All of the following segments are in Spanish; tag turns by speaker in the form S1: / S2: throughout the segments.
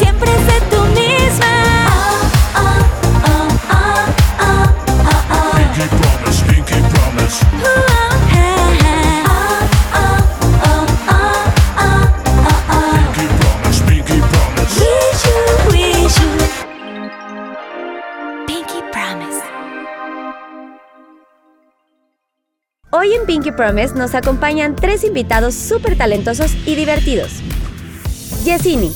S1: siempre sé tú misma. Oh, oh, oh, oh, oh, oh, oh.
S2: Pinky promise, Pinky promise. Pinky promise, Pinky promise.
S3: Hoy en Pinky Promise nos acompañan tres invitados súper talentosos y divertidos. Yesini,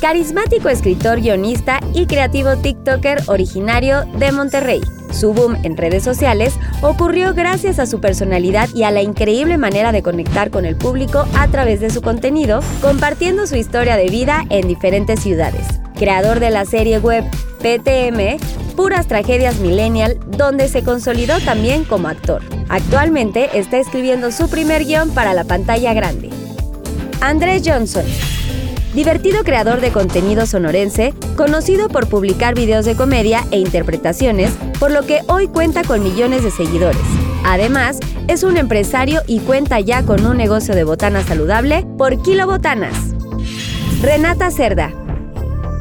S3: carismático escritor, guionista y creativo TikToker originario de Monterrey. Su boom en redes sociales ocurrió gracias a su personalidad y a la increíble manera de conectar con el público a través de su contenido, compartiendo su historia de vida en diferentes ciudades. Creador de la serie web PTM, Puras Tragedias Millennial, donde se consolidó también como actor. Actualmente está escribiendo su primer guión para la pantalla grande. Andrés Johnson, divertido creador de contenido sonorense, conocido por publicar videos de comedia e interpretaciones, por lo que hoy cuenta con millones de seguidores. Además, es un empresario y cuenta ya con un negocio de botanas saludable por Kilo Botanas. Renata Cerda,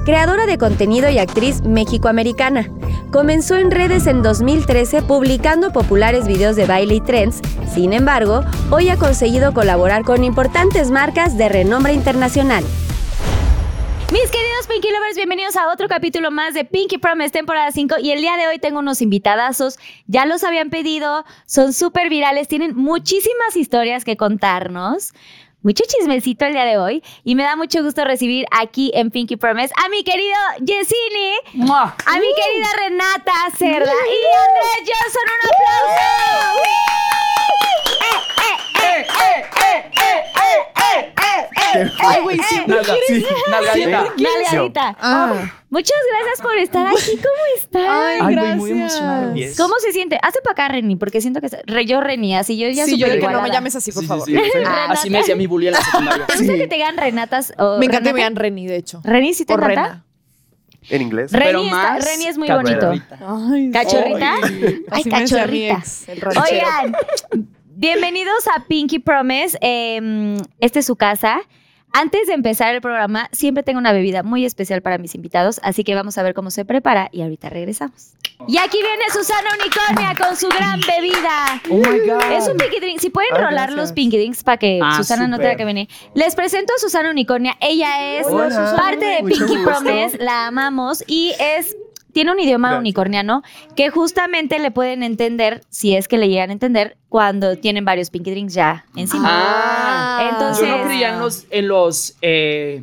S3: creadora de contenido y actriz mexicoamericana. Comenzó en redes en 2013 publicando populares videos de baile y trends, sin embargo, hoy ha conseguido colaborar con importantes marcas de renombre internacional.
S4: Mis queridos Pinky Lovers, bienvenidos a otro capítulo más de Pinky Promise temporada 5 y el día de hoy tengo unos invitadazos, ya los habían pedido, son súper virales, tienen muchísimas historias que contarnos, mucho chismecito el día de hoy y me da mucho gusto recibir aquí en Pinky Promise a mi querido Yesini, a
S5: Uh.
S4: mi querida Renata Cerda y Andrés Johnson, un
S5: Uh.
S4: aplauso. Eh, eh,
S5: Ay, güey,
S6: Eh,
S5: siempre quieres-
S6: nalgadita.
S5: siempre quieres-
S4: Nalgadita.
S5: Ah,
S4: Oh, Muchas gracias por estar aquí, ¿cómo estás?
S5: ay,
S6: Ay,
S5: gracias.
S6: güey, muy emocionado.
S5: Sí,
S4: ¿Cómo se siente? Hazte para acá, Reni, porque siento que está- re- yo Reni, así yo ya
S5: yo
S4: súper
S5: de que no me
S4: igualada.
S5: llames así, por
S6: Sí, sí,
S5: favor.
S6: sí, fue- Así me decía mi bully en la secundaria.
S4: ¿Te gusta que te digan Renatas o
S5: Me encanta que
S4: Renata?
S5: me digan Reni, de hecho.
S4: Reni, ¿sí te
S5: O
S4: encanta?
S5: Rena.
S7: En inglés.
S4: Reni, está- Reni es muy bonito.
S6: cachorrita.
S5: Ay,
S4: ¿Cachorrita? Ay,
S5: así me decía mi
S4: cachorrita.
S5: ex, el ranchero.
S4: Oigan, bienvenidos a Pinky Promise. Eh, este es su casa. Antes de empezar el programa, siempre tengo una bebida muy especial para mis invitados, así que vamos a ver cómo se prepara y ahorita regresamos. Y aquí viene Susana Unicornia con su gran bebida.
S6: Oh my god.
S4: Es un pinky drink. Si pueden
S6: Ay,
S4: rolar
S6: gracias.
S4: los pinky drinks para que
S6: Ah,
S4: Susana no
S6: súper.
S4: tenga que venir. Les presento a Susana Unicornia. Ella es
S6: Hola, Susana.
S4: parte de
S6: Mucho
S4: Pinky
S6: gusto.
S4: Promise. La amamos y es. Tiene un idioma
S7: Gracias.
S4: unicorniano que justamente le pueden entender, si es que le llegan a entender, cuando tienen varios pinky drinks ya encima.
S6: Ah,
S4: Entonces-
S6: yo no creía en los, en los eh,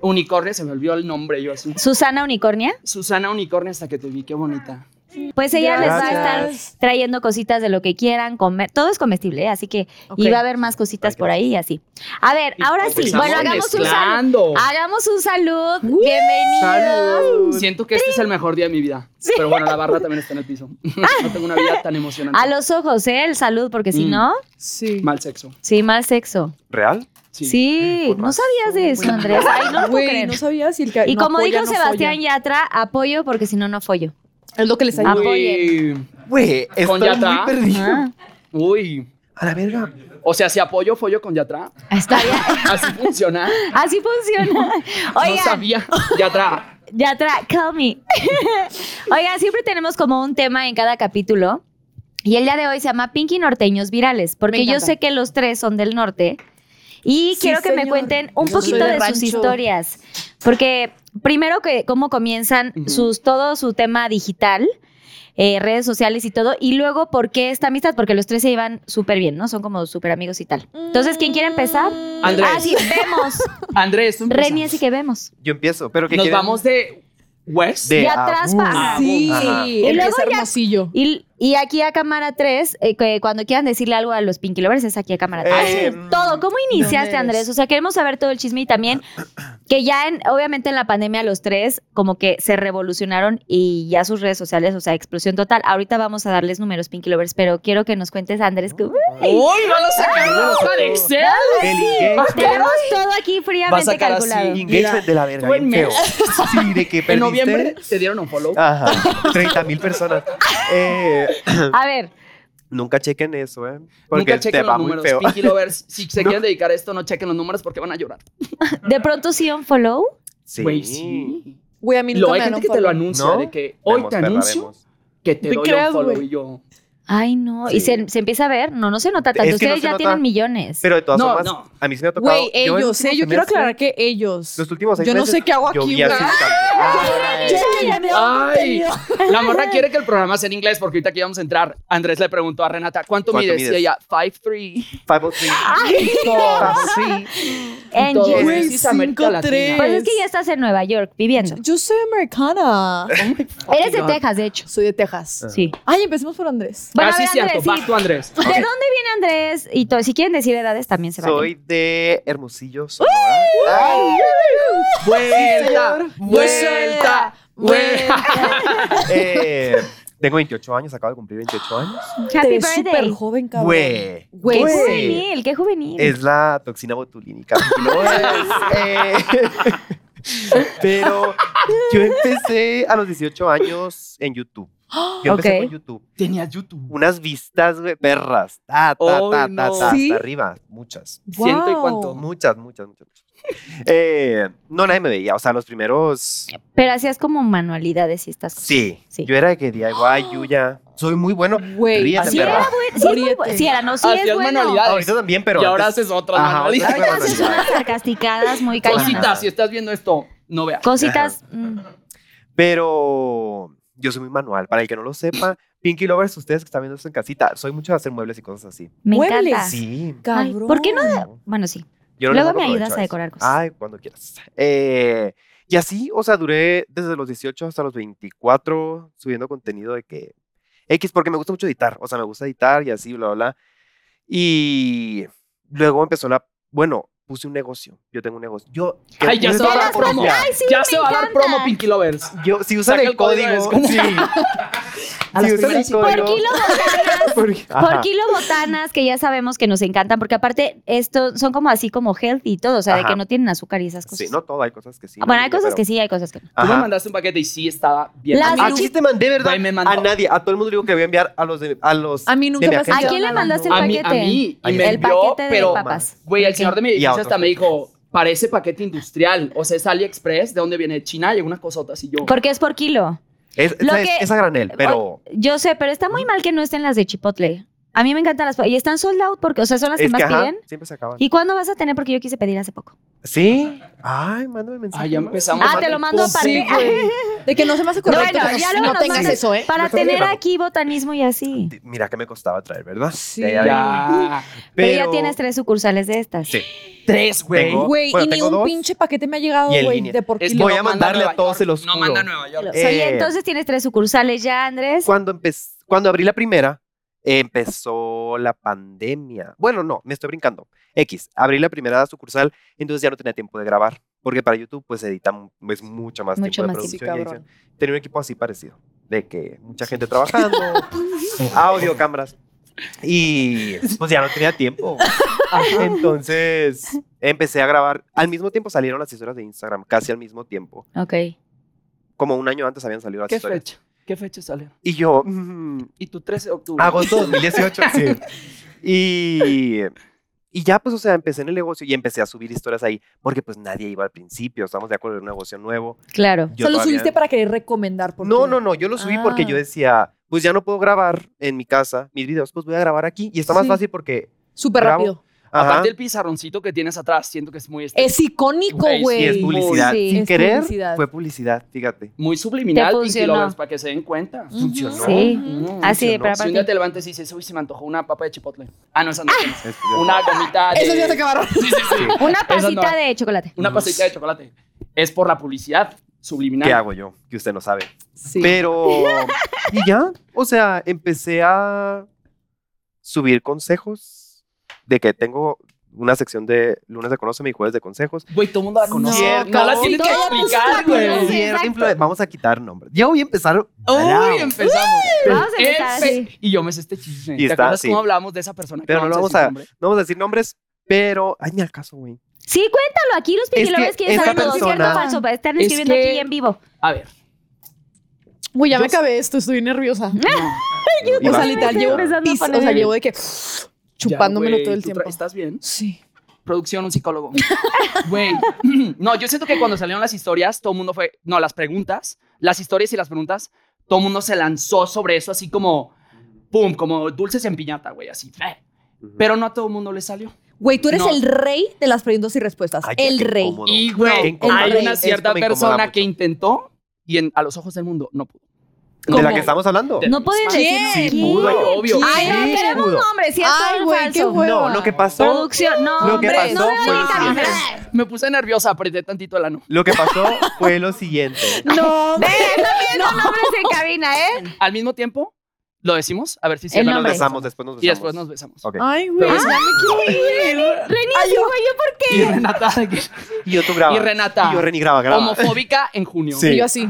S6: unicornios, se me olvidó el nombre, yo así.
S4: Susana Unicornia,
S6: Susana Unicornio hasta que te vi, qué bonita.
S4: pues ella les va a
S5: Gracias.
S4: estar trayendo cositas de lo que quieran comer. Todo es comestible, ¿eh? así que
S5: Ok.
S4: y va a haber más cositas por ahí y así. A ver, ahora sí,
S6: Empezamos
S4: bueno, hagamos un, sal-
S6: Pues, mezclando.
S4: hagamos un salud. Bienvenidos.
S6: Siento que este es el mejor día de mi vida. Pero bueno, la barra también está en el piso. No tengo una vida tan emocionante.
S4: A los ojos, ¿eh? El salud, porque si
S6: Mm.
S4: no,
S5: Sí.
S6: Mal sexo.
S4: sí, mal sexo.
S7: ¿Real?
S4: Sí.
S6: Sí.
S4: No sabías de eso, Andrés. Ay, no lo puedo
S5: Güey,
S4: creer.
S5: no sabía si el que
S4: y
S5: no
S4: como
S5: apoya,
S4: dijo
S5: no
S4: Sebastián
S5: folla.
S4: Yatra, apoyo porque si no, no follo.
S5: Es lo que les ayuda.
S6: Uy.
S7: Güey, estoy
S6: Yatra.
S7: muy perdido.
S4: Ah,
S6: Uy.
S7: A la verga.
S6: O sea, si apoyo, follo con Yatra.
S4: Está bien.
S6: Así funciona.
S4: Así funciona. Oigan,
S6: No sabía. Yatra.
S4: Yatra, call me. Oigan, siempre tenemos como un tema en cada capítulo. Y el día de hoy se llama Pinky Norteños Virales, porque yo
S5: encanta.
S4: sé que los tres son del norte. Y
S5: Sí,
S4: quiero que me
S5: señor.
S4: cuenten un
S5: Yo soy
S4: poquito
S5: de
S4: de sus
S5: rancho.
S4: historias. Porque primero que cómo comienzan
S6: Ujú.
S4: sus, todo su tema digital, eh, redes sociales y todo. Y luego por qué esta amistad, porque los tres se llevan súper bien, ¿no? Son como súper amigos y
S5: Ah,
S4: tal. Entonces, ¿quién quiere empezar?
S6: Andrés.
S4: Ah, sí, vemos.
S6: Andrés, tú empieza.
S4: Reni, así que vemos.
S7: Yo empiezo, pero que
S6: Nos vamos de West.
S7: De
S4: De atrás
S7: Abu.
S4: para
S6: Ah,
S5: Sí,
S6: Ajá.
S5: el
S4: Y
S5: que
S4: luego
S5: es
S4: ya-
S5: hermosillo.
S4: Y, Y aquí a cámara 3, cuando quieran decirle algo a los Pinky Lovers, es aquí a cámara 3.
S7: Eh,
S4: todo, ¿cómo iniciaste, Andrés? O sea, queremos saber todo el chisme y también que ya, en, obviamente, en la pandemia los tres como que se revolucionaron y ya sus redes sociales, o sea, explosión total. Ahorita vamos a darles números, Pinky Lovers, pero quiero que nos cuentes, Andrés, que...
S6: ¡Uy, van a sacar una hoja de Excel!
S7: El engagement.
S4: ¡uh! Tenemos todo aquí
S6: Va a
S4: fríamente
S6: sacar
S4: calculado.
S6: así.
S7: Engagement de la verga,
S6: Tú en
S7: bien feo. Sí, de que perdiste. Ah,
S6: En noviembre te dieron un follow.
S7: Ajá, 30 mil personas. Eh,
S4: A ver,
S7: nunca chequen eso, ¿eh? Porque
S6: Nunca
S7: te
S6: chequen
S7: va
S6: los
S7: muy
S6: números.
S7: feo.
S6: Pinky Lovers, si se
S7: No.
S6: quieren dedicar a esto, no chequen los números porque van a llorar.
S4: de pronto sí un follow.
S7: Sí.
S6: Güey, sí.
S5: Güey, a mí
S6: Y
S5: nunca
S6: luego
S5: me
S6: hay
S5: dan
S6: gente
S5: un
S6: que te lo
S5: follow.
S6: anuncia
S7: ¿No?
S6: de que hoy
S7: Vemos,
S6: te anuncio
S7: perraremos.
S6: que te
S5: ¿Te
S6: doy
S5: creas,
S6: un follow
S5: güey?
S6: y yo.
S4: Ay, no. Y
S7: Sí.
S4: se, se empieza a ver. No, no se nota tanto.
S7: Es que no
S4: Ustedes
S7: se
S4: ya
S7: nota.
S4: tienen millones.
S7: Pero de todas
S6: No,
S7: formas,
S6: no.
S7: a mí sí me ha tocado.
S5: Güey,
S7: en
S5: ellos,
S7: el
S5: eh, yo quiero
S7: semestre,
S5: aclarar que ellos.
S7: Los últimos seis
S5: Yo no
S7: meses,
S5: sé qué hago
S7: yo
S5: aquí,
S7: vi así
S5: güey.
S7: tanto.
S5: Yo-
S6: ¡Ay! La morra quiere que el programa sea en inglés porque ahorita aquí vamos a entrar. Andrés le preguntó a Renata, ¿cuánto,
S7: ¿Cuánto
S6: mides?
S7: mides?
S6: Y ella, 5'3".
S7: Five oh three.
S4: En
S6: todo.
S4: Yes.
S5: Güey,
S6: Ese es América
S5: cinco,
S6: Latina.
S5: tres.
S4: Pues es que ya estás en Nueva York viviendo.
S5: Yo soy americana.
S4: Eres de
S6: God.
S4: Texas, de hecho.
S5: Soy de
S7: Ah.
S5: Texas.
S4: Sí.
S5: Ay, empecemos por Andrés.
S4: Bueno, a
S6: Así
S4: ver,
S6: es Ah, cierto.
S4: Andrés, sí.
S6: Vas tú, Andrés.
S4: ¿De dónde viene Andrés? Y todo, si quieren decir edades también se vale.
S7: Soy de Hermosillo, Sonora. Ay,
S6: Vuelta, vuelta, vuelta.
S7: eh, tengo 28 años, acabo de cumplir 28 años.
S5: Te
S4: Happy
S5: ves súper
S4: birthday.
S5: joven, cabrón.
S7: Güey.
S4: Qué
S5: Güey.
S4: juvenil, qué juvenil.
S7: Es la toxina botulínica. No es, eh, pero yo empecé a los 18 años en YouTube. Yo empecé
S4: Ok.
S7: con YouTube.
S6: Tenías YouTube.
S7: Unas vistas, güey, perras. Ta, ta,
S6: Oh,
S7: ta, ta,
S6: no.
S7: ta, hasta
S5: ¿Sí?
S7: arriba. Muchas.
S6: Ciento y
S5: Wow.
S6: cuánto.
S7: Muchas, muchas, muchas. muchas. Eh, no, nadie me veía. O sea, los primeros.
S4: Pero hacías como manualidades y estas cosas.
S7: Sí.
S4: Sí.
S7: Yo era de que DIY, Yuya. Soy muy bueno.
S5: Güey,
S7: Ríete,
S4: Sí,
S7: perra.
S4: era bueno. Sí, es muy
S5: Ríete.
S4: bu- sí, era, no, sí es
S6: Hacías
S4: bueno.
S6: manualidades.
S7: Ahorita también, pero.
S6: y ahora
S7: antes-
S6: haces otras
S7: Ajá,
S6: manualidades.
S7: ahorita
S4: Haces unas sarcasticadas muy
S6: Cositas,
S4: cañonas.
S6: si estás viendo esto, no veas.
S4: Cositas. mm.
S7: Pero yo soy muy manual. Para el que no lo sepa, Pinky Lovers, ustedes que están viendo esto en casita, soy mucho de hacer muebles y cosas así.
S4: Me
S5: Muebles.
S4: encanta.
S7: Sí.
S4: Ay,
S5: Cabrón.
S4: ¿Por qué no? Ah. de- Bueno, sí.
S7: Yo no le
S4: Luego
S7: saco
S4: me ayudas
S7: provecho
S4: a decorar
S7: eso.
S4: cosas.
S7: Ay, cuando quieras. Eh, y así, o sea, duré desde los 18 hasta los 24 subiendo contenido de que X, porque me gusta mucho editar. O sea, me gusta editar y así, bla, bla, bla. Y luego empezó la. Bueno, puse un negocio. Yo tengo un negocio. Yo.
S6: Ay, ya
S7: yo-
S6: se va a dar
S7: yo-
S6: promo.
S4: Ay, sí,
S6: ya
S4: me
S6: se va a dar
S4: encanta.
S6: promo, Pinky Lovers.
S7: Yo, si usan
S6: Saca
S7: el,
S6: el código de
S7: código.
S6: descuento.
S7: Sí.
S6: las
S7: si usan el
S6: primeras
S7: código.
S4: Por kilo botanas.
S7: Por,
S4: Por
S7: ajá.
S4: kilo botanas que ya sabemos que nos encantan, porque aparte esto son como así como healthy y todo, o sea, de
S7: Ajá.
S4: que no tienen azúcar y esas cosas.
S7: Sí, no todo, hay cosas que sí.
S4: Ah, bueno, hay cosas que sí, hay cosas que no.
S6: Tú me mandaste un paquete y sí estaba bien.
S4: Las
S6: bonito.
S7: ¿A ti te mandé, verdad?
S6: Güey, me mandó.
S7: a nadie, a todo el mundo le digo que voy a enviar a los de, a los
S5: A mí
S7: de
S5: nunca
S7: mi
S5: me has
S7: agencia.
S4: ¿A quién le
S5: no,
S4: mandaste el
S6: a mí,
S4: paquete?
S6: a mí, y me
S4: el
S6: envió,
S4: paquete
S6: pero,
S4: de papas.
S6: güey, el señor de mi
S7: Y a
S6: edificio
S7: otros
S6: hasta me
S7: paquetes.
S6: dijo, parece paquete industrial, o sea, es AliExpress, ¿de dónde viene? ¿De China, llegó una cosota así yo.
S4: Porque es por kilo.
S7: Es,
S4: Lo
S7: esa es-
S4: que-
S7: es a granel, pero
S4: Yo sé, pero está muy mal que no estén las de Chipotle. A mí me encantan las pa- y están sold out porque, o sea, son las que
S7: es
S4: más
S7: que ajá,
S4: piden.
S7: siempre se acaban.
S4: ¿Y cuándo vas a tener? Porque yo quise pedir hace poco.
S7: ¿Sí? Ay, mándame mensaje.
S6: Ah, ya
S7: ¿no? pues
S6: empezamos.
S4: Ah, te lo mando
S6: Pum,
S4: para
S5: Sí,
S4: mí.
S5: güey. De que no se me hace correcto
S4: Bueno,
S5: que
S4: ya
S5: nos-
S4: luego
S5: no
S4: nos
S5: tengas
S4: mandas-
S5: eso, ¿eh?
S4: Para
S7: Mejor
S4: tener
S7: llevamos.
S4: aquí botanismo y así.
S7: Di- Mira que me costaba traer, ¿verdad?
S5: Sí.
S7: Ya, ya, ya.
S6: Ya.
S4: Pero ya tienes tres sucursales de estas.
S7: Sí.
S6: Tres, güey.
S7: Tengo-
S5: Güey,
S7: bueno,
S5: y ni
S7: tengo
S5: un
S7: dos.
S5: pinche paquete me ha llegado,
S7: y el Este,
S5: güey,
S7: guinea.
S5: de por
S6: Es
S5: kilo.
S7: voy
S6: que
S7: a
S6: no manda
S7: mandarle a
S6: Nueva
S7: todos,
S6: York,
S7: se los
S6: No
S7: juro.
S6: manda a Nueva York.
S4: O sea, y
S7: Eh.
S4: entonces tienes tres sucursales ya, Andrés.
S7: Cuando, empe- cuando abrí la primera, empezó la pandemia. Bueno, no, me estoy brincando. X, abrí la primera sucursal, entonces ya no tenía tiempo de grabar. Porque para YouTube, pues edita mu- pues, mucho más
S4: Mucho
S7: tiempo
S4: más
S7: de
S5: Sí,
S7: producción y edición.
S5: cabrón.
S7: Tenía un equipo así parecido, de que mucha gente trabajando, audio, cámaras. Y pues ya no tenía tiempo. Entonces empecé a grabar. Al mismo tiempo salieron las historias de Instagram, casi al mismo tiempo.
S4: Ok.
S7: Como un año antes habían salido las
S6: ¿Qué
S7: historias.
S6: fecha? ¿Qué fecha salió?
S7: Y yo, mm,
S6: Y tu 13 de octubre.
S7: Agosto 2018. sí. Y, y ya, pues, o sea, empecé en el negocio y empecé a subir historias ahí, porque pues nadie iba al principio, estamos de acuerdo, era un negocio nuevo.
S4: Claro.
S7: Yo
S5: Solo
S7: todavía-
S5: subiste para querer recomendar. por
S7: No,
S5: tu-
S7: no, no, yo lo subí porque yo
S5: Ah.
S7: decía, pues ya no puedo grabar en mi casa mis videos, pues voy a grabar aquí y está más
S5: Sí.
S7: fácil porque...
S5: Súper
S7: Bravo.
S5: rápido.
S7: ajá,
S6: Aparte el pizarroncito que tienes atrás, siento que es muy este, estético.
S5: Es icónico,
S6: Güey, sí,
S7: y
S5: güey.
S7: es publicidad.
S4: Sí.
S7: Sin
S5: Es
S7: querer,
S5: publicidad.
S7: fue publicidad, fíjate.
S6: muy subliminal,
S4: Te
S6: Pinky
S4: funcionó.
S6: Lovers, para que se den cuenta.
S5: Ujú.
S7: Funcionó.
S4: Sí.
S6: Mm,
S4: Así,
S6: funcionó.
S4: pero
S6: Si un día
S4: aparte-
S6: te levantas y dices, uy, se me antojó una papa de chipotle. Ah, no, esa no tienes.
S7: Es-
S6: Una gomita de...
S5: Esos
S7: Eh,
S5: ya se acabaron.
S4: Una pasita
S6: no.
S4: de chocolate.
S6: Una pasita de chocolate. Es por la publicidad subliminal.
S7: ¿Qué hago yo? Que usted no sabe.
S5: Sí.
S7: Pero... y ya, O sea, empecé a subir consejos de que tengo una sección de lunes de conóceme y jueves de consejos.
S6: Güey, todo el mundo la conoce.
S7: No,
S6: No, la
S7: cabrón,
S6: tienes que
S5: todo el mundo la
S6: explicar,
S5: conoce.
S6: güey.
S7: Cierta influ- Vamos a quitar nombres. Ya voy a empezar. bravo.
S6: Ah, Uy, empezamos.
S4: Vamos a empezar
S6: Empe-
S4: así.
S6: Y yo me sé este chisme.
S7: Y
S6: ¿Te
S7: está,
S6: acuerdas
S7: sí.
S6: cómo hablamos de esa persona? que
S7: Pero no lo
S6: decir
S7: vamos a-
S6: su nombre?
S7: No vamos a decir nombres, pero. Ay, ni al caso, güey.
S4: Sí, cuéntalo. Aquí los
S7: que
S4: piquilovers quieren
S7: esta
S4: saber todo, ¿cierto o
S7: persona-
S4: falso? Están
S6: Es
S4: escribiendo
S6: que-
S4: aquí en vivo.
S6: A ver.
S5: Uy, ya me
S6: Yo-
S5: acabé esto, estoy nerviosa.
S7: Y
S5: o
S7: va.
S5: sea, literal,
S4: estoy
S5: llevo
S4: empezando a
S5: pis,
S4: poner
S5: o sea,
S4: nerviosa.
S5: llevo de que chupándomelo
S6: Ya,
S5: todo el
S6: güey, ¿tú
S5: tiempo.
S6: tra- ¿Estás bien?
S5: Sí.
S6: Producción, un psicólogo. Güey. No, yo siento que cuando salieron las historias, todo el mundo fue. No, las preguntas. Las historias y las preguntas, todo el mundo se lanzó sobre eso, así como. Pum, como dulces en piñata, güey, así. eh. Pero no a todo el mundo le salió.
S5: Güey, tú eres
S6: No.
S5: el rey de las preguntas y respuestas.
S7: Ay, qué
S5: el rey.
S7: incómodo.
S6: Y, güey,
S7: Qué
S6: hay
S5: incómodo.
S6: una
S7: Esto
S6: cierta
S7: me incomoda
S6: persona
S7: mucho.
S6: que intentó y en- a los ojos del mundo no pudo.
S7: ¿De la
S5: ¿Cómo?
S7: que estamos hablando?
S6: De-
S4: No pueden
S6: Sí,
S5: sí,
S4: decir ¿quién?
S7: pudo,
S4: ¿Quién?
S6: obvio.
S4: Ay, no,
S7: Sí,
S4: queremos
S7: pudo.
S4: nombres, ¿cierto
S5: Ay,
S4: o
S5: güey, qué
S4: falso?
S5: hueva.
S7: No, lo que pasó.
S4: Producción, no,
S7: Lo que
S4: hombre,
S7: pasó
S4: no veo
S7: fue
S4: ni
S7: lo
S4: cabeza.
S6: Me puse nerviosa, apreté tantito el ano.
S7: Lo que pasó fue lo siguiente.
S5: No,
S4: Ve, están viendo nombres en cabina, ¿eh?
S6: Al mismo tiempo, lo decimos, a ver si
S4: El
S6: cierra la
S7: Nos
S4: nombre.
S6: boca.
S7: besamos, después nos besamos.
S6: Y después nos besamos. Ah,
S7: Ok.
S5: Ay, güey.
S6: Pero es-
S4: Reni, sí, güey, yo por
S6: Y Renata, de que-
S7: Y yo tú graba.
S6: Y Renata.
S7: Y yo Reni graba, graba.
S6: homofóbica en junio.
S7: Sí.
S5: Y yo así.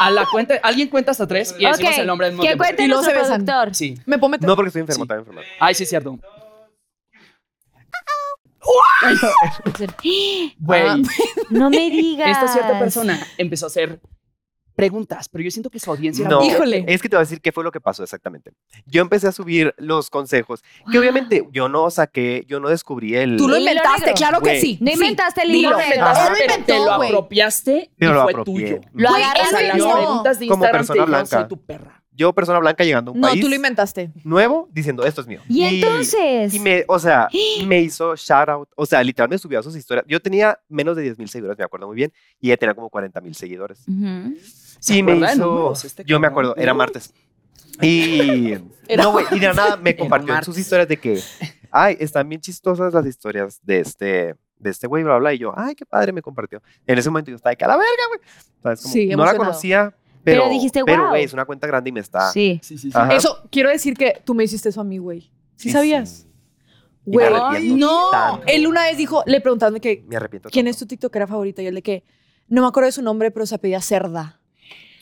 S6: A la cuenta, alguien cuenta hasta tres y decimos
S4: Ok,
S6: el nombre del mismo
S4: Que
S6: tiempo.
S4: cuente
S5: Y luego
S4: nuestro
S5: se besan.
S4: productor.
S6: Sí.
S5: Me puedo meter.
S7: No, porque estoy enfermo,
S6: Sí.
S7: también enfermo.
S6: Ay, sí es cierto.
S5: Ah.
S6: Güey,
S4: No me digas.
S6: esta cierta persona empezó a hacer preguntas, pero yo siento que su audiencia era
S7: No,
S6: muy-
S5: Híjole.
S7: Es que te voy a decir qué fue lo que pasó exactamente. Yo empecé a subir los consejos, que obviamente yo no saqué, yo no descubrí el...
S5: Tú lo
S4: Hilo
S5: inventaste,
S4: negro.
S5: claro que
S7: Güey.
S5: sí.
S4: No
S5: Sí.
S4: inventaste el
S6: Ni
S4: hilo
S6: lo
S4: negro.
S6: inventaste,
S5: Él lo
S6: pero
S5: inventó,
S6: te lo
S5: güey.
S6: apropiaste y
S7: Pero lo
S6: fue
S7: apropié.
S6: tuyo.
S4: Lo
S5: Güey,
S6: O sea,
S4: agarraste
S5: él
S6: las
S4: y
S5: no.
S6: preguntas de
S7: Como
S6: Instagram
S7: persona
S6: te dijeron,
S7: blanca.
S6: soy tu perra.
S7: Yo, persona blanca, llegando a un
S5: No,
S7: país
S5: tú lo inventaste.
S7: nuevo, diciendo, esto es mío.
S4: ¿Y entonces?
S7: Y me, o sea, me hizo shout out. O sea, literal me subió a sus historias. Yo tenía menos de 10 mil seguidores, me acuerdo muy bien. Y ella tenía como 40 mil seguidores.
S4: Ujú.
S6: ¿Se
S7: Sí, me
S6: acuerda de
S7: hizo.
S6: números este
S7: Yo me
S6: cabrón?
S7: acuerdo, era martes. Y.
S5: Era
S7: no, güey, y de la nada me
S6: Era
S7: compartió en sus historias de que. Ay, están bien chistosas las historias de este. De este güey, bla, bla. Y yo, ay, qué padre me compartió. En ese momento yo estaba de que a la verga, güey. ¿Sabes? Como,
S5: Sí,
S7: no la
S5: emocionado.
S7: conocía,
S4: Pero
S7: pero.
S4: dijiste,
S7: Pero,
S4: "Wow".
S7: güey, es una cuenta grande y me está.
S4: Sí.
S6: Sí, sí, sí.
S7: Ajá.
S5: Eso, quiero decir que tú me hiciste eso a mí, güey. ¿Sí, sabías?
S7: Y me
S5: Güey,
S7: arrepiento
S5: no.
S7: tanto.
S5: Él una vez dijo, le preguntaron de que,
S7: Me arrepiento.
S5: ¿quién
S7: tanto.
S5: es tu TikTokera favorita? Y él de que, no me acuerdo de su nombre, pero se apellía Cerda.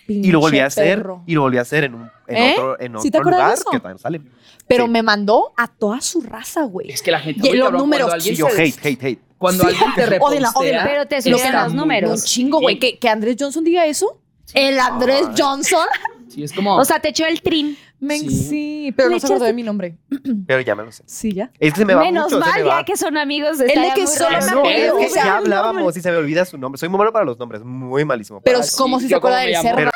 S7: Y
S5: Pinche
S7: lo volví a hacer.
S5: perro.
S7: Y lo volví a hacer en, un, en
S5: ¿Eh?
S7: otro, en
S5: ¿Sí te
S7: otro
S5: acuerdas de
S7: lugar
S5: eso?
S7: que también sale.
S5: Pero
S7: Sí.
S5: me mandó a toda su raza, güey.
S6: Es que la gente.
S5: Y
S6: Uy,
S5: los
S6: cabrón,
S5: números,
S6: Cuando
S7: Sí,
S6: alguien,
S7: yo
S6: se-
S7: hate, hate, hate.
S6: cuando alguien te
S5: Ódenla, ódenla.
S6: repostea,
S4: Pero te
S6: está
S4: subían los
S6: muy-
S4: números.
S5: Un chingo, güey. ¿Que, que Andrés Johnson diga eso. El Andrés Johnson.
S6: Sí, es como.
S4: O sea, te echó el trim.
S5: Men,
S6: Sí.
S5: sí. pero
S4: Me
S5: no se acordó
S4: echaste-
S5: de mi nombre.
S7: Pero ya me lo sé.
S5: Sí, ya.
S7: Es que se me va
S4: Menos
S7: mucho, se
S4: mal,
S7: me va.
S4: ya que son amigos.
S5: de
S4: estaría
S5: que
S4: muy
S5: solo me
S4: raro.
S7: No, es
S5: acuerdo,
S7: que
S5: o sea,
S7: ya
S5: no,
S7: hablábamos y se me olvida su nombre. Soy muy malo para los nombres, muy malísimo. para
S5: Pero
S7: eso.
S5: como
S6: sí,
S5: si
S6: yo
S5: se acuerda
S6: como me
S5: del
S6: llamo.
S5: cerdo.
S7: Pero-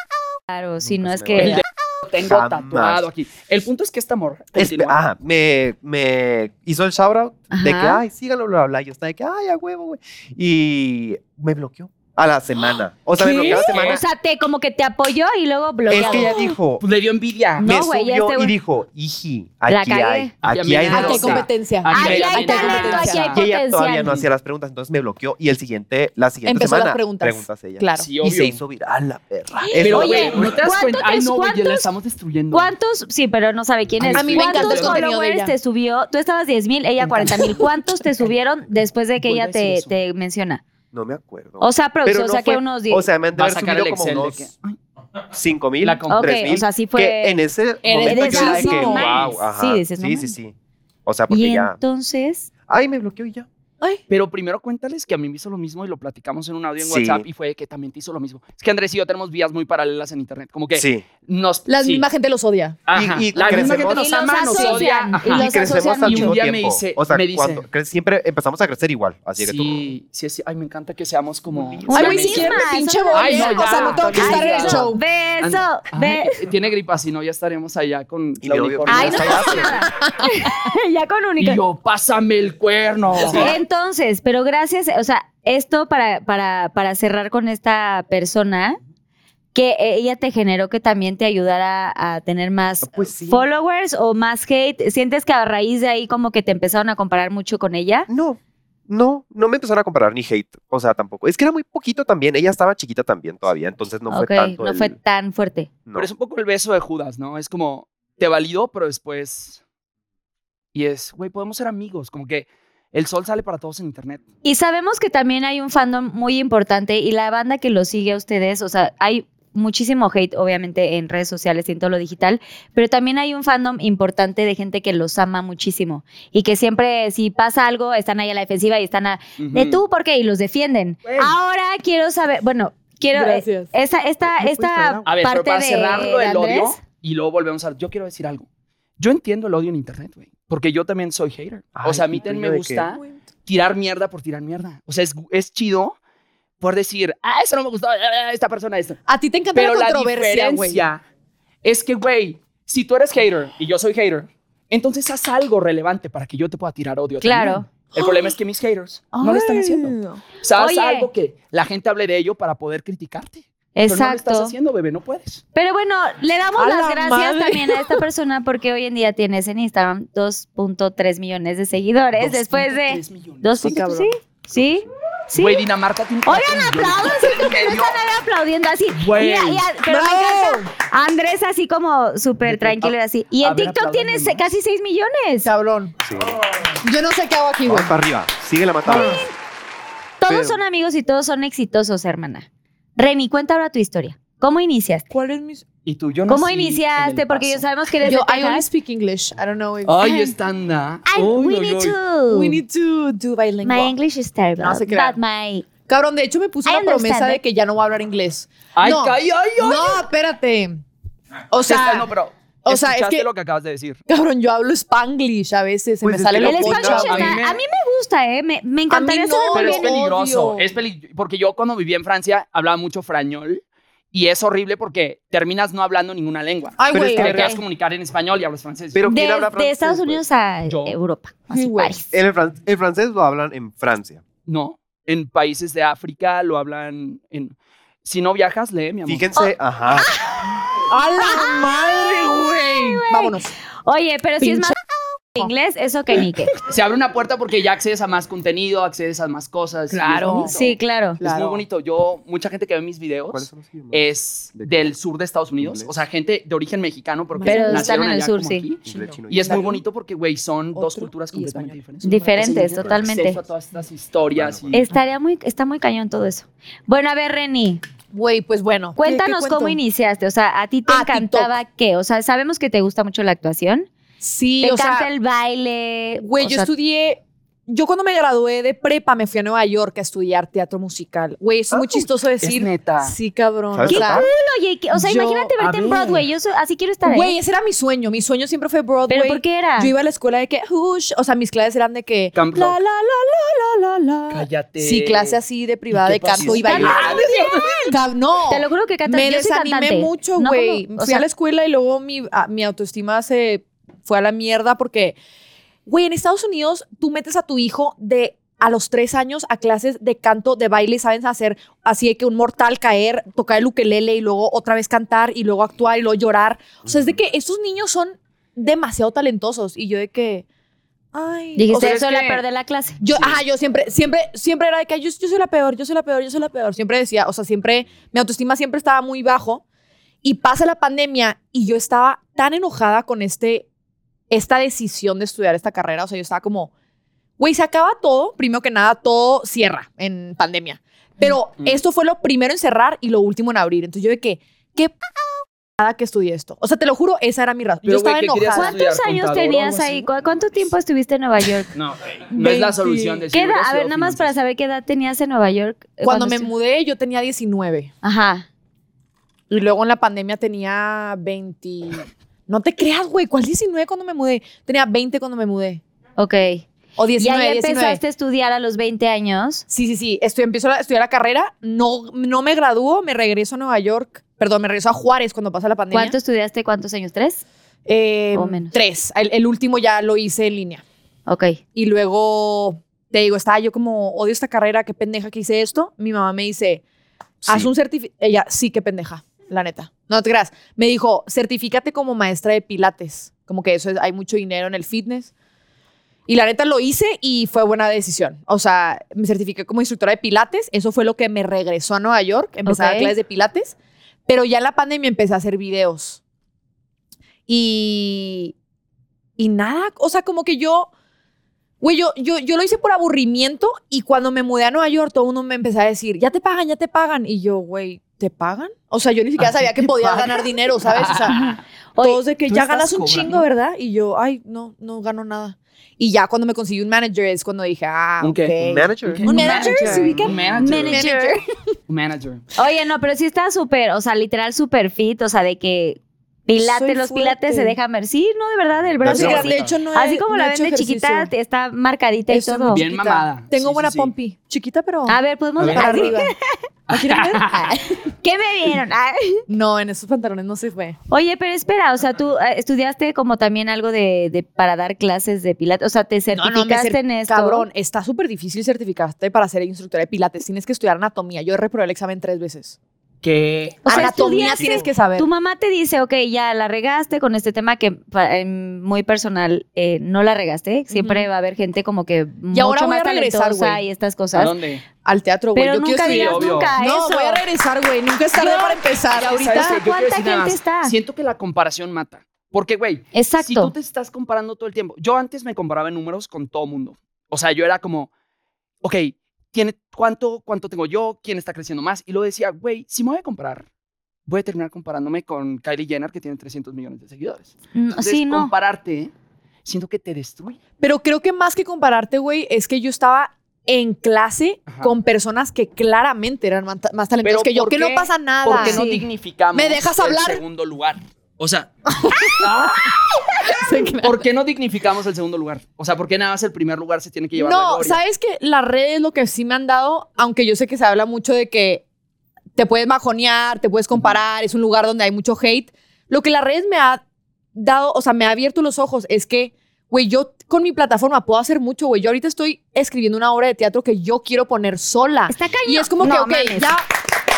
S4: Claro, si no
S7: Nunca se
S4: es
S7: Pues me
S4: que.
S6: olvida. tengo
S7: jamás. ah.
S6: tatuado aquí. El punto es que esta morra.
S7: Espe-
S6: continúa.
S7: ajá, me, me hizo el shoutout de que,
S4: Ajá.
S7: ay, síganlo, bla, bla, bla. Yo estaba de que, ay, a huevo, güey. Y me bloqueó a la semana. O sea, me
S6: ¿Qué?
S7: bloqueó a la semana.
S4: O sea, te como que te apoyó y luego bloqueó.
S7: es que ella dijo,
S6: Pues le dio envidia.
S4: No,
S7: me
S4: güey, ya
S7: subió
S4: este güey-
S7: y dijo, hiji,
S4: La
S7: aquí
S4: cagué. Ah,
S7: hay,
S6: Aquí
S7: aquí
S6: a
S7: hay
S6: mí
S5: Aquí
S6: me
S5: hay
S6: gusta.
S7: negocia.
S5: competencia.
S6: Aquí
S4: Aquí
S6: hay
S4: hay talento, aquí hay
S6: competencia.
S7: Y ella todavía
S4: potencial.
S7: no hacía las preguntas, entonces me bloqueó. Y el siguiente, la siguiente
S5: Empezó
S7: semana,
S5: las preguntas.
S7: ella.
S5: Claro.
S6: Sí,
S7: Y
S6: obvio.
S7: se hizo viral la perra.
S6: Pero,
S7: Eso-
S4: Oye,
S6: güey, no te das
S4: ¿cuánto
S6: cuenta.
S4: te-
S6: Ay, no, güey, ya la
S4: cuántos-
S6: estamos destruyendo.
S4: ¿Cuántos? Sí, pero no sabe quién es.
S6: A mí me encanta el
S4: ¿Cuántos
S5: contenido de
S4: followers
S5: ella.
S4: te subió? Tú estabas 10 mil, ella 40 mil. ¿Cuántos te subieron después de que
S6: Vuelve
S4: ella
S6: a decir
S4: te,
S6: eso.
S4: te menciona?
S7: No me acuerdo.
S4: O sea, aprox,
S7: Pero
S4: o
S7: no
S4: sea que
S7: fue-
S4: unos 10.
S7: O sea, me han de
S6: Va a
S7: haber
S6: sacar el
S7: subido como
S6: Excel de
S7: unos
S6: que.
S7: 5 mil,
S6: La compré.
S7: 3 mil.
S4: Ok, o sea, sí fue-
S7: Que en ese momento
S4: eres
S7: yo era de
S4: así,
S7: que,
S4: no
S7: wow,
S4: mames.
S7: ajá.
S4: Sí, dices, no
S7: sí, sí,
S4: mames.
S7: sí. O sea, porque
S4: y
S7: ya...
S4: entonces.
S7: Ay, me bloqueó y ya.
S6: Pero primero cuéntales que a mí me hizo lo mismo y lo platicamos en un audio en
S7: Sí.
S6: WhatsApp y fue que también te hizo lo mismo. Es que Andrés y yo tenemos vías muy paralelas en internet. Como que
S7: Sí.
S6: nos.
S5: La
S6: sí.
S5: misma gente los odia.
S6: Ajá.
S7: Y- y
S6: la misma
S7: crecemos.
S6: gente nos
S4: Y los
S6: ama, nos
S4: asocian,
S6: odia.
S4: y
S6: Ajá.
S4: los
S7: Y crecemos
S4: asocian mucho.
S7: al mismo
S6: Y un día me
S7: tiempo.
S6: dice-
S7: o sea,
S6: me dice-
S7: cuando cre- siempre empezamos a crecer igual. Así que tú...
S6: Sí, sí, sí. Ay, me encanta que seamos como.
S5: Ay,
S4: Una
S5: güey, si
S4: misma,
S5: quieren me pinche
S4: son-
S5: voy.
S6: Ay, no,
S5: O sea,
S6: ya,
S5: no tengo que
S6: ya,
S5: estar en
S6: ya.
S5: el show.
S4: Beso,
S6: Ay,
S4: beso.
S6: tiene gripa, si no, ya estaremos allá con
S7: Y
S6: la
S7: luego yo-
S6: unicornia.
S4: Ay, no pasa
S7: ah,
S4: nada. ya con
S6: Y
S4: única.
S6: yo, pásame el cuerno.
S4: Entonces, pero gracias, o sea, esto para, para, para cerrar con esta persona, que ella te generó que también te ayudara a tener más
S7: Pues sí.
S4: followers o más hate. ¿Sientes que a raíz de ahí como que te empezaron a comparar mucho con ella?
S7: No, No, no me empezaron a comparar ni hate, o sea, tampoco. Es que era muy poquito también, ella estaba chiquita también todavía, entonces no
S4: ok,
S7: fue tanto
S4: no
S7: el-
S4: fue tan fuerte.
S7: no.
S6: Pero es un poco el beso de Judas, ¿no? Es como, te valido, pero después. Y es, güey, podemos ser amigos. Como que el sol sale para todos en internet.
S4: Y sabemos que también hay un fandom muy importante y la banda que lo sigue a ustedes, o sea, hay muchísimo hate obviamente en redes sociales y en todo lo digital, pero también hay un fandom importante de gente que los ama muchísimo y que siempre si pasa algo están ahí a la defensiva y están a, de
S8: Mm.
S6: Ujú.
S4: tú por qué y los defienden. Ahora quiero saber, bueno, quiero eh,
S8: Gracias.
S4: esa esta
S8: No puedes traer
S4: esta
S8: agua.
S6: A ver,
S4: parte
S6: pero para
S4: de-
S6: cerrarlo
S4: de
S6: el odio
S4: Andrés.
S6: y luego volvemos a. Yo quiero decir algo. Yo entiendo el odio en internet, güey. Porque yo también soy hater. o
S7: Ay,
S6: sea, a mí
S7: ¿y tú
S6: también me
S7: de qué?
S6: gusta tirar mierda por tirar mierda. O sea, es, es chido por decir, ah, eso no me gustó, ah, esta persona, esto.
S8: A ti te encanta
S6: Pero
S8: la
S6: la
S8: controversia, güey.
S6: diferencia es que, güey, si tú eres hater y yo soy hater, entonces haz algo relevante para que yo te pueda tirar odio.
S4: Claro.
S6: también. El problema es que mis haters no lo están haciendo. O sea, haz
S4: Oye.
S6: algo que la gente hable de ello para poder criticarte. Pero no lo
S4: Exacto.
S6: estás haciendo, bebé, no puedes.
S4: Pero bueno, le damos
S8: A
S4: las
S8: la
S4: gracias
S8: madre.
S4: también a esta persona porque hoy en día tienes en Instagram 2.3 millones de seguidores después de
S6: 2.3 millones.
S4: 2.
S8: Sí,
S4: Sí,
S8: cabrón.
S4: sí, sí.
S6: Güey, Dinamarca tiene
S4: Oigan,
S6: 4 millones.
S4: aplausos,
S6: Me dio-
S4: están ahí aplaudiendo así.
S6: Güey.
S4: Mira, y a- pero me
S8: ¡Bravo!
S4: encanta. Andrés así como súper tranquilo y así. Y
S6: A
S4: en
S6: ver,
S4: TikTok tienes
S6: apláudanme más.
S4: casi 6 millones.
S8: Cabrón.
S7: Sí.
S8: Yo no sé qué hago aquí,
S7: Vamos
S8: güey.
S7: para arriba, sigue la matando.
S4: Todos
S7: pero-
S4: son amigos y todos son exitosos, hermana. Reni, cuenta ahora tu historia. ¿Cómo iniciaste?
S8: ¿Cuál es mi...?
S6: Y tú, yo no
S4: ¿Cómo iniciaste? Porque ya sabemos que eres
S8: Yo,
S4: de
S8: I only
S4: Texas.
S8: speak English. I don't know if...
S6: Ay, estanda.
S4: And we need to.
S8: We need to do bilingual.
S4: My English is terrible.
S8: No se crean.
S4: But my.
S8: Cabrón, de hecho me puse
S4: I
S8: una promesa
S4: understand
S8: de
S4: it.
S8: que ya no voy a hablar inglés.
S6: Ay,
S8: no,
S6: ay, ay, ay.
S8: no, espérate. O sea,
S6: no, pero.
S8: o sea, es
S6: escuchaste
S8: que-
S6: lo que acabas de decir.
S8: cabrón, yo hablo spanglish a veces, se
S7: Pues
S8: me
S7: es
S8: sale
S7: que
S8: lo
S4: El
S7: lo
S8: pocho,
S7: pones
S4: Spanish está-
S6: a
S4: a
S6: mí
S4: mí
S6: me-
S4: me gusta, ¿eh? Me, me encantaría
S8: no,
S4: saber muy
S6: Pero es
S8: Odio.
S4: bien.
S6: peligroso. Es peli- porque yo cuando vivía en Francia hablaba mucho frañol y es horrible porque terminas no hablando ninguna lengua.
S8: Ay,
S7: Pero
S8: güey.
S7: es que
S6: Te
S7: Pero-
S6: quieres comunicar en español y hablas francés.
S7: Pero ¿quién habla
S4: Desde
S7: francés,
S4: Estados
S7: güey?
S4: Unidos a eh,
S6: Yo.
S4: Europa, así
S8: Sí, güey.
S4: París.
S7: El, fran- el francés lo hablan en Francia.
S6: no, en países de África lo hablan en... Si no viajas, lee, mi amor.
S7: Fíjense,
S8: Oh.
S7: ajá.
S8: Ah. ¡A la madre, güey! Vámonos.
S4: Oye, pero si es más
S8: Pinche-
S4: inglés, eso que nique.
S6: Se abre una puerta porque ya accedes a más contenido, accedes a más cosas. y es bonito.
S4: Sí, claro.
S6: Es muy
S8: Claro.
S6: bonito. Yo, mucha gente que ve mis videos...
S7: ¿Cuáles son los idiomas?
S6: es
S7: ¿De qué?
S6: del sur de Estados Unidos,
S7: ¿Inglés?
S6: o sea, gente de origen mexicano, porque
S4: Pero están
S6: nacieron
S4: en el
S6: allá
S4: sur,
S6: como
S4: sí.
S6: aquí.
S7: Inglés, chino
S6: Y es muy
S8: Claro.
S6: bonito porque, güey, son dos
S8: Otro
S6: culturas
S8: y
S6: completamente
S8: español.
S6: diferentes.
S4: Diferentes,
S6: Entonces,
S4: totalmente.
S6: Acceso a todas estas historias.
S7: Bueno,
S6: y-
S4: Estaría muy, está muy cañón todo eso. Bueno, a ver, Reni,
S8: Güey, pues bueno. ¿qué-
S4: cuéntanos
S8: qué cuento?
S4: cómo iniciaste. O sea, ¿a ti te
S8: Ah,
S4: encantaba qué? O sea, sabemos que te gusta mucho la actuación.
S8: Sí,
S4: te
S8: o
S4: encanta
S8: sea,
S4: el baile.
S8: güey,
S4: o
S8: yo
S4: sea,
S8: estudié... Yo cuando me gradué de prepa me fui a Nueva York a estudiar teatro musical. Güey, eso es muy chistoso decir.
S6: Ah, neta.
S8: Sí, cabrón.
S7: ¿Sabes
S8: O sea,
S7: tocar?
S4: Oye, que- o sea,
S8: Yo-
S4: imagínate
S6: a
S4: verte en
S6: ver.
S4: Broadway. Yo so- así quiero estar ahí.
S8: Güey, ese era mi sueño. Mi sueño siempre fue Broadway.
S4: ¿Pero por qué era?
S8: Yo iba a la escuela de que, "Ush", o sea, mis clases eran de que.
S6: Camp
S8: la, la,
S6: rock.
S8: la, la, la, la, la.
S6: Cállate.
S8: Sí, clase así de privada
S6: ¿Y
S8: de
S6: qué pasó?
S8: canto y
S6: Está
S8: baile. Cab- No.
S4: Te lo juro que canta-
S8: Me
S4: yo soy
S8: desanimé
S4: cantante.
S8: mucho,
S4: No
S8: güey.
S4: como- o
S8: Fui
S4: sea-
S8: a la escuela y luego mi, a- mi autoestima se fue a la mierda porque, güey, en Estados Unidos tú metes a tu hijo de a los tres años a clases de canto, de baile, saben hacer así de que un mortal caer, tocar el ukelele y luego otra vez cantar y luego actuar y luego llorar. O sea, es de que estos niños son demasiado talentosos y yo de que, ay, o
S4: Dijiste,
S6: sea, es
S4: sola
S6: que-
S4: perder la clase.
S8: yo, ajá, yo siempre, siempre, siempre era de que yo, yo soy la peor, yo soy la peor, yo soy la peor. Siempre decía, o sea, siempre, mi autoestima siempre estaba muy bajo. Y pasa la pandemia y yo estaba tan enojada con este, esta decisión de estudiar esta carrera. O sea, yo estaba como, güey, se acaba todo. Primero que nada, todo cierra en pandemia. Pero
S6: Mm.
S8: esto fue lo primero en cerrar y lo último en abrir. Entonces yo de que, qué p- que estudié esto. O sea, te lo juro, esa era mi razón.
S6: Pero,
S8: Yo estaba
S6: güey, ¿qué querías
S8: enojada.
S6: estudiar?
S4: ¿Cuántos años
S6: contador o
S4: tenías
S6: algo
S4: ahí?
S6: así?
S4: ¿Cu- ¿Cuánto tiempo estuviste en Nueva York?
S6: No, no es la solución.
S4: ¿Qué
S6: Decir,
S4: edad-
S6: hubiera
S4: a ver,
S6: sido
S4: nada más para
S6: finanzas.
S4: saber qué edad tenías en Nueva York. eh,
S8: Cuando me
S4: estu-
S8: mudé, yo tenía 19.
S4: Ajá.
S8: Y luego en la pandemia tenía 20. No te creas, güey. ¿Cuál 19 cuando me mudé? Tenía 20 cuando me mudé.
S4: Ok.
S8: O
S4: y
S8: 19,
S4: ahí
S8: 19.
S4: empezaste a estudiar a los 20 años.
S8: Sí, sí, sí. Estoy, empiezo a estudiar la carrera. No, no me gradúo. Me regreso a Nueva York. Perdón, me regreso a Juárez cuando pasa la pandemia.
S4: ¿Cuánto estudiaste? ¿Cuántos años? ¿Tres?
S8: Eh,
S4: o menos?
S8: Tres. El, el último ya lo hice en línea.
S4: Ok.
S8: Y luego, te digo, estaba yo como, odio esta carrera. Qué pendeja que hice esto. Mi mamá me dice, haz
S7: Sí.
S8: un certificado. Ella, sí, qué pendeja. La neta. No te creas. Me dijo, certifícate como maestra de pilates. Como que eso es, hay mucho dinero en el fitness. Y la neta lo hice y fue buena decisión. O sea, me certifiqué como instructora de pilates. Eso fue lo que me regresó a Nueva York. Empecé a dar
S4: Ok.
S8: clases de pilates. Pero ya en la pandemia empecé a hacer videos. Y. Y nada. O sea, como que yo. Güey, yo, yo, yo lo hice por aburrimiento. Y cuando me mudé a Nueva York, todo el mundo me empezó a decir, ya te pagan, ya te pagan. Y yo, güey, ¿te pagan? O sea, yo ni siquiera sabía que podías ganar dinero, ¿sabes? O sea.
S4: Oye,
S8: Todos de que
S6: tú
S8: ya
S6: estás
S8: ganas un
S6: cobrando.
S8: chingo, ¿verdad? Y yo, ay, no, no gano nada. Y ya cuando me conseguí un manager es cuando dije, ah,
S6: ¿Un
S8: ok.
S6: qué?
S7: Un manager.
S8: ¿Un manager? ¿Se ubica?
S6: Un manager.
S4: Manager.
S6: Un manager.
S4: Oye, no, pero sí está súper, o sea, literal súper fit, o sea, de que pilates,
S8: Soy
S4: los
S8: fuerte.
S4: pilates se dejan ver. Sí, no, de verdad, el
S8: Pero
S4: brazo.
S8: sí,
S4: así,
S8: de hecho, no he-
S4: así como
S8: no
S4: la
S8: he
S4: ven
S8: hecho
S4: de chiquita,
S8: ejercicio.
S4: te- está marcadita y
S8: Estoy muy
S4: todo. Ah,
S6: Bien
S8: chiquita.
S6: mamada.
S8: Tengo
S6: Sí, sí,
S8: buena
S6: sí.
S8: pompi. Chiquita, pero
S4: A ver, podemos
S8: para
S4: ver.
S8: arriba. ¿Ah, ¿La quieren ver?
S4: Ah. ¿Qué me vieron? Ah.
S8: No, en esos pantalones no se fue.
S4: Oye, pero espera, o sea, tú eh, estudiaste como también algo de, de- para dar clases de pilates, o sea, te
S8: No, no, me
S4: certificaste
S8: cer-
S4: en esto.
S8: Cabrón, está súper difícil certificarte para ser instructora de pilates. Tienes que estudiar anatomía. Yo reprobé el examen tres veces.
S6: ¿Qué?
S4: O sea,
S8: anatomía
S4: estudiaste-
S8: tienes que saber.
S4: Tu mamá te dice, ok, ya la regaste con este tema que pa- em, muy personal eh, no la regaste. Siempre
S8: Ujú.
S4: va a haber gente como que
S8: Y ahora
S4: mucho
S8: voy
S4: más
S8: a regresar,
S4: talentosa
S8: güey.
S4: y estas
S6: ¿A
S4: cosas.
S6: dónde?
S8: Al teatro, güey.
S4: Pero
S8: Yo quiero
S4: nunca
S8: estudiar.
S4: digas
S6: obvio.
S4: nunca
S8: No,
S4: eso.
S8: voy a regresar, güey. Nunca es tarde para
S6: ¿Sabes
S8: empezar.
S6: qué?
S8: Ahorita.
S6: Yo quiero
S4: ¿cuánta
S6: decir nada
S4: gente
S6: más.
S4: está?
S6: Siento que la comparación mata. Porque, güey,
S4: Exacto.
S6: si tú te estás comparando todo el tiempo. Yo antes me comparaba en números con todo mundo. O sea, yo era como, ok, ¿tiene cuánto, ¿cuánto tengo yo? ¿Quién está creciendo más? Y luego decía, güey, si me voy a comparar, voy a terminar comparándome con Kylie Jenner, que tiene 300 millones de seguidores.
S8: Ah,
S4: Mm,
S6: Entonces,
S4: sí, no.
S6: compararte, siento que te destruye.
S8: Pero creo que más que compararte, güey, es que yo estaba en clase
S6: Ajá.
S8: con personas que claramente eran man- más
S6: Pero
S8: talentosas que yo,
S6: ¿por
S8: que
S6: qué?
S8: no pasa nada.
S6: Porque no
S8: Sí.
S6: dignificamos
S8: ¿Me dejas hablar?
S6: el segundo lugar. O sea, ¿por qué no dignificamos el segundo lugar? O sea, ¿por qué nada más el primer lugar se tiene que llevar la
S8: No,
S6: gloria?
S8: sabes que las redes lo que sí me han dado, aunque yo sé que se habla mucho de que te puedes majonear, te puedes comparar, es un lugar donde hay mucho hate. Lo que las redes me ha dado, o sea, me ha abierto los ojos es que, güey, yo con mi plataforma puedo hacer mucho, güey. Yo ahorita estoy escribiendo una obra de teatro que yo quiero poner sola.
S4: Está cañón.
S8: Y es como que,
S4: No,
S8: ok,
S4: mames.
S8: ya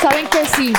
S8: saben que sí.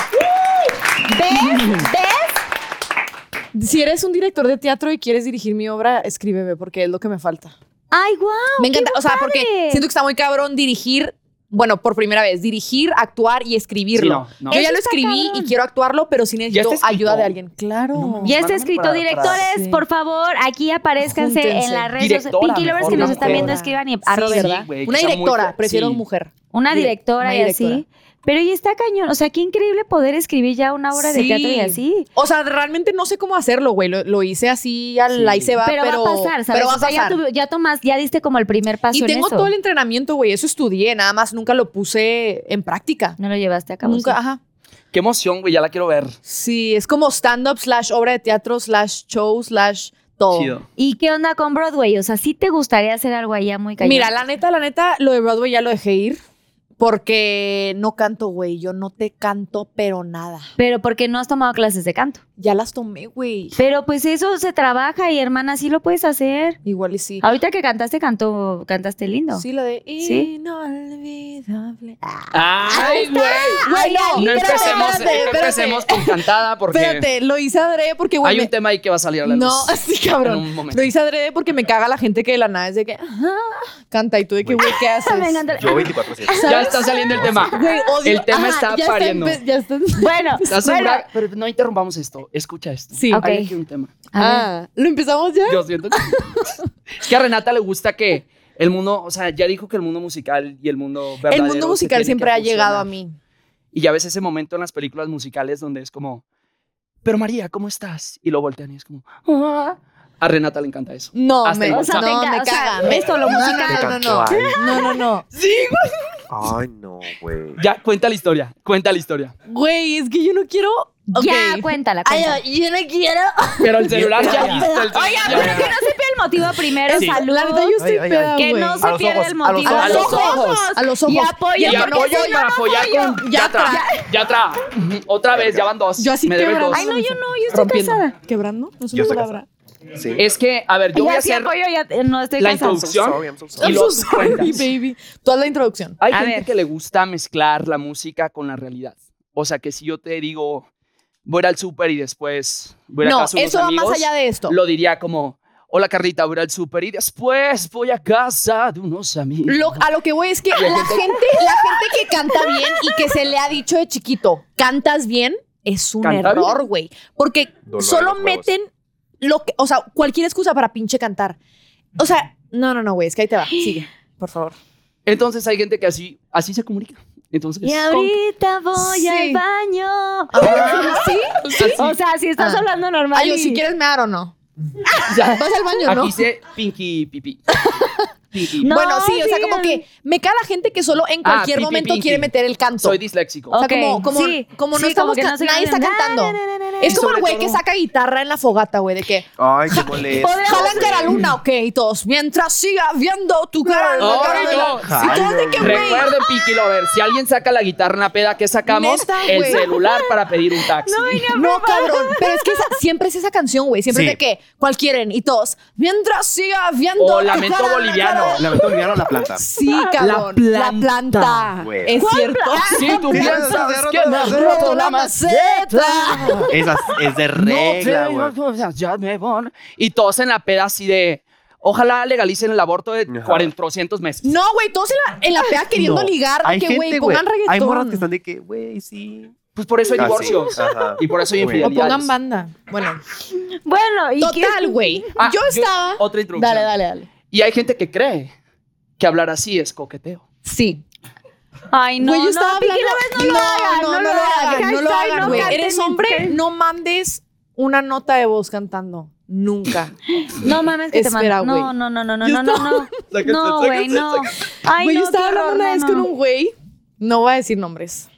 S4: ¿Ves? ¿Ves?
S8: Si eres un director de teatro y quieres dirigir mi obra, escríbeme porque es lo que me falta.
S4: Ay, guau.
S8: me encanta,
S4: qué
S8: o sea, porque
S4: padre.
S8: siento que está muy cabrón dirigir, bueno, por primera vez, dirigir, actuar y escribirlo.
S6: Sí, no, no.
S8: Yo ya
S4: Eso
S8: lo
S4: está
S8: escribí
S4: cabrón.
S8: y quiero actuarlo, pero sí necesito
S6: escrito.
S8: ayuda de alguien. Claro.
S6: No mames.
S4: Ya está
S6: Mándame
S4: escrito,
S6: para atrás.
S4: directores,
S8: Sí.
S4: por favor, aquí aparezcanse en
S8: Júntense.
S4: las redes. sociales.
S6: Directora,
S4: Pinky Lovers
S6: mejor,
S4: que nos
S6: una
S4: están viendo,
S6: mujer.
S4: escriban y
S8: Sí,
S4: arroben.
S8: ¿verdad?
S6: güey, que
S8: una
S6: sea muy
S8: directora,
S6: fuerte.
S8: prefiero
S6: Sí.
S8: mujer.
S4: Una
S8: Direct-
S4: directora
S8: una
S4: y así.
S8: directora.
S4: Pero y está cañón. O sea, qué increíble poder escribir ya una obra de
S8: Sí.
S4: teatro y así.
S8: O sea, realmente no sé cómo hacerlo, güey. Lo, lo hice así, al,
S6: Sí.
S8: ahí se va,
S4: Pero,
S8: pero,
S4: va a pasar, ¿sabes?
S8: pero va a
S4: O sea, ya,
S8: pasar.
S4: tuve- ya tomas, ya diste como el primer paso
S8: Y
S4: en
S8: tengo
S4: eso.
S8: todo el entrenamiento, güey. Eso estudié, nada más nunca lo puse en práctica.
S4: No lo llevaste a cabo.
S8: Nunca,
S4: sí.
S8: ajá.
S6: Qué emoción, güey, ya la quiero ver.
S8: Sí, es como stand-up slash obra de teatro slash show slash todo.
S6: Chido.
S4: ¿Y qué onda con Broadway? O sea, ¿sí te gustaría hacer algo allá muy cañón?
S8: Mira, la neta, la neta, lo de Broadway ya lo dejé ir porque no canto, güey. Yo no te canto, pero nada.
S4: Pero porque no has tomado clases de canto.
S8: Ya las tomé, güey.
S4: Pero pues eso se trabaja y hermana, sí lo puedes hacer.
S8: Igual y sí.
S4: Ahorita que cantaste, cantó, cantaste lindo.
S8: Sí, la de
S4: Sí.
S8: inolvidable.
S6: ¡Ay, güey!
S8: Güey, no,
S6: No
S8: espérate,
S6: empecemos,
S8: espérate,
S6: no empecemos con cantada porque
S8: Espérate, lo hice adrede porque, güey.
S6: hay
S8: me-
S6: un tema ahí que va a salir a la luz.
S8: No, sí,
S6: En un
S8: cabrón.
S6: momento.
S8: Lo hice adrede porque me caga la gente que de la nada es de que "Ajá", canta y tú de que, güey, ¿qué haces?
S4: Me encanta.
S7: Yo 24-7.
S6: Ya está saliendo el tema.
S8: Güey, odio-
S6: El tema
S8: ajá,
S6: está
S8: ya
S6: pariendo.
S8: empe- ya está-
S4: Bueno,
S6: Estás en
S4: bueno,
S6: bra- Pero no interrumpamos esto. Escucha esto.
S8: Sí.
S4: Ok.
S6: Hay aquí un tema.
S4: a ver.
S8: Ah, ¿lo empezamos ya?
S6: Yo siento que... es que a Renata le gusta que el mundo, o sea, ya dijo que el mundo musical y el mundo
S8: El
S6: verdadero
S8: mundo
S6: se
S8: musical
S6: tiene
S8: siempre
S6: que
S8: ha llegado a
S6: fusionar.
S8: mí.
S6: Y ya ves ese momento en las películas musicales donde es como, pero María, ¿cómo estás? Y lo voltean y es como, "Ah". a Renata le encanta eso.
S8: No,
S6: Hasta el
S8: me,
S6: WhatsApp.
S4: O
S8: no,
S4: sea,
S8: me
S4: o sea,
S8: caga.
S4: esto, lo musical.
S8: No, no, no.
S7: Ay,
S8: No, no, no.
S7: Ay, no, güey.
S6: Ya, cuenta la historia, cuenta la historia.
S8: Güey, es que yo no quiero.
S4: Ya, cuéntala, cuéntala.
S8: yo no quiero.
S6: Pero el celular ya listo. El
S4: Oigan,
S6: celular ya-
S4: pero que no se pierda el motivo primero,
S6: Sí.
S4: salud.
S8: La verdad, yo estoy
S7: Ay, ay,
S8: peda,
S7: ay.
S4: que
S8: güey.
S4: no se
S7: A los
S4: pierda
S7: ojos,
S4: el
S7: a los
S4: motivo.
S7: ojos.
S8: A los ojos. A los ojos.
S4: Y apoyo.
S6: Y apoyo y
S4: no,
S6: apoyo con ya atrás. Ya atrás. Otra vez, ya van dos.
S8: Yo así
S6: Me deben
S8: quebrando.
S6: dos.
S4: Ay, no, yo no, yo estoy casada.
S8: ¿Quebrando? No es
S7: Yo
S8: una
S7: estoy
S8: palabra.
S7: Sí.
S6: Es que, a ver, yo voy a
S4: ya sí
S6: hacer
S4: apoyo, ya eh, no estoy
S6: la
S4: casada.
S6: introducción.
S7: Sorry, I'm so sorry.
S6: Y
S8: I'm
S6: luego
S8: so
S6: tú
S8: sorry,
S6: cuentas.
S8: baby. Tú haz la introducción.
S6: Hay
S4: A
S6: gente
S4: ver.
S6: que le gusta mezclar la música con la realidad. O sea, que si yo te digo, voy a ir al súper y después voy a ir a
S8: No,
S6: casa de unos
S8: eso va
S6: amigos,
S8: más allá de esto.
S6: Lo diría como, hola Carlita, voy a ir al súper y después voy a casa de unos amigos.
S8: Lo- a lo que voy es que la gente, la gente que canta bien y que se le ha dicho de chiquito, cantas bien, es un
S6: Canta
S8: error, güey. Porque
S7: Dolor en
S8: solo
S7: los huevos.
S8: meten lo que, o sea, cualquier excusa para pinche cantar. O sea, no, no, no, güey, es que ahí te va. Sigue, por favor.
S6: Entonces hay gente que así, así se comunica. Entonces,
S4: Y ahorita voy
S8: Sí.
S4: al baño.
S6: Ah,
S8: ¿Sí?
S4: O sea, si estás
S8: Ah.
S4: hablando normal.
S8: Ay, yo,
S4: y-
S8: si quieres me dar o no.
S6: ya.
S8: Vas al baño, ¿no?
S6: aquí se pinky pipí. Pinky.
S4: No,
S8: bueno, sí, o sea,
S4: sí,
S8: como
S4: el-
S8: que me cae la gente que solo en cualquier
S6: Ah, pipi,
S8: momento
S6: pinky.
S8: quiere meter el canto.
S6: Soy disléxico.
S8: O sea,
S4: Ok,
S8: como, como,
S4: sí,
S8: como no
S4: sí,
S8: estamos,
S4: que
S8: can-
S4: no se
S8: nadie
S4: oye
S8: está
S4: nada,
S8: cantando.
S4: na, na, na, na.
S8: Es como el
S7: sobre
S8: güey que
S7: todo-
S8: saca guitarra en la fogata, güey, de que
S7: Ay, qué molesto.
S8: jalan cara luna, ok, y todos, mientras siga viendo tu cara, la
S6: Ay,
S8: cara de la-
S6: no.
S8: Y todos de que, güey,
S6: Recuerden, Pinky Lover, si alguien saca la guitarra en la peda, ¿qué sacamos?
S8: Neta,
S6: el
S8: güey.
S6: celular para pedir un taxi.
S8: no, cabrón. Pero es que esa- siempre es esa canción, güey, siempre
S7: Sí.
S8: es de que cualquieren, y todos, mientras siga viendo
S6: o
S8: tu
S6: lamento
S8: cara, la
S6: boliviano.
S8: cara de-
S7: La verdad, olvidaron la planta.
S8: Sí, cabrón. La planta.
S7: Güey.
S8: Es cierto.
S6: Si tú
S7: Sí,
S6: piensas
S7: roto,
S6: que me has
S7: roto,
S6: roto la maceta.
S7: Esa es de
S6: No
S7: regla,
S6: te-
S7: güey.
S6: o sea, ya me voy. Y todos en la peda así de. Ojalá legalicen el aborto de
S7: Ajá.
S6: 400 meses.
S8: No, güey, todos en la, en la pea queriendo
S7: No.
S8: ligar,
S7: Hay
S8: que, güey,
S7: gente,
S8: pongan reggaetón.
S7: Hay morras que están de que, güey, sí.
S6: Pues por eso hay
S7: Ah, sí,
S6: divorcios.
S7: ajá.
S6: Y por eso hay
S7: Güey.
S8: O
S6: infidelidades.
S8: pongan banda. Bueno,
S4: Bueno, y
S8: total,
S4: que-
S8: güey.
S6: Ah,
S8: yo estaba.
S6: Otra introducción.
S8: Dale, dale, dale.
S6: Y hay gente que cree que hablar así es coqueteo.
S8: Sí.
S4: Ay, no,
S8: Güey, yo
S4: no,
S8: estaba
S4: Pinky Lovers,
S8: hablando-
S4: no, lo hagan,
S8: no, no lo hagan, no lo
S4: Hashtag
S8: hagan, güey.
S4: canten
S8: Eres
S4: ni-
S8: hombre, no mandes una nota de voz cantando. Nunca.
S4: No mames que te
S8: Espera,
S4: mando.
S8: güey.
S4: No, no, no, no, no, no, no, no. No, güey, no. Ay,
S8: Güey,
S4: no,
S8: yo estaba
S4: qué
S8: hablando
S4: horror,
S8: una vez
S4: no,
S8: con
S4: no.
S8: un güey. No voy a decir nombres.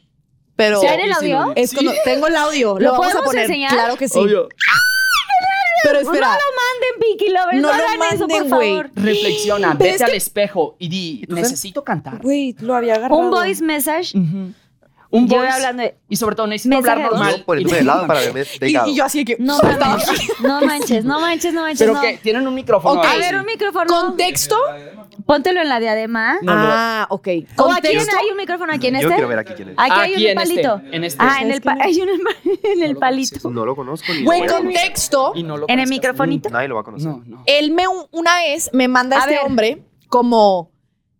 S8: Pero.
S4: ¿Sí, en el audio?
S8: Es cuando- tengo el audio. Lo,
S4: ¿Lo
S8: vamos a
S4: podemos
S8: poner.
S4: enseñar?
S8: Claro que sí.
S6: Obvio.
S8: Pero
S4: No lo
S8: espera.
S4: manden, Pinky Lovers.
S8: No
S4: No,
S8: lo
S4: hagan eso, por
S8: manden, güey.
S4: favor.
S6: Reflexiona,
S8: Pero
S6: vete
S8: es
S6: al
S8: que-
S6: espejo y di, necesito cantar.
S8: Güey, lo había agarrado.
S4: Un voice message.
S6: Ujú. Un
S4: Yo voy
S6: voice.
S4: hablando de-
S6: Y sobre todo, necesito hablar
S4: Mensaje de voz.
S6: normal.
S7: Yo poniéndome de lado para verme
S8: Y,
S7: delgado.
S8: y yo así de que.
S4: No mames. No manches, no manches, no manches.
S6: Pero
S4: no.
S6: que tienen un micrófono.
S8: Ok.
S4: A
S6: ahí,
S4: ver,
S6: sí.
S4: un micrófono.
S8: Contexto.
S4: Póntelo en la diadema.
S6: No, no.
S8: ah, ok.
S4: ¿O Oh, aquí en-
S8: Contexto.
S4: hay un micrófono aquí en
S7: Yo
S4: este?
S7: quiero ver aquí quién es.
S4: Aquí hay
S6: Aquí
S4: un
S6: en este,
S4: palito.
S6: en este.
S4: Ah, en el, pa- hay uno en el pa- en el palito.
S7: No lo conozco ni lo
S8: Güey,
S7: voy a conocer.
S8: contexto.
S6: Y no
S4: En
S6: lo
S4: el
S6: conozcas.
S4: microfonito.
S7: Nadie lo va a conocer.
S6: No, no.
S8: Él me un- una vez me manda
S4: A
S8: este
S4: ver.
S8: hombre como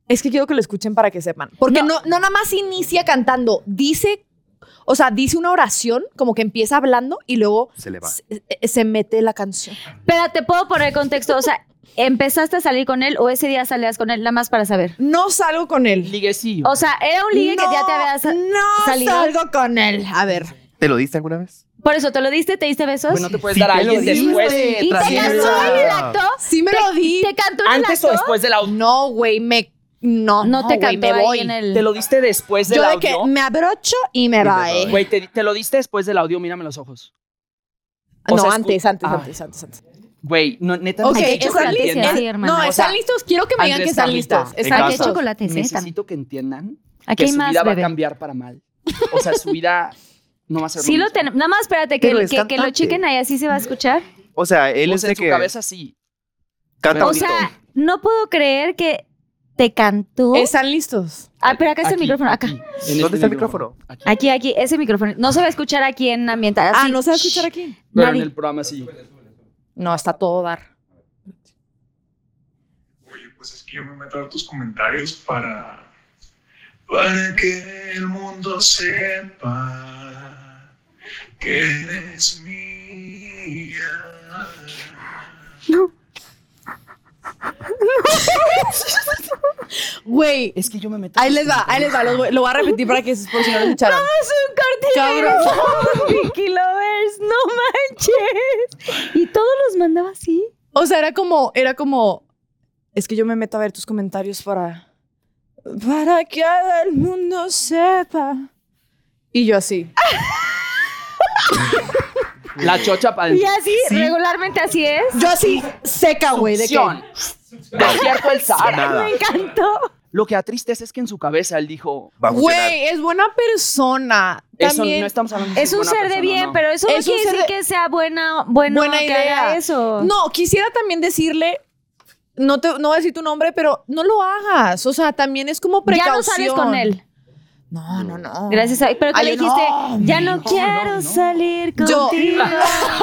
S8: es que quiero que lo escuchen para que sepan, porque no. no nada más inicia cantando, dice o sea, dice una oración, como que empieza hablando y luego
S7: Se le va.
S8: se, eh, se mete la canción.
S4: Pero te puedo poner contexto. O sea, ¿empezaste a salir con él o ese día salías con él? Nada más para saber.
S8: No salgo con él.
S6: Liguecillo.
S4: O sea, era un ligue
S8: No,
S4: que ya te habías
S8: no
S4: salido.
S8: salgo con él. A ver.
S7: ¿Te lo diste alguna vez?
S4: Por eso, ¿te lo diste? ¿Te diste besos?
S6: Pues no te puedes
S7: Sí,
S6: dar a
S7: te
S6: alguien
S7: lo diste,
S6: después.
S4: ¿Y te
S7: tranquila.
S4: cantó en el acto?
S8: Sí me
S4: ¿Te-
S8: lo di.
S4: ¿Te cantó en el
S6: Antes o
S4: acto?
S6: después del audio.
S8: No, güey, me no,
S4: No te
S8: güey,
S4: cantó
S8: me
S4: ahí
S8: voy.
S4: en el...
S6: Te lo diste después del
S8: Yo de que
S6: audio.
S8: me abrocho y me eh. voy.
S7: voy.
S6: Güey, te, te lo diste después del audio, mírame los ojos. O
S8: No,
S6: sea, escu-
S8: antes, antes,
S6: Ah.
S8: antes, antes, antes.
S6: Güey, no, neta,
S8: Ok,
S6: necesito
S4: Hay
S6: que
S8: ¿están
S4: chocolates,
S6: entiendan.
S4: sí, hermana.
S8: No,
S6: O
S8: ¿están
S6: sea,
S8: listos? Quiero que me digan
S6: Andrés
S8: que están
S6: Carlita,
S8: listos.
S7: en
S4: Aquí
S8: Están
S4: hay
S7: casa.
S8: listos.
S4: chocolates, ¿eh? También.
S6: necesito que entiendan
S4: Aquí
S6: que
S4: hay
S6: su
S4: más,
S6: vida va a
S4: bebé.
S6: cambiar para mal. O sea, su vida no va a ser lo
S4: Sí lo
S6: mismo.
S4: tenemos. Nada más espérate que,
S7: Pero es
S4: que, que lo
S7: cantante.
S4: chequen ahí, así se va a escuchar.
S7: O sea, él
S6: O
S7: es
S6: sea, en
S7: de
S6: su
S7: que
S6: cabeza sí.
S7: canta
S4: O
S7: bonito.
S4: sea, no puedo creer que te cantó.
S8: Están listos.
S4: Ah, pero acá está el
S6: Aquí,
S4: micrófono, acá.
S6: aquí, en
S7: ¿Dónde
S6: este
S7: está el micrófono?
S6: Aquí.
S4: Aquí, aquí, ese micrófono. No se va a escuchar aquí en ambiental.
S8: Ah,
S4: así.
S8: ¿no se va a escuchar aquí?
S6: Pero
S4: Nadie.
S6: en el programa sí.
S8: No, está todo dar.
S9: Oye, pues es que yo me meto a tus comentarios para. Para que el mundo sepa que eres mía.
S8: Güey,
S6: Es que yo me meto.
S8: ahí les va, ahí les va. Lo, voy- lo voy a repetir para que por si no lo escucharon.
S4: Es un corte de Vicky Lovers, no manches. Y todos los mandaba así.
S8: O sea, era como, era como, es que yo me meto a ver tus comentarios para, para que el mundo sepa. Y yo así.
S6: La chocha para
S4: Y
S6: adentro.
S4: así, regularmente así es.
S8: Yo así, seca, güey. De que,
S6: Acción. Desierto el Sahara.
S7: Nada.
S4: Me encantó.
S6: Lo que da tristeza es que en su cabeza él dijo,
S7: Va a funcionar.
S8: güey, es buena persona.
S6: eso
S8: También
S6: no estamos hablando de
S4: Es un
S6: buena
S4: ser de
S6: persona,
S4: bien,
S6: no.
S4: pero eso
S8: Es
S4: no
S8: un
S4: quiere
S8: ser
S4: decir
S8: de-
S4: que sea buena, bueno,
S8: buena
S4: que
S8: idea.
S4: haga eso.
S8: No, quisiera también decirle, no te, no voy a decir tu nombre, pero no lo hagas. O sea, también es como
S4: ya
S8: precaución.
S4: no sales con él.
S8: No, no, no.
S4: Gracias a... Pero que
S8: Ay,
S4: le
S8: yo,
S4: dijiste,
S8: no,
S4: ya no,
S6: no,
S4: quiero
S6: no, no.
S4: salir
S8: Yo-
S4: contigo.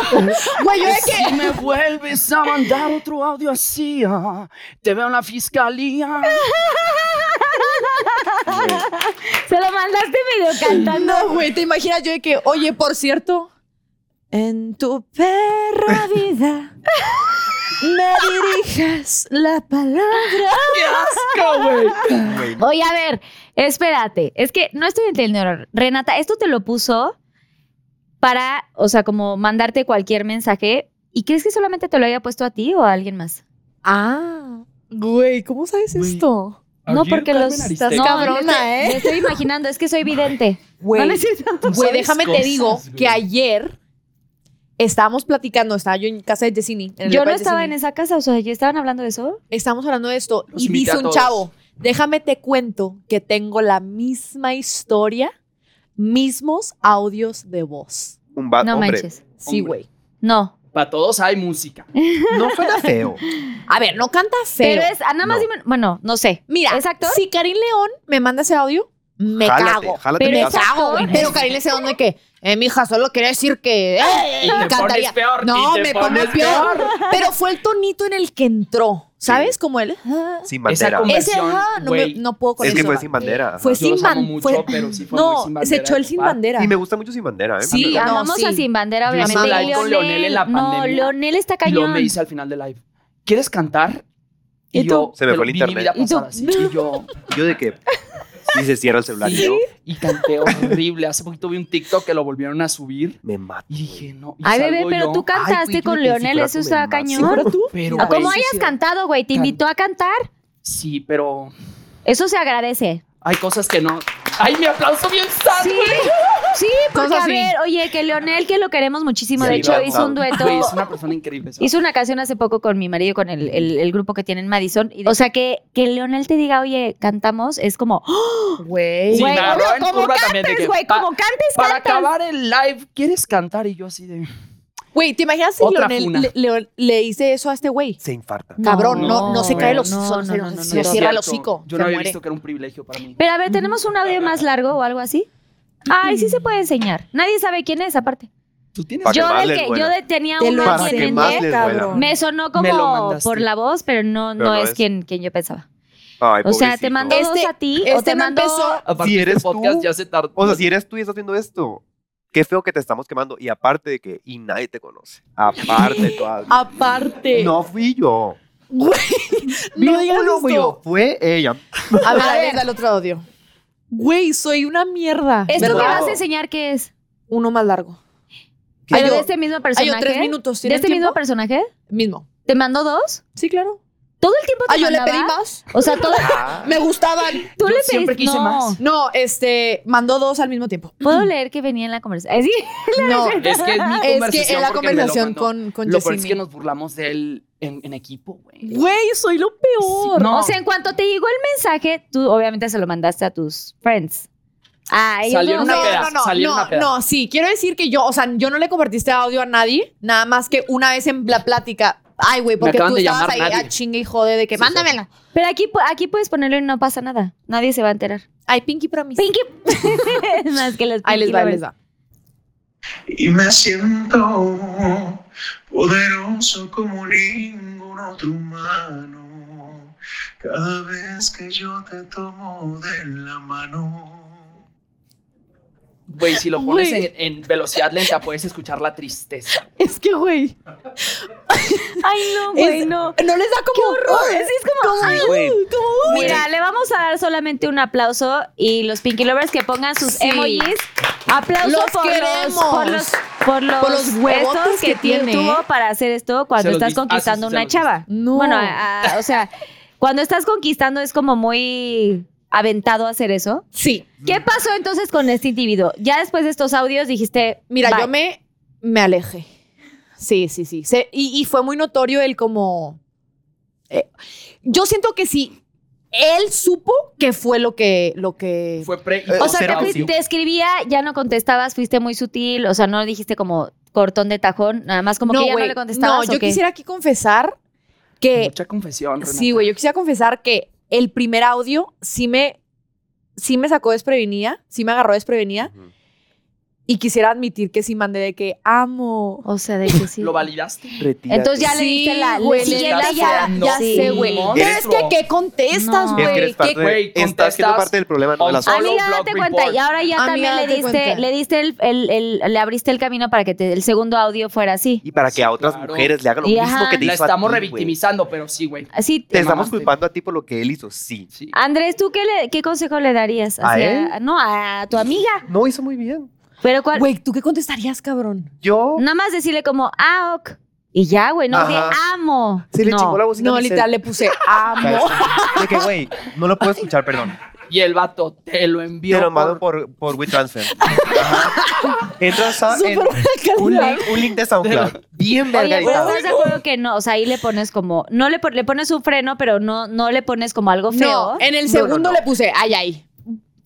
S8: Güey, yo de que-
S6: Si me vuelves a mandar otro audio así, ah, te veo en la fiscalía.
S4: Se lo mandaste medio cantando.
S8: No, güey, te imaginas yo de que, oye, por cierto, en tu perra vida me dirijas la palabra.
S6: ¡Qué asco, güey!
S4: Oye, a ver, espérate. Es que no estoy entendiendo. Renata, esto te lo puso para, o sea, como mandarte cualquier mensaje. ¿Y crees que solamente te lo haya puesto a ti o a alguien más?
S8: Ah, güey, ¿cómo sabes
S6: Güey.
S8: esto?
S4: No, porque los-
S8: Estás
S4: No,
S8: cabrona,
S4: Me
S8: ¿eh?
S4: estoy imaginando, es que soy vidente.
S8: Güey,
S4: No, no es cierto.
S6: Tú
S8: Güey,
S6: sabes
S8: déjame
S6: cosas,
S8: te digo
S6: güey.
S8: que ayer estábamos platicando, estaba yo en casa de Jessini.
S4: Yo no estaba en esa casa, o sea, ¿ya estaban hablando de eso?
S8: Estamos hablando de esto
S6: Los
S8: y
S6: invité a
S8: dice un
S6: todos.
S8: chavo, déjame te cuento que tengo la misma historia, mismos audios de voz.
S7: Un va-
S4: no
S7: Ah, hombre,
S4: manches.
S8: Sí,
S6: Hombre.
S8: güey.
S4: No.
S6: Para todos hay música.
S7: No suena feo.
S8: A ver, no canta feo.
S4: Pero es, ah, nada más
S7: No.
S4: dime, bueno, no sé.
S8: Mira,
S4: ¿Es actor?
S8: si Karim León me manda ese audio, me
S7: jálate,
S8: cago.
S7: jálate
S4: Pero
S7: mi
S4: esa-
S7: casa.
S8: Cago, güey. Pero Karim León de que, eh, mija, solo quería decir que eh,
S6: Y te
S8: cantaría.
S6: pones peor.
S8: no,
S6: y te
S8: me
S6: pones
S8: pongo peor. Pero fue el tonito en el que entró, ¿sabes? Como él.
S7: Sin
S6: Esa
S7: bandera.
S6: conversación,
S8: Ese, ajá, no, me-
S6: güey.
S8: no puedo con
S7: Es que
S8: eso.
S7: fue sin bandera.
S8: Fue
S7: ajá.
S6: Yo
S8: sin
S6: los amo
S8: bandera.
S6: mucho, pero sí fue muy
S8: No,
S6: sin
S8: se
S6: bandera
S8: echó el
S6: de
S8: sin
S6: papá.
S8: bandera.
S7: Y me gusta mucho sin bandera, ¿eh?
S8: Sí, ah.
S7: Me
S4: Sí,
S7: agrada.
S8: no,
S4: amamos
S8: sí.
S4: a Sin Bandera,
S6: Yo hice
S4: obviamente. Y
S8: un live
S6: con Leonel en la
S4: no,
S6: pandemia.
S4: Leonel está
S6: Y
S4: cañón.
S6: lo me dice al final del live, ¿quieres cantar?
S8: ¿Y tú?
S6: yo
S7: Se me
S6: te
S7: fue
S6: lo-
S7: el
S6: vi mi vida
S7: internet.
S4: ¿Y tú?
S6: pasada, sí, y yo
S7: Yo de que. Y se cierra el celular y
S6: ¿Sí?
S7: yo
S6: y canté horrible. Hace poquito vi un TikTok que lo volvieron a subir
S7: me mato.
S6: y dije, no. y
S4: Ay, bebé,
S6: salgo
S4: pero
S6: yo,
S4: tú cantaste
S7: güey,
S4: con
S7: yo pensé
S4: Leonel,
S7: que
S4: eso
S7: era
S4: está
S7: tu mamá.
S4: cañón.
S7: ¿Sí
S8: ¿Fuera tú?
S6: Pero,
S4: Ah,
S6: güey,
S4: Como
S6: sí,
S4: hayas
S6: sí,
S4: cantado, güey, te
S6: Can-
S4: invitó a cantar.
S6: Sí, pero
S4: Eso se agradece.
S6: hay cosas que no. ¡Ay, me aplauso bien santo!
S4: Sí, sí, porque
S8: Cosas
S4: a
S8: así.
S4: ver, oye, que Leonel, que lo queremos muchísimo,
S7: Sí,
S4: de hecho
S7: claro.
S4: hizo un dueto.
S6: Güey, es una persona increíble. ¿sabes?
S4: Hizo una canción hace poco con mi marido, con el, el- el grupo que tiene en Madison. y- o sea, que, que Leonel te diga, oye, cantamos, es como, ¡oh,
S8: Güey.
S6: Sí,
S4: güey,
S6: me agarró
S4: no,
S6: en
S4: como
S6: curva también de
S4: cantes,
S6: que,
S4: güey,
S6: pa-
S4: como cantes,
S6: Para
S4: cantas.
S6: acabar el live, ¿quieres cantar? Y yo así de...
S8: Güey, ¿te imaginas si
S6: Otra
S8: Leonel
S6: funa.
S8: le, Leon- le hice eso a este güey?
S7: Se infarta.
S4: No,
S8: Cabrón, no, no, se
S6: no,
S8: cae los
S4: no,
S8: no,
S4: no, no, no,
S6: Sí,
S4: no,
S6: es
S8: cierra
S6: cierto.
S8: el hocico.
S6: Yo
S8: se
S6: no había
S8: muere.
S6: visto que era un privilegio para mí.
S4: Pero a ver, ¿tenemos un audio más largo o algo así? Ay, sí se puede enseñar. Nadie sabe quién es, aparte.
S6: Tú tienes...
S7: Para que
S4: Yo,
S7: más
S4: del
S7: les
S4: que,
S7: duela.
S4: yo de- tenía
S8: Te
S4: uno
S8: lo
S7: Para
S4: aquí
S7: que
S4: en
S8: enseñé,
S4: mente.
S7: más les duela.
S8: cabrón.
S4: Me sonó
S6: Me lo
S4: como
S6: mandaste.
S4: por la voz, pero no,
S7: Pero
S4: no,
S7: no
S4: es,
S7: es.
S4: Quien, quien yo pensaba.
S7: Ay,
S4: O sea, te
S7: pobrecito.
S4: mando dos
S8: Este-
S4: a ti o
S8: Este
S4: te
S8: me
S4: mando...
S8: empezó.
S6: Aparte,
S7: Si eres
S6: este podcast
S7: tú-
S6: ya se tardó.
S7: O sea, si eres tú y estás viendo esto, qué feo que te estamos quemando. Y aparte de que, y nadie te conoce. Aparte, todas.
S4: Ah,
S8: Aparte.
S7: No fui yo.
S8: Güey, no digas
S7: Ninguno fui
S8: esto.
S7: yo, fue ella.
S8: A ver,
S4: A
S8: a
S4: ver.
S8: ver, dale otro audio. Güey, soy una mierda.
S4: ¿Esto que
S7: ¿Verdad?
S4: vas a enseñar qué es?
S8: Uno más largo.
S4: ¿Pero
S8: Hay
S4: de
S8: o-
S4: este mismo
S8: Hay
S4: personaje?
S8: o tres minutos.
S4: ¿De
S8: ¿tienes
S4: este
S8: tiempo?
S4: mismo personaje?
S8: Mismo.
S4: ¿Te mandó dos?
S8: Sí, claro.
S4: ¿Todo el tiempo te
S8: Ah, yo le
S4: mandaba?
S8: pedí más.
S4: O sea, todo...
S7: ah,
S8: Me gustaban.
S4: Tú
S6: Yo
S4: le pedís-
S6: siempre quise
S4: no.
S6: más.
S8: No, este, mandó dos al mismo tiempo.
S4: ¿Puedo leer que venía en la conversación? ¿Sí?
S8: No,
S6: Es que es mi
S8: es que
S6: conversación
S8: en la
S6: porque me lo
S8: conversación
S6: mandó.
S8: con, con
S6: Lo peor es
S8: Yesenia.
S6: que nos burlamos de él en, en equipo, güey.
S8: Güey, soy lo peor.
S6: Sí, no.
S4: O sea, en cuanto te llegó el mensaje, tú obviamente se lo mandaste a tus friends. Ah, ellos
S6: Salieron
S4: no.
S6: una peda,
S8: no, no,
S6: salió
S8: no,
S6: una peda.
S8: no, sí, quiero decir que yo, o sea, yo no le compartiste audio a nadie, nada más que una vez en la plática, ay, güey, porque
S6: acaban
S8: tú
S6: de
S8: estabas
S6: llamar
S8: ahí
S6: nadie.
S8: a chingue y jode de que
S6: Sí,
S8: mándamela.
S4: Pero aquí, pu- aquí puedes ponerlo y no pasa nada. Nadie se va a enterar.
S8: Ay, Pinky Promise.
S4: Pinky. Más que los
S8: Ahí les
S4: Pinky
S8: va, ahí
S4: Lovers.
S8: les va.
S9: Y me siento poderoso como ningún otro humano. Cada vez que yo te tomo de la mano.
S6: Güey, si lo pones
S8: Güey.
S6: en, en velocidad lenta, puedes escuchar la tristeza.
S8: Es que, güey,
S4: Ay, no,
S8: es-
S4: güey, no.
S8: no les da como horror. Es, es como,
S7: Sí, güey.
S8: como-
S4: Mira, le vamos a dar solamente un aplauso y los Pinky Lovers que pongan sus
S8: Sí.
S4: emojis. Aplauso
S8: Los
S4: por, los,
S8: queremos.
S4: por los por los,
S8: Por los huevotes
S4: estos
S8: que
S4: ti-
S8: tiene,
S4: tuvo
S8: ¿eh?
S4: para hacer esto cuando
S6: Se los
S4: estás
S6: diste- ah, sí,
S4: conquistando
S6: sí, se
S4: una
S6: los diste.
S4: chava.
S8: No.
S4: Bueno, ah, a- a- o sea, cuando estás conquistando es como muy aventado hacer eso.
S8: Sí,
S4: ¿Qué pasó entonces con este individuo? Ya después de estos audios dijiste,
S8: Mira,
S4: bye.
S8: yo me, me alejé. Sí, sí, sí. Se- y, y fue muy notorio el como... eh, yo siento que sí, él supo que fue lo que... Lo que
S6: Fue pre y
S4: O
S7: Eh,
S4: sea,
S6: post
S4: te,
S7: Cero
S4: fui-
S6: audio.
S4: te escribía, ya no contestabas, fuiste muy sutil, o sea, no dijiste como cortón de tajón, nada más como que ya
S8: güey,
S4: no le contestabas.
S8: No,
S4: ¿o
S8: yo
S4: qué?
S8: quisiera aquí confesar que...
S4: Eh,
S6: Mucha confesión, Renata.
S8: Sí, güey, yo quisiera confesar que el primer audio sí me sí me sacó desprevenida, sí me agarró desprevenida
S7: Ujú.
S8: y quisiera admitir que sí mandé de que amo.
S4: O sea, de que sí.
S6: ¿Lo validaste?
S7: Retírate.
S4: Entonces ya le
S8: Sí,
S4: diste la,
S8: güey,
S4: la
S8: le
S4: siguiente
S8: das
S4: ya,
S6: la-
S4: ya
S6: no,
S4: sé,
S6: sí.
S4: güey.
S6: Mon-
S10: Pero es que,
S6: Monstruo.
S10: ¿qué contestas,
S4: No.
S7: Es que eres
S10: güey?
S7: parte,
S10: ¿Qué-
S7: de-
S6: Güey,
S7: estás siendo
S6: contestas.
S7: parte del problema, no de la
S6: Once.
S7: solución.
S4: Amiga,
S6: Solo
S4: date
S6: blog
S4: cuenta.
S6: report.
S4: Y ahora ya
S10: Amiga,
S4: también le
S10: date
S4: diste,
S10: cuenta.
S4: le diste el, el- el- le abriste el camino para que te- el segundo audio fuera así.
S7: Y para que a otras
S6: claro.
S7: mujeres le haga lo
S4: Y
S7: mismo
S4: ajá.
S7: que te
S6: La
S7: hizo a
S6: estamos
S7: ti, güey.
S6: revictimizando, pero sí, güey.
S4: Así.
S7: Te estamos
S6: mamaste.
S7: culpando a ti por lo que él hizo, sí.
S6: Sí.
S4: Andrés, ¿tú qué, le- qué consejo le darías?
S7: ¿A él?
S4: No, a tu amiga.
S7: No hizo muy bien.
S4: Pero cuál,
S8: Güey, ¿tú qué contestarías, cabrón?
S7: Yo
S4: nada más decirle como, ah, ok. Y ya, güey, no,
S7: Ajá.
S4: te amo.
S7: sí le
S4: no.
S7: chingó la música.
S8: No, literal, le puse amo.
S7: De que, güey, no lo puedo escuchar, perdón.
S6: Y el vato te lo envió.
S7: Te lo mando
S6: por-
S7: por, por WeTransfer. Ajá. Entras a en un, link, un link de SoundCloud. Bien
S4: Oye, pero
S7: vergarizado.
S4: ¿estás de acuerdo que no? O sea, ahí le pones como, no le, pon- le pones un freno, pero no, no le pones como algo feo.
S10: No, en el
S7: No,
S10: segundo
S7: no, no.
S10: le puse ay, ay.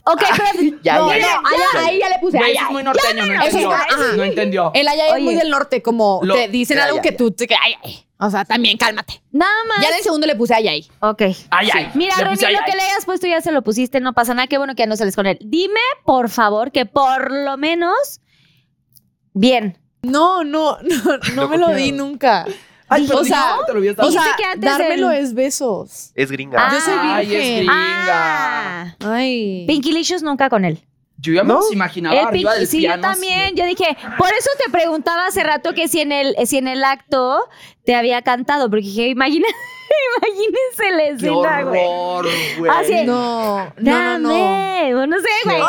S4: Ok, pero
S7: Ya,
S10: no, no,
S7: ya, ya,
S10: ay, ay, ahí ya le puse
S6: Güey,
S10: ay,
S6: eso es
S10: ay.
S6: muy norteño, no
S10: no,
S6: entendió.
S10: no, ajá.
S6: No entendió.
S10: El ay, ay es
S4: Oye.
S10: muy del norte, como
S6: Lo-
S10: te dicen
S7: Ya,
S10: algo
S7: ya,
S10: que
S7: ya.
S10: tú te que ay, ay. O sea, también cálmate.
S4: nada más.
S10: Ya en el segundo le puse ay, ay.
S4: Ok.
S6: Ay, ay.
S4: Mira,
S6: Le
S4: René,
S6: puse ay,
S4: lo
S6: ay.
S4: que le hayas puesto pues, ya se lo pusiste, no pasa nada. Qué bueno que ya no sales con él. Dime, por favor, que por lo menos. Bien.
S10: No, no, no, no me lo di nunca.
S6: Ay, pero
S10: o sea,
S6: dijiste que te lo habías dado.
S10: O sea,
S4: Dijiste que antes
S10: dármelo
S4: el-
S10: es besos.
S7: Es gringa.
S4: Ah.
S10: Yo soy
S6: Ay, es
S10: virgen.
S6: gringa.
S4: Ah.
S10: Ay.
S4: Pinky Licious nunca con él.
S6: Yo ya me
S7: ¿No?
S6: los imaginaba
S4: El
S6: arriba
S4: Pinky-
S6: del
S4: sí,
S6: piano.
S4: yo
S6: así de-
S4: también. Yo dije, por eso te preguntaba hace rato que si en el, si en el acto te había cantado, porque dije, imagina, imagínense la
S6: ¡Qué
S4: escena, güey.
S6: horror,
S4: Ah, sí.
S6: güey!
S10: No, no, no, no.
S4: Dame, no sé, güey.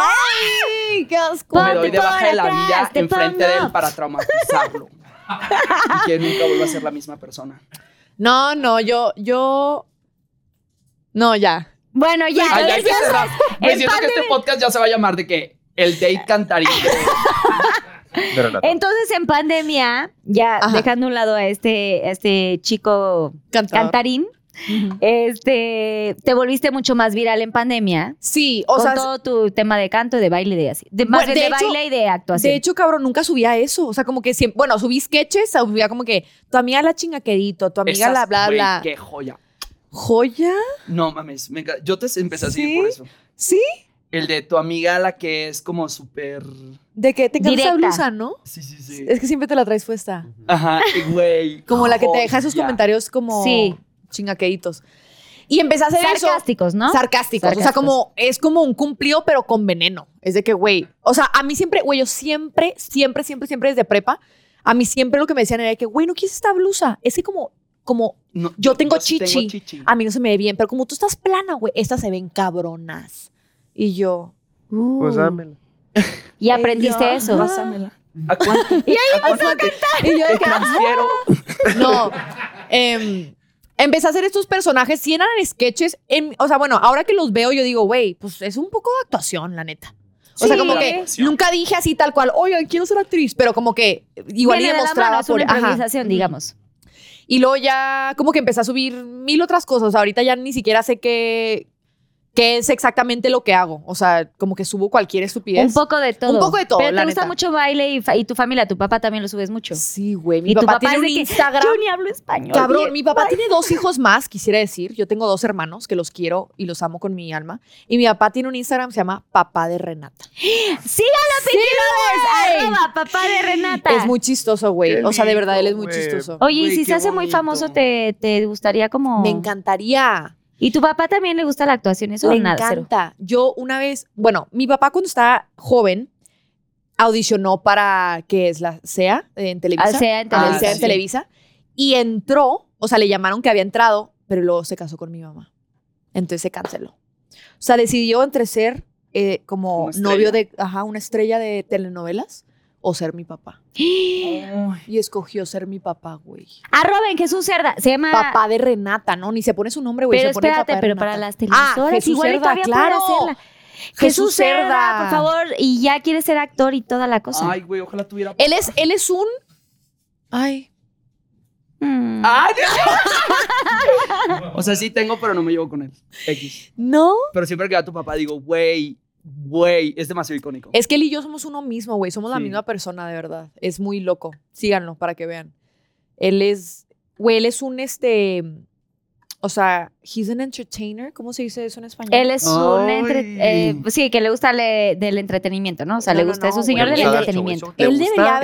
S10: Ay, qué asco.
S6: Me doy
S4: Ponte
S6: de baja
S4: por
S6: de la
S4: atrás,
S6: vida
S4: te
S6: enfrente de
S4: pongo.
S6: él para traumatizarlo. y que nunca vuelva a ser la misma persona.
S10: No, no, yo, yo. No, ya.
S4: Bueno, ya.
S6: Ay, ya hay que
S4: gracias.
S6: cerrar. Me siento que
S4: Empáteme.
S6: este podcast ya se va a llamar de que el date cantaría.
S7: Pero no.
S4: Entonces, en pandemia, ya
S10: Ajá.
S4: dejando a un lado a este, a este chico
S8: Ah.
S10: Cantador.
S4: cantarín,
S10: Ujú.
S4: este, te volviste mucho más viral en pandemia.
S8: Sí, o
S4: con
S8: sea,
S4: todo tu tema de canto, de baile, de así. De, más
S8: Bueno,
S4: bien de,
S8: de hecho-
S4: baile y de actuación.
S8: de hecho, cabrón, nunca subía eso. O sea, como que siempre, bueno, subí sketches, subía como que tu amiga la chingaquerito, tu amiga
S6: Esas,
S8: la bla
S6: güey,
S8: bla.
S6: ¡Qué joya!
S8: ¿Joya?
S6: No mames, me encanta. yo te empecé a seguir
S8: ¿Sí?
S6: por eso.
S8: ¿Sí?
S6: El de tu amiga, la que es como súper.
S8: De que te encanta esa
S4: Directa.
S8: blusa, ¿no?
S6: Sí, sí, sí.
S8: Es que siempre te la traes puesta.
S6: Ajá, y güey.
S8: Como la que te deja esos
S6: joya.
S8: comentarios como
S4: Sí.
S8: chingaqueritos. Y empecé a hacer eso.
S4: Sarcásticos, ¿no?
S8: Sarcásticos. O sea,
S4: Sarcásticos.
S8: como es como un cumplido, pero con veneno. Es de que, güey. O sea, a mí siempre, güey, yo siempre, siempre, siempre, siempre desde prepa, a mí siempre lo que me decían era de que, güey, no quieres esta blusa. Es que como, como
S6: No,
S8: yo tengo
S6: sí
S8: chichi. a mí no se me ve bien, pero como tú estás plana, güey, estas se ven cabronas. Y yo.
S4: Uh,
S7: Pues dámela.
S4: y aprendiste
S8: "Ey, yo,
S4: eso.
S8: pásamela".
S6: ¿A cuánto? ¿Y ahí
S8: Y yo de que,
S6: Transfiero.
S8: No. em, empecé a hacer estos personajes, sí eran sketches. em, o sea, bueno, ahora que los veo, yo digo, güey, pues es un poco de actuación, la neta. O sea,
S4: Sí.
S8: como que nunca dije así tal cual, oye, quiero ser actriz, pero como que igual
S4: Viene
S8: y
S4: de la
S8: demostraba
S4: mano, es
S8: por.
S4: una
S8: ajá.
S4: improvisación, digamos.
S8: Y luego ya, como que empecé a subir mil otras cosas. Ahorita ya ni siquiera sé qué, qué es exactamente lo que hago. O sea, como que subo cualquier estupidez.
S4: Un poco de todo.
S8: Un poco de todo,
S4: Pero te
S8: la
S4: gusta
S8: neta.
S4: mucho baile y, fa- y tu familia, tu papá también lo subes mucho.
S8: Sí, güey. Mi
S4: y tu papá
S8: papá, tiene
S4: es
S8: un
S4: de que,
S8: Instagram.
S4: Yo ni hablo español.
S8: Cabrón,
S4: bien.
S8: mi papá tiene dos hijos más, quisiera decir. Yo tengo dos hermanos que los quiero y los amo con mi alma. Y mi papá tiene un Instagram que se llama Papá de Renata.
S4: Síganla,
S8: güey.
S4: Pinky Lovers, arroba papá de Renata.
S8: Es muy chistoso, güey.
S7: Qué
S8: O sea, de verdad, él es
S7: lindo,
S8: muy
S7: güey.
S8: chistoso.
S4: Oye, y
S6: Güey,
S4: si se
S6: qué
S4: hace muy
S6: bonito.
S4: famoso, te, te gustaría como.
S8: Me encantaría.
S4: ¿Y tu papá también le gusta la actuación? Eso
S8: Me
S4: o nada, cero?
S8: encanta. Yo una vez, bueno, mi papá cuando estaba joven audicionó para que es la SEA en
S4: Ah,
S8: Televisa.
S4: sea en
S8: para el
S6: Ah,
S4: televisión.
S8: SEA en
S6: sí.
S8: Televisa. Y entró, o sea, le llamaron que había entrado, pero luego se casó con mi mamá. Entonces se canceló. O sea, decidió entre ser eh, como
S6: Una estrella.
S8: novio de, ajá, una estrella de telenovelas o ser mi papá.
S6: Ay,
S8: Y escogió ser mi papá, güey.
S4: Arroba en Jesús Cerda. Se llama.
S8: Papá de Renata, ¿no? Ni se pone su nombre, güey.
S4: Ah. pero
S8: se pone
S4: espérate,
S8: papá de
S4: pero
S8: Renata.
S4: para las
S8: Ah,
S4: televisoras
S8: Jesús
S4: igual y
S8: Cerda,
S4: todavía puede
S8: claro.
S4: hacerla. Jesús Cerda, por favor. Y ya quiere ser actor y toda la cosa.
S6: Ay, güey, ojalá tuviera.
S8: Él es, él es un. Ay.
S4: Mm.
S6: ¡Ay! o sea, sí tengo, pero no me llevo con él. X.
S8: No.
S6: Pero siempre que va tu papá, digo, güey, güey, es demasiado icónico.
S8: Es que él y yo somos uno mismo, güey. Somos la
S6: Sí.
S8: misma persona, de verdad. Es muy loco. Síganlo para que vean. Él es. Güey, él es un este. O sea, he's an entertainer. ¿Cómo se dice eso en español?
S4: Él es un entre-
S6: Ay.
S4: eh, pues sí, que le gusta le- del entretenimiento, ¿no? O sea,
S8: No,
S4: le
S8: no,
S4: gusta, es
S8: no, pues,
S4: un señor
S7: güey.
S4: del
S7: Le gusta,
S4: entretenimiento.
S7: ¿Le
S8: Él
S7: gusta?
S8: debería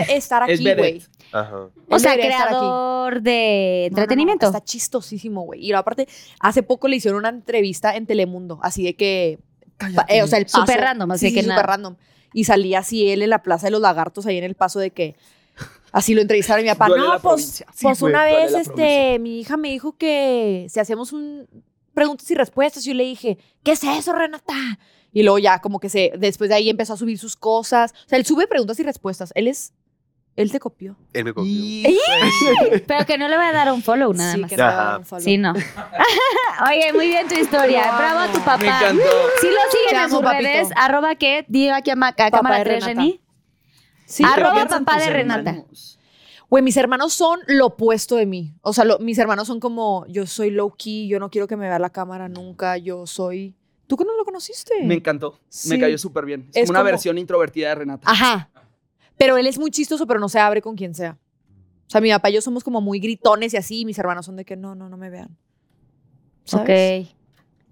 S8: estar
S6: Es
S8: aquí,
S6: vedette.
S8: güey.
S7: Ajá.
S4: O sea,
S8: pues, debería estar aquí.
S4: creador de
S8: No, no, no,
S4: entretenimiento.
S8: está chistosísimo, güey. Y aparte, hace poco le hicieron una entrevista en Telemundo, así de que. pa- eh, o sea, el paso.
S4: Súper random, así
S8: sí, sí,
S4: que
S8: súper
S4: nada.
S8: random. Y salía así él en la Plaza de los Lagartos, ahí en el paso de que. Así lo entrevistaron y mi papá.
S6: Duele
S8: No,
S6: la
S8: pues,
S6: provincia". Sí,
S8: pues
S6: güey,
S8: una
S6: duele
S8: vez
S6: la
S8: este,
S6: provincia.
S8: mi hija me dijo que si hacemos un preguntas y respuestas, yo le dije, ¿qué es eso, Renata? Y luego ya, como que se, después de ahí empezó a subir sus cosas. O sea, él sube preguntas y respuestas. Él es. Él te copió.
S7: Él me copió.
S4: Pero que no le voy a dar un follow nada
S8: sí,
S4: más.
S8: que no le
S7: Ajá.
S8: hagan follow.
S4: Sí, no. Oye, muy bien tu historia. Bravo a tu papá.
S6: Me encantó.
S4: Si lo
S8: Te
S4: siguen en
S8: amo,
S4: sus
S8: papito.
S4: redes, arroba que, diga aquí a, ma- a cámara
S8: de
S4: 3
S8: Renata.
S4: Reni.
S8: Sí,
S4: Arroba
S8: pero piensa en
S4: papá
S8: tus
S4: de
S8: hermanos.
S4: Renata.
S8: Güey, mis hermanos son lo opuesto de mí. O sea, lo- mis hermanos son como, yo soy low key, yo no quiero que me vea la cámara nunca, yo soy... ¿Tú que no lo conociste?
S6: Me encantó.
S8: Sí.
S6: Me cayó súper bien. Es,
S8: Es
S6: como una
S8: como-
S6: versión introvertida de
S4: Ah,
S6: Renata.
S8: Ajá. Pero él es muy chistoso, pero no se abre con quien sea. O sea, mi papá y yo somos como muy gritones y así, y mis hermanos son de que no, no, no me vean. ¿Sabes?
S4: Ok.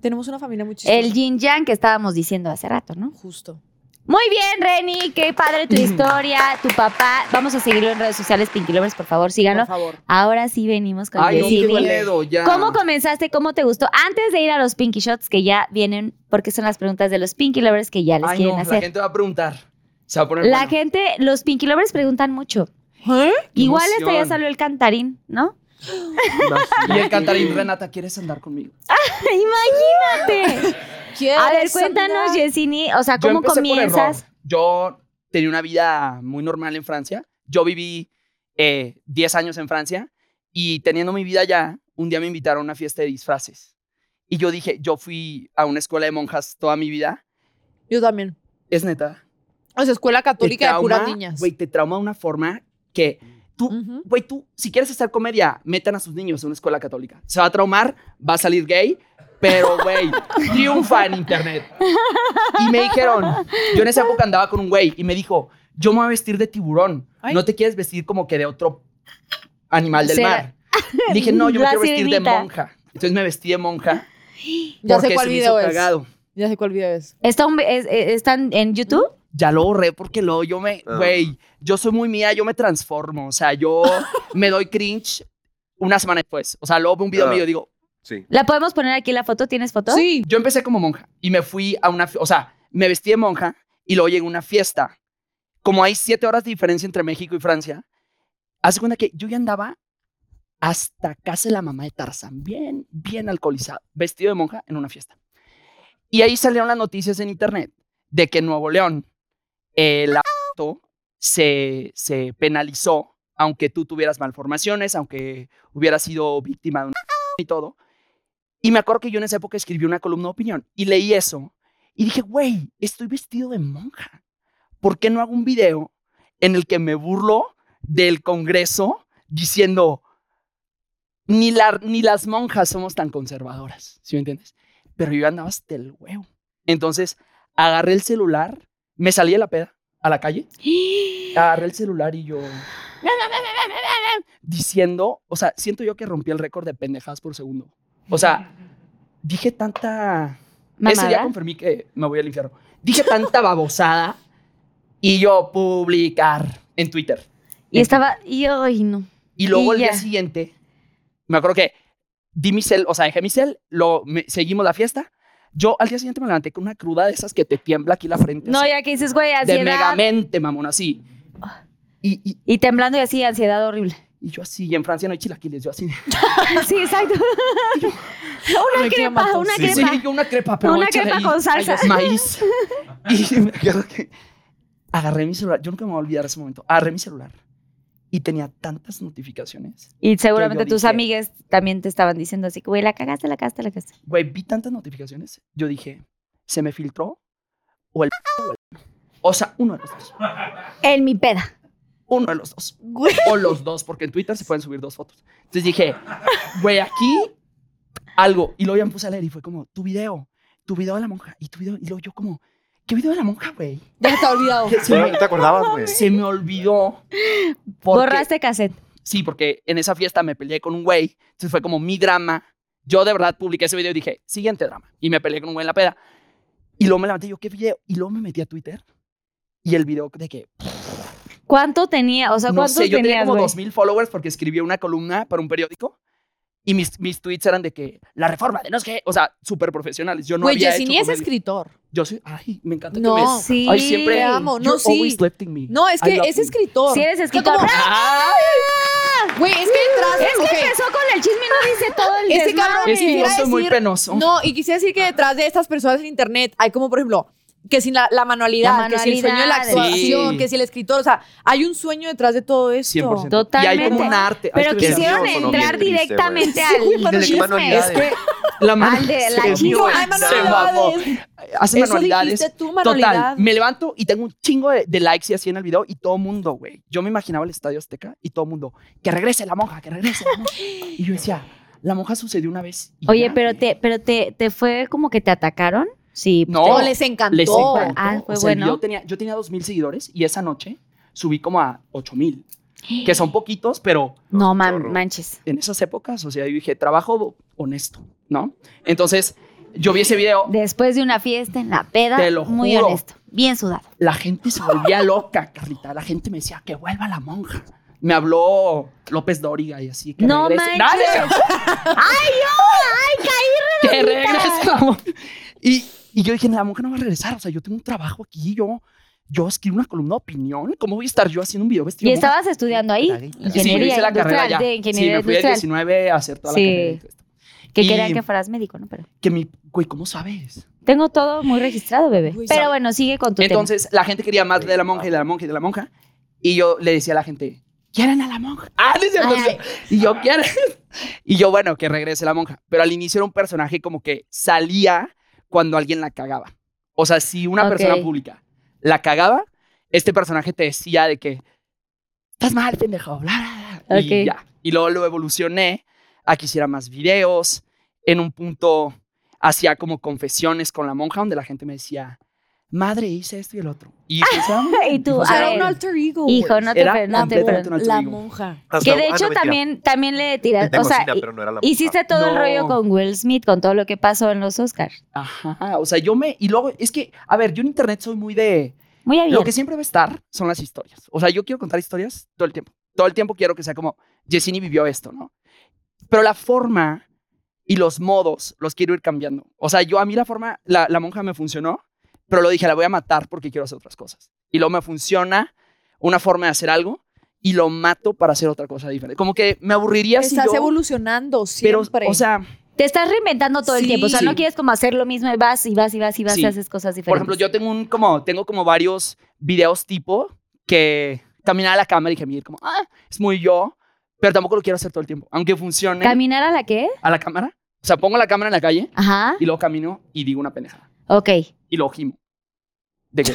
S8: Tenemos una familia muy chistosa.
S4: El yin yang que estábamos diciendo hace rato, ¿no?
S8: Justo.
S4: Muy bien, Reni. Qué padre tu historia, tu papá. Vamos a seguirlo en redes sociales, Pinky Lovers, por favor, síganlo.
S8: Por favor.
S4: Ahora sí venimos con
S6: Ay, no,
S4: Yesenia.
S6: qué dueledo, ya.
S4: ¿Cómo comenzaste? ¿Cómo te gustó? Antes de ir a los Pinky Shots que ya vienen, porque son las preguntas de los Pinky Lovers que ya les
S6: Ay,
S4: quieren
S6: no, la
S4: hacer.
S6: gente va a preguntar. Se va a poner
S4: La
S6: bueno.
S4: gente, los Pinky Lovers preguntan mucho.
S8: ¿Eh?
S4: Igual hasta ya
S6: emoción.
S4: salió el cantarín, ¿no?
S6: Y el cantarín, Renata, ¿quieres andar conmigo?
S4: Imagínate. a ver, cuéntanos, Yesini, o
S8: Ah,
S4: sea,
S6: Yo
S4: ¿cómo
S6: empecé por
S4: comienzas?
S6: error. Yo tenía una vida muy normal en Francia. Yo viví eh, 10 años en Francia y teniendo mi vida allá, un día me invitaron a una fiesta de disfraces. Y yo dije, yo fui a una escuela de monjas toda mi vida.
S8: Yo también.
S6: Es neta.
S8: O sea, escuela
S6: Te
S8: católica de puras
S6: trauma,
S8: niñas.
S6: Güey, te trauma de una forma que tú,
S8: Ujú.
S6: güey, tú, si quieres hacer comedia, metan a sus niños a una escuela católica. Se va a traumar, va a salir gay, pero, güey, triunfa en internet. Y me dijeron, yo en esa época andaba con un güey y me dijo, yo me voy a vestir de tiburón.
S8: Ay.
S6: No te quieres vestir como que de otro animal del
S4: Será-
S6: mar. Y dije, no, yo me
S4: La
S6: quiero vestir de
S4: sirenita.
S6: monja. Entonces me vestí de monja.
S8: Ya sé
S6: porque
S8: cuál
S6: se me hizo
S8: video es.
S6: cagado.
S8: Ya sé cuál video es.
S4: ¿Está un- es- es- ¿Están en YouTube?
S6: ya lo borré porque luego yo me,
S7: Ah.
S6: güey, yo soy muy mía, yo me transformo, o sea, yo me doy cringe una semana después, o sea, luego veo un video
S7: Ah.
S6: mío y digo,
S7: Sí.
S4: ¿La podemos poner aquí la foto? ¿Tienes foto?
S8: Sí.
S6: yo empecé como monja y me fui a una, fi- o sea, me vestí de monja y luego llegué a una fiesta. Como hay siete horas de diferencia entre México y Francia, hace cuenta que yo ya andaba hasta casi la mamá de Tarzán, bien, bien alcoholizado, vestido de monja en una fiesta. Y ahí salieron las noticias en internet de que en Nuevo León el aborto se, se penalizó, aunque tú tuvieras malformaciones, aunque hubieras sido víctima de un y todo. Y me acuerdo que yo en esa época escribí una columna de opinión y leí eso y dije, güey, estoy vestido de monja. ¿Por qué no hago un video en el que me burlo del Congreso diciendo, ni, la, ni las monjas somos tan conservadoras? ¿Sí me entiendes? Pero yo andaba hasta el huevo. Entonces agarré el celular, me salí de la peda a la calle, agarré el celular y yo... diciendo, o sea, siento yo que rompí el récord de pendejadas por segundo. O sea, dije tanta... Ese día
S4: Mamada.
S6: confirmé que me voy al infierno. Dije tanta babosada y yo publicar en Twitter.
S4: Y estaba, y ay, no.
S6: Y
S4: Y
S6: luego el día
S4: ya.
S6: siguiente, me acuerdo que di mi cel, o sea, dejé mi cel, lo, me- seguimos la fiesta. Yo al día siguiente me levanté con una cruda de esas que te tiembla aquí la frente.
S4: No,
S6: así,
S4: ya Ah. que dices, güey,
S6: de
S4: ansiedad.
S6: megamente, mamón, así. Y, y,
S4: Y temblando y así, ansiedad horrible.
S6: y yo así, y en Francia no hay chilaquiles, yo así.
S4: Sí, exacto. una crepa, una
S6: Sí, sí,
S4: crepa.
S6: yo una crepa, pero
S4: Una
S6: échale
S4: crepa
S6: ahí
S4: con salsa.
S6: Maíz. Y me acuerdo que agarré mi celular. Yo nunca me voy a olvidar ese momento. Agarré mi celular y tenía tantas notificaciones.
S4: Y seguramente tus
S6: dije-
S4: amigas también te estaban diciendo así, que, güey, la cagaste, la cagaste, la cagaste.
S6: Güey, vi tantas notificaciones. Yo dije, ¿se me filtró? O el. o el- O sea, uno de los dos.
S4: En mi peda.
S6: Uno de los dos. O los dos, porque en Twitter se pueden subir dos fotos. Entonces dije, güey, aquí algo. Y luego ya me puse a leer y fue como, tu video, tu video de la monja. Y tu video. Y luego yo, como, ¿qué video de la monja, güey?
S8: Ya está olvidado.
S6: Se
S7: Pero
S6: me,
S7: no te acordabas, güey.
S6: se me olvidó. porque-
S4: Borraste cassette.
S6: Sí, porque en esa fiesta me peleé con un güey. Entonces fue como mi drama Yo de verdad publiqué ese video y dije, siguiente drama. Y me peleé con un güey en la peda. Y luego me levanté y yo, ¿qué video? Y luego me metí a Twitter. Y el video de que,
S4: ¿Cuánto tenía? O sea,
S6: no
S4: ¿cuántos
S6: sé, yo tenía
S4: tenías,
S6: como
S4: güey?
S6: 2000 followers porque escribí una columna para un periódico. Y mis, mis tweets eran de que la reforma de no es que, o sea, súper profesionales. Yo no
S8: Güey,
S6: había
S8: Yesenia
S6: hecho
S8: es
S6: comedia.
S8: escritor.
S6: Yo soy, ay, me encanta
S8: No,
S6: que me...
S4: sí.
S6: Ay, siempre
S8: Te amo. No,
S6: you're
S8: sí.
S6: always lifting me.
S8: No, es
S6: I
S8: que
S6: love
S8: es
S6: you.
S8: escritor.
S4: Si eres escritor.
S8: Está como- ¡Ah!
S6: Ah,
S8: Güey, es que detrás.
S4: Es que
S8: ok,
S4: empezó con el chisme y no dice todo el
S8: Ese
S4: desmadre.
S8: cabrón
S6: es que yo
S8: quisiera
S6: soy muy
S8: decir-
S6: penoso.
S8: No, y quisiera decir que detrás de estas personas en internet hay como, por ejemplo, que sin la, la manualidad,
S4: La
S8: que si el sueño de la
S4: manualidad,
S8: actuación,
S6: sí.
S8: que si el escritor, o sea, hay un sueño detrás de todo esto.
S6: 100%. Y hay
S4: Totalmente.
S6: como un arte. Ay,
S4: Pero
S6: qué
S4: quisieron
S7: nervioso, ¿no?
S4: entrar
S7: Bien triste,
S4: directamente
S7: güey.
S4: al
S8: Sí, pero
S7: ¿de qué
S4: chisme.
S7: manualidades?
S6: Es que la mano
S4: Al de la
S6: se
S4: chispa.
S6: fue, se
S8: Ay,
S6: mamó.
S8: manualidades.
S6: Hace
S8: Eso
S6: manualidades.
S8: dijiste tú,
S6: Total,
S8: manualidad.
S6: me levanto y tengo un chingo de, de likes y así en el video y todo mundo, güey. Yo me imaginaba el Estadio Azteca y todo mundo, que regrese la monja, que regrese la monja. Y yo decía, la monja sucedió una vez. y
S4: Oye,
S6: ya,
S4: pero
S6: güey".
S4: te, pero te, te fue como que te atacaron. Sí.
S6: No,
S8: No, les encantó.
S6: les encantó.
S4: oh, Ah, fue
S6: O sea, el
S4: bueno.
S6: video tenía- yo tenía 2.000 seguidores y esa noche subí como a 8.000, que son poquitos, pero
S4: No man-
S7: Chorro.
S4: manches.
S6: en esas épocas, o sea, yo dije, trabajo honesto, ¿no? Entonces, yo vi ese video,
S4: Después de una fiesta en la peda,
S6: Te lo
S4: muy
S6: juro.
S4: honesto, bien sudado.
S6: la gente se volvía loca, Carlita. La gente me decía que vuelva la monja. Me habló López Dóriga y así que
S4: No
S6: regrese.
S4: manches.
S6: ¡Dale!
S4: ¡Ay, yo! ¡Ay,
S6: ¡Que
S4: caí
S6: regrese la monja! Y, y yo dije, la monja no va a regresar. O sea, yo tengo un trabajo aquí. Yo, yo escribo una columna de opinión. ¿Cómo voy a estar yo haciendo un video vestido
S4: Y
S6: de monja?
S4: estabas estudiando ahí,
S6: Sí, yo
S4: ingeniería
S6: hice la carrera
S4: industrial,
S6: ya.
S4: de
S6: Sí,
S4: ingeniería
S6: me fui a
S4: industrial,
S6: 19 a hacer toda
S4: Sí.
S6: la carrera. y todo esto.
S4: que
S6: Y-
S4: querían que fueras médico, ¿no? Pero
S6: Que mi, güey, ¿cómo sabes?
S4: tengo todo muy registrado, bebé.
S8: Güey,
S4: Pero
S8: sabe-
S4: bueno, sigue con tu
S6: Entonces, la gente quería más de la monja y de la monja y de la monja. Y yo le decía a la gente, ¿quieren a la monja? Ah, no es cierto,
S4: Ay,
S6: no es cierto. Y yo, ¿quieren? Y yo, bueno, que regrese la monja. Pero al inicio era un personaje como que salía cuando alguien la cagaba. O sea, si una
S4: Ok.
S6: persona pública la cagaba, este personaje te decía de que, estás mal, pendejo, bla, bla, bla. Y
S4: Ok.
S6: ya. Y luego lo evolucioné a que hiciera más videos. En un punto hacía como confesiones con la monja donde la gente me decía, madre, hice esto y el otro. Y, pues, era un-
S4: tema. Y tú,
S6: O sea,
S8: O
S4: a
S8: sea, era
S4: ver,
S8: un alter ego.
S4: hijo, no te,
S6: Era
S4: pre- no te
S6: completamente
S4: pre-
S6: un alter
S8: La
S6: ego.
S8: monja.
S7: Hasta-
S4: Que
S7: ah,
S4: de
S7: no,
S4: hecho
S7: mentira.
S4: también, también le tiras,
S7: De
S4: o sea,
S7: cocina, pero no era la
S4: hiciste todo el
S6: No.
S4: rollo con Will Smith, con todo lo que pasó en los Oscars.
S6: Ajá, o sea, yo me... Y luego, es que, a ver, yo en internet soy muy de...
S4: Muy
S6: Lo
S4: abierto.
S6: que siempre va a estar son las historias. O sea, yo quiero contar historias todo el tiempo. Todo el tiempo quiero que sea como, Yesini vivió esto, ¿no? Pero la forma y los modos los quiero ir cambiando. O sea, yo a mí la forma, la, la monja me funcionó, pero lo dije, la voy a matar porque quiero hacer otras cosas. Y luego me funciona una forma de hacer algo y lo mato para hacer otra cosa diferente. Como que me aburriría si
S8: Estás
S6: yo...
S8: evolucionando
S6: pero,
S8: siempre.
S6: o sea,
S4: Te estás reinventando todo el
S8: Sí.
S4: tiempo, o sea, no
S6: Sí.
S4: quieres como hacer lo mismo y vas y vas y vas y vas
S6: Sí.
S4: y haces cosas
S6: Por
S4: diferentes.
S6: ejemplo, yo tengo un como tengo como varios videos tipo que caminaba a la cámara y dije, "Mira, como ah, es muy yo, pero tampoco lo quiero hacer todo el tiempo, aunque funcione
S4: ¿Caminar a la qué?
S6: a la cámara. O sea, pongo la cámara en la calle
S4: Ajá,
S6: y luego camino y digo una pendejada
S4: ok.
S6: y lo gimo. ¿De qué?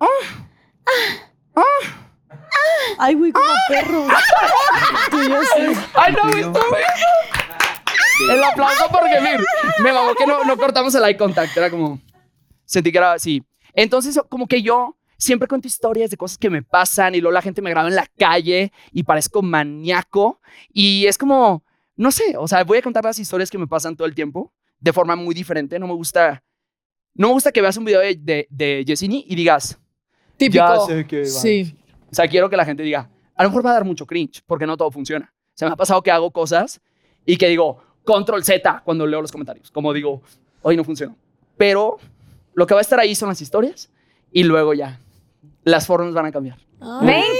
S8: Ah. Ay, güey, como perro.
S6: Ay, no, esto güey. El aplauso porque mira, me mamó que no, no cortamos el eye contact, era como sentí que era así. Entonces, como que yo siempre cuento historias de cosas que me pasan y luego la gente me graba en la calle y parezco maníaco y es como, no sé, o sea, voy a contar las historias que me pasan todo el tiempo de forma muy diferente. No me gusta, no me gusta que veas un video de, de, de Yesini y digas, ya
S8: Típico.
S6: sé que va".
S8: Sí.
S6: O sea, quiero que la gente diga, a lo mejor va a dar mucho cringe porque no todo funciona. Se me ha pasado que hago cosas y que digo, control Z cuando leo los comentarios. Como digo, hoy no funcionó. Pero lo que va a estar ahí son las historias y luego ya las formas van a cambiar.
S4: ¡Me encanta!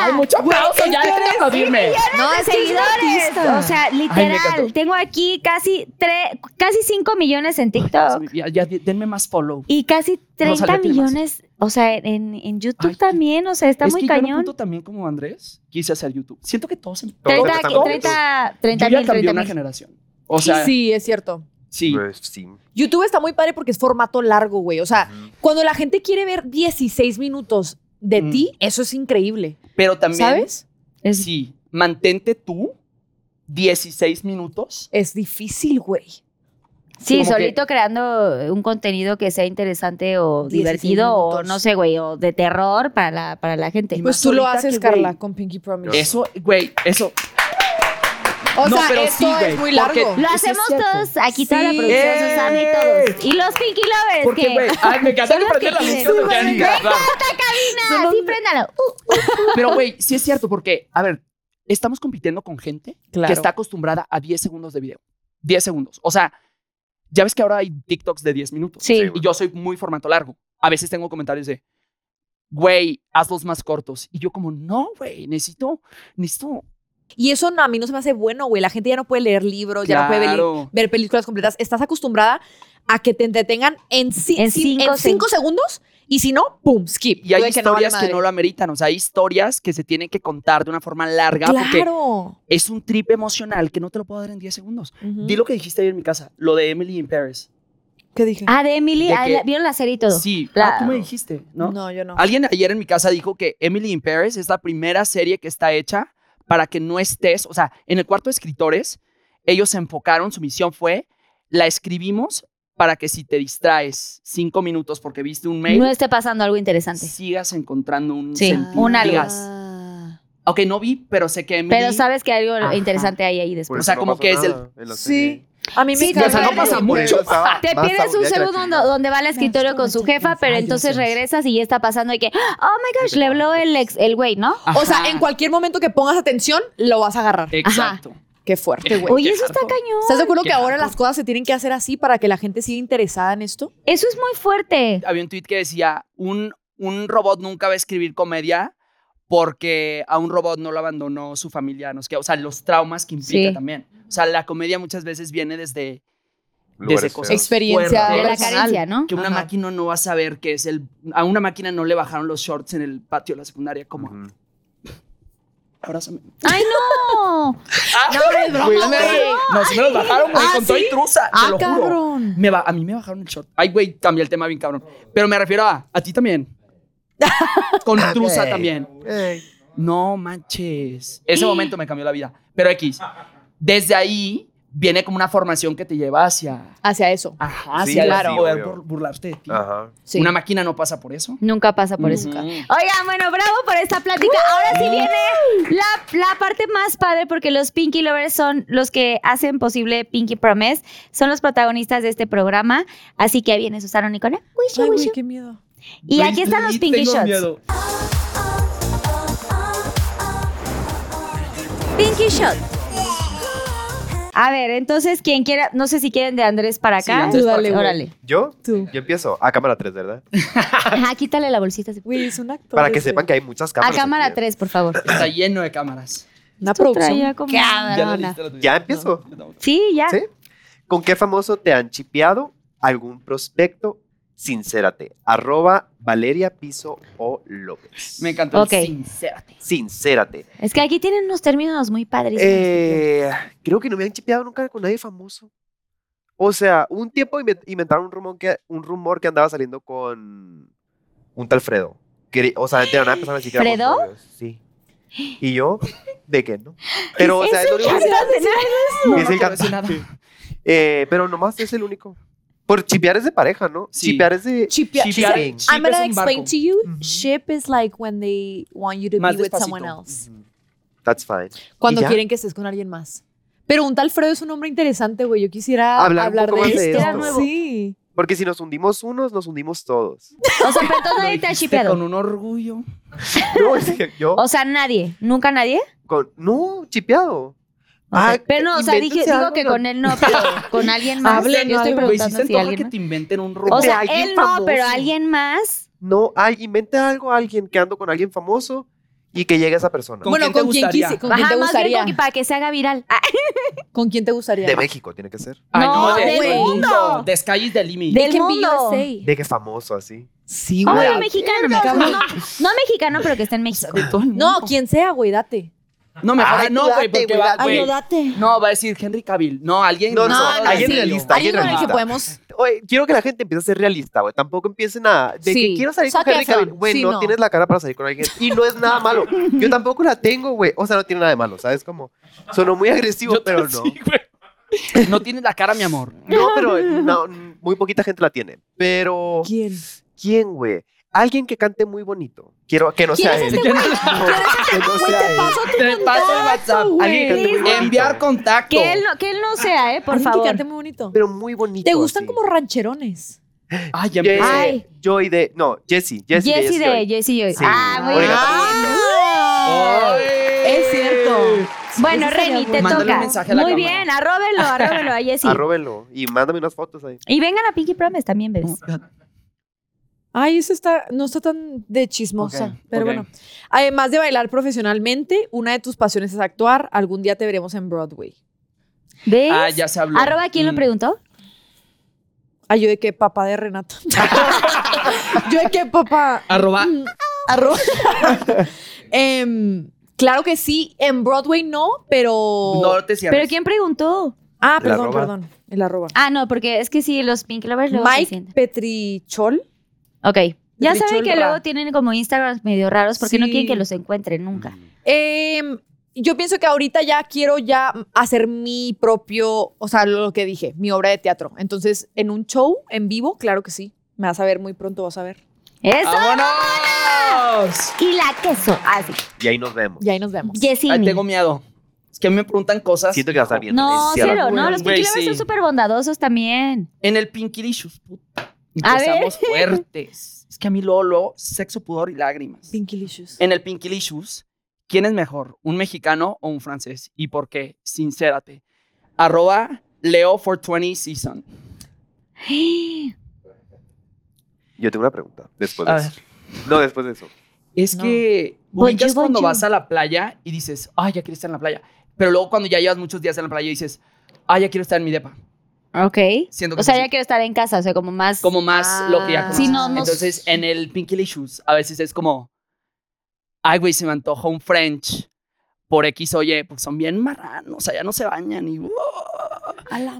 S6: Hay mucho aplauso, ya dejen de aplaudirme.
S8: No,
S4: de
S8: es que es un
S4: seguidores.
S8: artista.
S4: O sea, literal,
S6: encantó.
S4: tengo aquí casi tre- casi 5 millones en TikTok
S6: Ya, ya, denme más follow.
S4: Ah, y casi 30
S6: Rosalía tiene más.
S4: millones, o sea, en, en YouTube
S6: Ay, qué-
S4: también, o sea, está
S6: es
S4: muy
S6: que yo en un
S4: cañón.
S6: punto también como Andrés quise hacer YouTube. Siento que todos en
S7: Todos
S4: 30,
S7: empezamos en
S4: 30,
S6: Yo
S4: 30
S6: ya
S4: mil,
S6: cambió
S4: 30
S6: una
S4: mil.
S6: generación. O sea, sí.
S8: Sí, es cierto.
S7: Pues, sí.
S8: YouTube está muy padre porque es formato largo, güey. O sea, cuando la gente quiere ver 16 minutos de
S6: Mm.
S8: ti, eso es increíble.
S6: Pero también
S8: ¿Sabes?
S6: Sí, mantente tú 16 minutos.
S8: Es difícil, güey.
S4: Sí,
S6: como que-
S4: solito creando un contenido que sea interesante o
S8: 16
S4: divertido o
S8: minutos.
S4: no sé, güey, o de terror para la, para la gente.
S6: Y
S8: Pues
S6: más
S8: tú lo
S6: ahorita
S8: haces,
S6: que, güey,
S8: Carla, con Pinky Promise.
S6: Eso, güey, eso.
S5: O
S6: No,
S5: sea,
S6: pero
S5: esto
S6: sí, güey,
S5: es muy
S6: porque-
S5: largo.
S4: Lo
S6: Sí, sí es
S4: hacemos
S6: cierto.
S4: todos, aquí toda la
S5: Sí.
S4: producción,
S6: ¡Eh!
S4: Susana y todos. Y los Pinky Lovers.
S6: Porque,
S4: que-
S6: güey, ay, me encanta
S4: son
S6: que
S4: los
S6: prende la
S4: tienen.
S6: luz cuando quieran
S4: Súper
S6: grabar.
S4: buena, sí, préndalo. Uh,
S6: Pero, güey, sí es cierto, porque, a ver, estamos compitiendo con gente
S5: Claro.
S6: que está acostumbrada a 10 segundos de video. 10 segundos. O sea, ya ves que ahora hay TikToks de 10 minutos.
S4: Sí.
S6: Y yo soy muy formato largo. A veces tengo comentarios de, güey, hazlos más cortos. Y yo como, no, güey, necesito, necesito.
S5: Y eso no, a mí no se me hace bueno, güey. La gente ya no puede leer libros, ya no puede ver,
S6: Claro.
S5: ver películas completas. Estás acostumbrada a que te entretengan en, ci-
S4: En
S5: ci-
S4: cinco
S5: en cinco segundos y si no, pum, skip.
S6: Y
S5: Puede
S6: hay
S5: no vale
S6: historias que
S5: madre.
S6: no lo ameritan. O sea, hay historias que se tienen que contar de una forma larga porque
S5: Claro.
S6: es un trip emocional que no te lo puedo dar en 10 segundos.
S5: Ujú.
S6: Di lo que dijiste ayer en mi casa, lo de Emily in Paris.
S5: ¿Qué dije?
S4: Ah, de Emily,
S6: De
S4: ah,
S6: que-
S4: la- vieron la serie y todo.
S6: Sí,
S4: Claro.
S6: ah, tú me dijiste, ¿no?
S5: yo no.
S6: Alguien ayer en mi casa dijo que Emily in Paris es la primera serie que está hecha para que no estés, o sea, en el cuarto de escritores, ellos se enfocaron, su misión fue, la escribimos para que si te distraes cinco minutos porque viste un mail,
S4: No esté pasando algo interesante.
S6: sigas encontrando un
S4: Sí,
S6: sentido.
S4: un algo.
S6: Digas,
S5: Ah.
S6: ok, no vi, pero sé que Emily...
S4: Pero sabes que hay algo
S6: Ajá.
S4: interesante hay ahí
S7: Por
S4: después.
S6: O
S7: eso
S6: sea,
S7: no
S6: como
S7: pasó
S6: que es el-
S7: nada en la
S5: Sí.
S7: serie.
S5: A mí me
S4: Sí,
S5: encanta.
S6: o sea, no pasa mucho.
S7: Estaba
S4: Te
S7: más
S4: pierdes un
S7: aburrida que la
S4: segundo
S7: chingada.
S4: donde va al escritorio con su jefa, pero entonces regresas y ya está pasando y que, oh my gosh, le habló el ex, el güey, ¿no?
S5: O sea, en cualquier momento que pongas atención, lo vas a agarrar.
S6: Exacto.
S5: Qué fuerte, güey.
S4: Oye, eso está
S6: hardcore.
S4: cañón.
S5: ¿Estás de acuerdo
S6: Qué
S5: que ahora
S6: hardcore.
S5: las cosas se tienen que hacer así para que la gente siga interesada en esto?
S4: Eso es muy fuerte.
S6: Había un tweet que decía, un, un robot nunca va a escribir comedia porque a un robot no lo abandonó su familia, no sé qué. o sea, los traumas que implica
S4: Sí.
S6: también. O sea, la comedia muchas veces viene desde,
S7: Lugares
S6: desde cosas
S7: feos.
S5: Experiencia
S4: De la
S6: fuertes,
S5: personal.
S4: carencia, ¿no?
S6: que una
S5: Ajá.
S6: máquina no va a saber qué es el... A una máquina no le bajaron los shorts en el patio de la secundaria, como,
S7: Ujú.
S6: abrázame.
S4: ¡Ay, no!
S6: Güey, No, si me los bajaron, güey, con toda intrusa, te lo juro.
S5: cabrón.
S6: Me va- a mí me bajaron el short. Ay, güey, también el tema bien cabrón. Pero me refiero a, a ti también. Con trusa también. No manches. Ese momento me cambió la vida. Pero X, desde ahí viene como una formación que te lleva hacia,
S5: Hacia eso.
S6: ajá,
S7: Sí,
S6: hacia el
S7: claro.
S6: poder
S7: obvio.
S6: bur- burlarte de ti.
S7: Ajá.
S5: Sí.
S6: Una máquina no pasa por eso.
S4: Nunca pasa por eso.
S6: Ujú.
S4: Oigan, bueno, bravo por esta plática. Ahora sí viene la, la parte más padre porque los Pinky Lovers son los que hacen posible Pinky Promise. Son los protagonistas de este programa. Así que viene Susana Nicola. Wish you,
S5: Ay,
S4: wish
S5: güey,
S4: you.
S5: qué miedo.
S4: Y
S6: Güey,
S4: aquí están los
S6: sí,
S4: Pinky
S6: tengo
S4: Shots.
S6: miedo.
S3: Pinky Shot.
S4: A ver, entonces, quien quiera, no sé si quieren de Andrés para
S6: Sí,
S4: acá.
S6: Andrés
S5: Tú dale, güey.
S4: Órale.
S7: ¿Yo?
S5: Tú.
S7: Yo empiezo. A cámara 3, ¿verdad?
S4: Ajá, quítale la bolsita. así.
S5: Güey, es un actor.
S7: Para que sepan que hay muchas
S4: A
S7: cámaras.
S4: cámara
S7: aquí. ¿eh?
S4: 3, por favor.
S6: Está lleno de cámaras.
S5: Una producción.
S4: Traía como-
S6: Ya no
S4: Cabrona.
S6: leíste la tuya.
S7: Ya empiezo.
S4: Sí, ya.
S7: ¿Sí? ¿Con qué famoso te han chipeado algún prospecto? Sincérate. Arroba Valeria Piso o López.
S6: Me encantó.
S4: Ok.
S6: el Sincérate.
S7: Sincérate.
S4: Es que aquí tienen unos términos muy padres.
S7: Eh, creo que no me han chipeado nunca con nadie famoso. O sea, un tiempo inven- inventaron un rumor que, un rumor que andaba saliendo con un tal Fredo. Que- o sea, de la nada empezaron a decir que éramos
S4: ¿Fredo?
S7: novios, Sí. Y yo, ¿de qué no? Pero, o sea, es lo único
S6: No,
S7: que- Es
S6: no
S7: el
S6: quiero decir
S7: cantante.
S6: nada.
S7: Eh, pero nomás es el único. Por chipear es de pareja, ¿no?
S6: Sí.
S7: Chipear es de.
S5: Chipia-
S6: Chipear-
S7: Shipping.
S6: chip
S5: I'm gonna
S6: es un barco.
S5: explain to you.
S7: Ujú.
S5: Ship is like when they want you to
S6: Más
S5: be with
S6: despacito.
S5: someone else.
S7: Ujú. That's fine.
S5: Cuando
S7: ¿Y ya?
S5: quieren que estés con alguien más. Pero un tal Fredo es un hombre interesante, güey. Yo quisiera
S7: Hablar
S5: hablar,
S7: un poco
S5: de este
S7: más de
S5: esto.
S7: esto.
S5: Sí.
S7: Porque si nos hundimos unos, nos hundimos todos.
S4: O sea, pero entonces nadie te ha
S6: Dijiste
S4: shipeado.
S6: Con un orgullo.
S7: No, es que yo.
S4: O sea, nadie. ¿Nunca nadie?
S7: con- no, chipeado. Ah,
S4: pero no, o sea, dije,
S7: invéntense
S4: digo
S7: algo,
S4: que
S7: no-
S4: con él no, pero con alguien más.
S6: Hablen,
S4: Ah, Yo estoy
S6: algo, güey, si
S4: preguntando
S6: se
S4: si
S6: antoja
S4: alguien
S6: que
S4: más.
S6: te inventen un
S4: O
S6: rumor.
S4: sea,
S7: de alguien
S4: él no, pero
S7: famoso.
S4: alguien más.
S7: No, ay, inventa algo a alguien que ando con alguien famoso y que llegue esa persona.
S6: ¿Con
S5: bueno,
S6: quién te
S5: con quien
S6: gustaría?
S5: quisi- con quién
S4: Ajá,
S5: te
S4: más bien
S5: gustaría.
S4: como que para que se haga viral. Ah,
S5: ¿Con quién te gustaría?
S7: De México tiene que ser.
S6: Ay,
S4: No,
S5: del
S4: mundo.
S6: De Sky is the limit.
S5: Can
S4: del
S5: be
S4: mundo.
S5: USA.
S7: De que famoso así.
S5: Sí,
S4: Oh,
S5: güey.
S4: mexicano, mexicano. No, no mexicano, pero que está en México.
S6: De todo el mundo.
S5: No, quien sea, güey, date.
S6: No, mejor
S7: Ay,
S6: no,
S7: tú
S6: güey,
S7: date,
S6: porque
S7: güey,
S6: va,
S7: date.
S6: güey.
S4: date.
S6: No, va a decir Henry Cavill. Ah, No, alguien.
S7: No, no,
S5: no,
S6: alguien
S5: sí.
S6: realista.
S7: Alguien
S5: Alguien con el que
S7: realista.
S5: podemos.
S7: Oye, quiero que la gente empiece a ser realista, güey. Tampoco empiece nada. De
S5: Sí.
S7: que quiero salir
S5: Zac
S7: con Henry
S5: Efron.
S7: Cavill. Güey,
S5: Sí,
S7: no,
S5: no.
S7: tienes la cara para salir con alguien. Y no es nada malo. Yo tampoco la tengo, güey. O sea, no tiene nada de malo, ¿sabes? Como, sonó muy agresivo,
S6: Yo
S7: pero
S6: te-
S7: no.
S6: sí, güey. No tienes la cara, mi amor.
S7: eh, No, pero no, muy poquita gente la tiene. Pero,
S5: ¿Quién?
S7: ¿quién, güey? alguien que cante muy bonito. Quiero que no
S8: ¿Quién
S7: sea
S8: es
S7: él.
S8: este
S7: No, que no
S8: Güey,
S7: sea
S8: te
S7: él.
S8: paso tu
S6: Te paso el WhatsApp.
S8: contacto,
S7: Alguien que
S8: güey.
S7: cante muy bonito.
S6: Enviar contacto.
S4: Que él, no, que él no sea, ¿eh? Por
S8: Alguien que
S4: favor.
S8: cante muy bonito.
S7: Pero muy bonito.
S8: Te gustan
S7: así.
S8: como rancherones.
S6: Ay, ya
S7: Ye-
S6: empecé.
S4: Ay.
S7: Joy de. No, Jessie. Jessie, de
S4: Jessy
S7: Jessie
S4: de
S7: Joy.
S4: Jessy Joy.
S7: Sí.
S4: Ah, muy bien.
S7: Oiga,
S6: Ay.
S8: Es cierto.
S4: Bueno,
S8: Ese sería
S4: Reni, te
S8: bueno.
S6: Mándale
S4: toca.
S6: un mensaje a la
S4: Muy
S6: cámara.
S4: bien, arróbenlo, arróbenlo a Jessy.
S7: Arróbenlo y mándame unas fotos ahí.
S4: Y vengan a Pinky Promise también, bebés.
S8: Ay, eso está, no está tan de chismosa,
S6: Ok,
S8: pero
S6: ok.
S8: bueno. Además de bailar profesionalmente, una de tus pasiones es actuar. Algún día te veremos en Broadway.
S4: ¿Ves?
S6: Ah, ya se habló.
S4: Arroba, ¿quién lo
S6: Mm.
S4: preguntó?
S8: Ay, Ah, yo de qué papá de Renato. yo de qué papá.
S6: Arroba.
S8: Arroba. Em, claro que sí, en Broadway no, pero.
S6: No te cierres.
S4: Mm. ¿Pero quién preguntó?
S8: Ah,
S7: El
S8: perdón,
S7: arroba.
S8: perdón. El arroba.
S4: Ah, no, porque es que sí, los Pinky Lovers luego se
S8: Mike
S4: sienten.
S8: Petrichol.
S4: Ok. Ya saben que
S8: Richol Ra.
S4: luego tienen como Instagram medio raros porque no
S8: Sí.
S4: quieren que los encuentren nunca.
S6: Mm.
S8: Em, yo pienso que ahorita ya quiero ya hacer mi propio, o sea, lo que dije, mi obra de teatro. Entonces, en un show, en vivo, claro que sí. Me vas a ver muy pronto, vas a ver.
S4: ¡Eso!
S6: ¡Vámonos!
S4: Y la queso. Así.
S7: Y ahí nos vemos.
S8: Y ahí nos vemos.
S4: Jessy.
S6: Ay, tengo miedo. Es que a mí me preguntan cosas.
S7: Siento que va
S6: Ah,
S7: a estar bien.
S4: No,
S7: necia la
S4: cero,
S7: pobre.
S4: no. Los Pinky
S6: Güey,
S4: Lovers
S6: sí.
S4: son súper bondadosos también.
S6: En el Pinky Licious, puta.
S4: A
S6: Empezamos fuertes. Es que a mí Lolo, sexo, pudor y lágrimas.
S8: Pinkilicious.
S6: En el Pinky Licious, ¿quién es mejor? ¿Un mexicano o un francés? ¿Y por qué? Sincérate. Arroba Leo 420 Season.
S7: Yo tengo una pregunta. Después
S6: A
S7: de eso. No, después de eso.
S6: Es
S8: No.
S6: que
S4: Voy
S6: ubicas
S4: Pues yo, voy
S6: cuando
S4: yo.
S6: vas a la playa y dices, ay, ya quiero estar en la playa. Pero luego cuando ya llevas muchos días en la playa dices, ay, ya quiero estar en mi depa.
S4: Ok.
S6: Siento que
S4: O sea,
S6: sí.
S4: ya quiero estar en casa, o sea, como más.
S6: como más lo que ya
S8: Ah.
S6: conoces.
S4: Sí, no, no-
S6: Entonces, en el Pinky Licious, a veces es como, ay, güey, se me antoja un French por X, oye, porque son bien marranos, o sea, ya no se bañan y uh,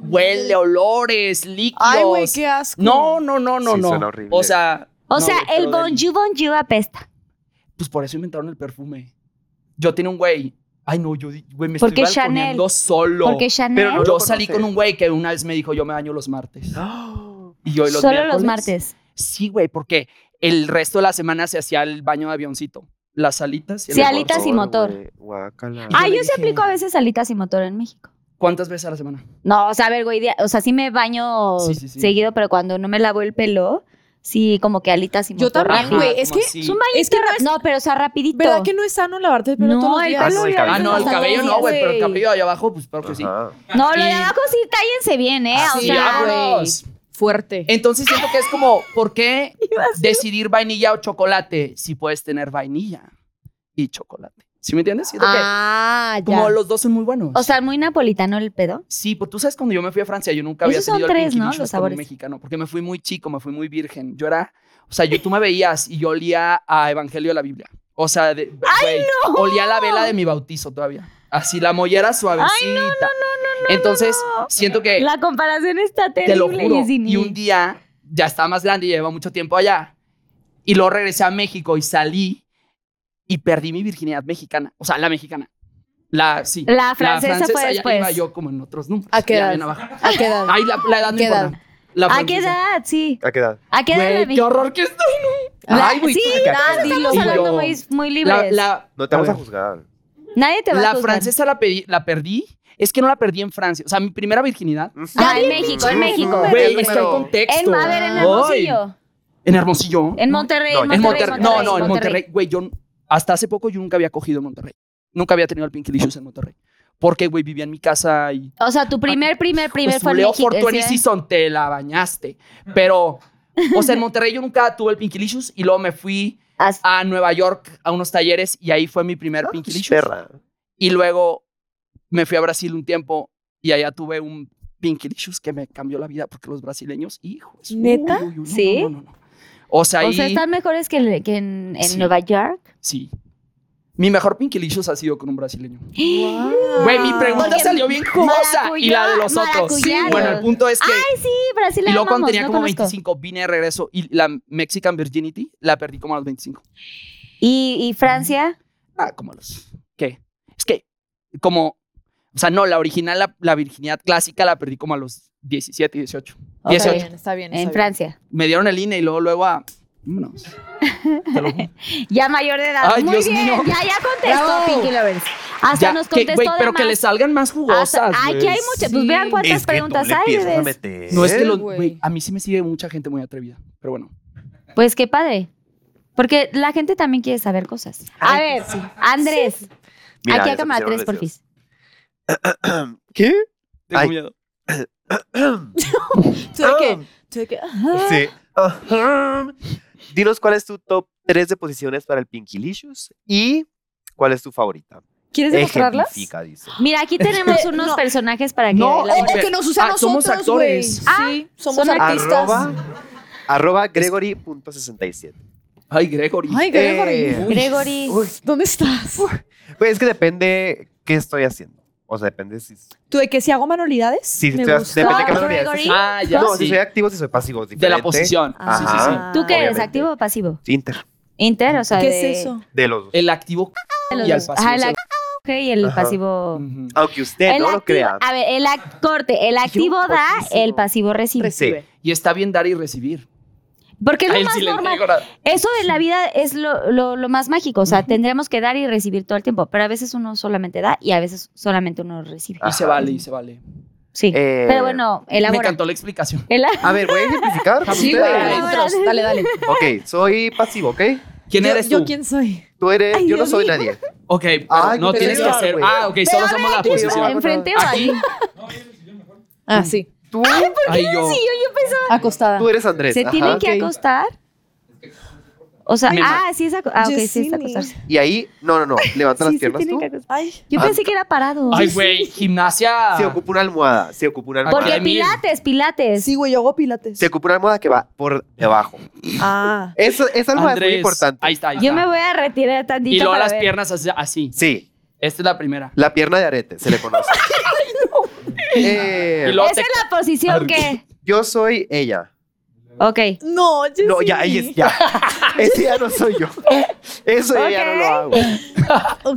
S6: huele olores, líquidos.
S8: Ay, güey, qué asco.
S6: No, no, no, no,
S7: Sí,
S6: no.
S7: suena horrible.
S6: O sea,
S4: O
S6: no,
S4: sea,
S6: güey,
S4: el
S6: pero del-
S4: bonjour bonjour apesta.
S6: Pues por eso inventaron el perfume. Yo tenía un güey. Ay, no, yo, di- güey, me
S4: Porque
S6: estoy balconeando
S4: Chanel.
S6: solo.
S4: Porque Chanel.
S7: Pero no
S6: yo
S7: lo
S6: salí
S7: conoces.
S6: con un güey que una vez me dijo, yo me baño los martes. Y yo y los
S4: Solo los
S6: miércoles.
S4: martes.
S6: Sí, güey, porque el resto de la semana se hacía el baño de avioncito. Las alitas y el
S4: Sí,
S6: motor.
S4: alitas y
S7: Por
S4: motor.
S7: güey, guácala.
S4: Ah,
S6: le
S4: yo sí
S6: dije-
S4: aplico a veces salitas y motor en México.
S6: ¿Cuántas veces a la semana?
S4: No, o sea, a ver, güey, día- o sea, sí me baño
S6: Sí, sí, sí.
S4: seguido, pero cuando no me lavo el pelo, sí, como que alitas y
S8: Yo
S4: motor.
S8: también,
S4: Ajá.
S8: güey, es
S6: como
S8: que
S6: así.
S4: Es un bañito
S8: Es que no
S4: ra- no, pero o sea, rapidito.
S8: ¿Verdad que no es sano lavarte el pelo
S4: No,
S8: todos los
S4: el
S8: días?
S4: pelo
S7: Ah, no, el
S4: de
S7: cabello.
S6: Ah, no, el
S4: hasta
S6: cabello
S4: todos
S6: no,
S4: los
S6: güey, pero el
S4: días,
S6: cabello de abajo, pues claro que sí.
S7: Ajá.
S4: güey. No, lo de
S6: Y-
S4: abajo sí, tállense bien, ¿eh? O
S6: Sí,
S4: sea,
S6: vámonos.
S8: Fuerte.
S6: Entonces siento que es como, ¿por qué decidir vainilla o chocolate si puedes tener vainilla y chocolate? ¿Sí me entiendes? Siento
S8: Ah,
S6: que
S8: ya.
S6: como los dos son muy buenos.
S4: o sea, muy napolitano el pedo.
S6: sí, pues tú sabes cuando yo me fui a Francia, yo nunca había
S4: Esos son
S6: tenido
S4: tres,
S6: el Pinky
S4: ¿no?
S6: Licious
S4: Los
S6: con un
S4: sabores.
S6: mexicano, porque me fui muy chico, me fui muy virgen. Yo era, o sea, yo tú me veías y yo olía a Evangelio de la Biblia. O sea, de, güey, olía a la vela de mi bautizo todavía. Así la mollera suavecita. Entonces, siento que
S4: La comparación está terrible.
S6: te lo juro.
S4: Yesini.
S6: Y un día ya estaba más grande y llevaba mucho tiempo allá. Y luego regresé a México y salí y perdí mi virginidad mexicana. O sea, la mexicana. La, sí.
S4: La francesa fue
S6: ya
S4: después.
S6: iba yo como en otros números.
S8: ¿A qué
S6: ya
S8: edad?
S6: bien abajo.
S8: ¿A qué edad?
S6: Ay, la, la edad no
S8: ¿Qué edad?
S6: importa. La
S4: ¿A qué
S6: francesa.
S4: edad? Sí.
S7: ¿A qué edad?
S4: ¿A qué edad
S6: Güey,
S4: la
S6: qué
S4: vi?
S6: horror que estoy.
S4: La-
S6: Ay, güey,
S4: sí,
S6: tú,
S8: Ah, dilo,
S4: Estamos
S6: güey.
S4: hablando
S6: Yo-
S4: muy, muy
S6: La,
S4: libres.
S6: la,
S7: No te
S6: a
S7: vamos a
S6: ver.
S7: juzgar.
S4: Nadie te va a
S6: La
S4: juzgar.
S6: francesa la, pedí- la perdí. Es que no la perdí en Francia. O sea, mi primera virginidad.
S4: Ah, en México, en México.
S6: Güey,
S4: En-
S6: está el contexto.
S4: a ver, en
S6: Ay.
S4: Hermosillo.
S6: En Hermosillo.
S4: En Monterrey,
S7: No,
S4: en
S6: En
S4: Monterrey,
S6: Monterrey. No, no, en Monterrey. Güey, yo hasta hace poco yo nunca había cogido en Monterrey. Nunca había tenido el Pinky Licious en Monterrey. Porque, güey, vivía en mi casa y.
S4: O sea, tu primer, primer, primer
S6: pues,
S4: fue en
S6: Leo
S4: México.
S6: Fortuny
S4: ¿sí?
S6: Season, te la bañaste. Pero, o sea, en Monterrey yo nunca tuve el Pinky Licious y luego me fui
S4: As-
S6: a Nueva York a unos talleres y ahí fue mi primer Pinky Licious.
S7: Ah, pues, Perra.
S6: Y luego me fui a Brasil un tiempo y allá tuve un Pinky Licious que me cambió la vida porque los brasileños, hijo. es-
S8: ¿Neta?
S6: uy, uy, uy, no,
S4: ¿Sí?
S6: no, no, no. O sea,
S4: O sea,
S6: ahí-
S4: están mejores que, el- que en, en
S6: Sí.
S4: Nueva York.
S6: Sí. Mi mejor Pinky Licious ha sido con un brasileño. Güey, mi pregunta
S4: Porque
S6: salió bien jugosa
S4: maracuyá-
S6: y la de los otros.
S4: maracuyá.
S6: Sí, Bueno, el punto es que
S4: Ay, sí, Brasil
S6: y
S4: la
S6: luego cuando
S4: amamos,
S6: tenía
S4: no
S6: como
S4: conozco.
S6: 25 vine de regreso y la Mexican Virginity la perdí como a los 25.
S4: ¿Y, y Francia?
S6: Ah, como a los ¿Qué? Es que como o sea, no, la original la, la virginidad clásica la perdí como a los 17, 18.
S4: Ok.
S8: Está
S6: 18.
S8: bien, está bien.
S4: En Francia.
S6: Me dieron el INE y luego luego a Vámonos. Te lo juro.
S4: Ya mayor de edad.
S6: Ay,
S4: Muy
S6: Dios
S4: bien,
S6: mío.
S4: ya, ya contestó
S8: Bravo.
S4: Pinky Lovers. Hasta
S6: Ya,
S4: nos
S6: que,
S4: contestó
S6: güey,
S4: de
S6: pero que
S4: más.
S6: le salgan más jugosas.
S4: Hasta- ay, que hay
S6: güey.
S4: muchas. Pues vean cuántas
S7: Es que tú le
S4: preguntas hay,
S7: empiezas a
S4: bebés.
S7: meter.
S6: No es que lo,
S8: güey.
S6: güey, a mí sí me sigue mucha gente muy atrevida, pero bueno.
S4: Pues qué padre. Porque la gente también quiere saber cosas. A
S7: Ay,
S4: ver, Andrés,
S7: Mira,
S4: aquí
S7: ya
S4: a
S7: se
S4: cámara 3,
S7: pusieron
S4: porfis.
S7: deseos. ¿Qué?
S6: Tengo
S7: Ay.
S6: miedo.
S8: Tú de
S6: Ah.
S8: que- tú de ah. que, ajá.
S7: Sí. Ajá. Ah. Dinos cuál es tu top 3 de posiciones para el Pinkilicious y cuál es tu favorita.
S8: ¿Quieres demostrarlas?
S7: Ejemplifica, dice.
S4: Mira, aquí tenemos unos personajes para que
S6: No,
S4: elaboren.
S6: o que
S8: Oh, nos usa a
S6: Ah, somos
S8: nosotros, güey.
S6: actores.
S8: Sí, somos
S4: son
S8: Ah, artistas.
S7: Arroba, arroba Gregory.67.
S6: Ay, Gregory.
S8: Ay, Gregory.
S7: Eh,
S4: Gregory.
S7: uy,
S8: ¿Dónde estás?
S7: pues es que depende qué estoy haciendo. O sea, depende si, si
S8: ¿Tú de que si hago manualidades? me
S7: estoy-
S8: gusta.
S7: depende qué
S4: Ah,
S7: manualidad
S4: Gregory.
S7: estoy-
S6: Ah, ya
S7: No, si
S6: sí.
S7: soy activo, si soy pasivo. es
S6: De la
S7: diferente.
S6: posición. Ah, Sí, sí, sí.
S7: Ajá.
S4: ¿Tú qué eres,
S7: Obviamente.
S4: activo o pasivo?
S7: Inter.
S4: Inter, o sea,
S8: ¿Qué
S4: de-
S8: es eso?
S7: De los dos.
S6: El activo
S4: de los
S6: y el
S4: dos.
S6: pasivo.
S4: Ajá, el
S6: se-
S4: ac- y el
S7: Ajá.
S4: pasivo.
S6: Ujú.
S7: Aunque usted
S4: El
S7: no lo
S4: activo-
S7: crea.
S4: A ver, el ac- corte, el activo da,
S7: poquísimo.
S4: el pasivo recibe.
S7: Sí.
S6: Y está bien dar y recibir.
S4: Porque es
S6: Ay,
S4: lo
S6: el
S4: más
S6: silencio,
S4: normal.
S6: Gregory.
S4: Eso en la vida es lo, lo- lo más mágico. O sea, tendríamos que dar y recibir todo el tiempo. Pero a veces uno solamente da y a veces solamente uno recibe.
S6: Y se
S7: Ajá.
S6: vale, y se vale.
S4: Sí.
S7: Eh,
S4: pero bueno,
S6: Me
S4: elabora.
S6: encantó la explicación.
S4: Ela-
S7: A ver, voy a ejemplificar.
S8: Sí,
S7: ustedes.
S8: güey,
S4: Ustedes.
S8: adentros. Dale, dale.
S7: Ok, soy pasivo, ¿ok?
S6: ¿Quién
S8: Yo-
S6: eres
S8: ¿Yo
S6: tú?
S8: quién soy?
S7: Tú eres,
S4: Ay,
S7: yo no
S4: Dios
S7: soy
S4: mío.
S7: nadie.
S6: Ok, pero
S7: Ay,
S6: no
S7: qué
S6: tienes que
S7: pesar,
S6: hacer.
S7: güey.
S6: Ah, ok, solo hacemos la
S7: aquí,
S6: posición.
S4: enfrente o
S6: Aquí.
S8: Ah, sí.
S7: Tú,
S6: Ay, yo.
S4: Sí, yo, yo pensaba.
S8: Acostada.
S7: tú eres
S6: Pues,
S7: Andrés.
S4: ¿Se
S7: ajá.
S4: tienen que
S8: Ok.
S4: acostar? O sea,
S6: Mi
S4: ah, sí es acostarse. Ah, ok, sí es
S8: Yesenia.
S4: acostarse.
S7: Y ahí, no, no, no.
S4: Sí,
S7: Levanta las
S4: se
S7: piernas
S4: tienen
S7: tú.
S4: que acostar.
S8: Ay.
S4: Yo pensé que era parado.
S6: Ah, Ay, güey, gimnasia.
S7: Se ocupa una almohada. Se ocupa una almohada.
S4: Porque
S6: Ay, mira.
S4: pilates, pilates.
S8: Sí, güey, yo hago pilates.
S7: Se ocupa una almohada que va por debajo.
S8: Ah.
S7: Eso, esa almohada es muy
S6: Andrés.
S7: importante.
S6: Ahí está, ahí
S4: yo
S6: está.
S4: me voy a retirar tantito.
S6: Y luego
S4: para
S6: las
S4: ver.
S6: piernas así- así.
S7: Sí,
S6: Esta es la primera.
S7: la pierna de arete, se le conoce. Eh,
S6: Y luego
S4: Esa
S6: te-
S4: es la posición que.
S7: yo soy ella.
S4: Ok.
S8: No, Jessy.
S7: No, ya, ella es ya. Ese ya no soy yo. Eso yo ya no lo hago.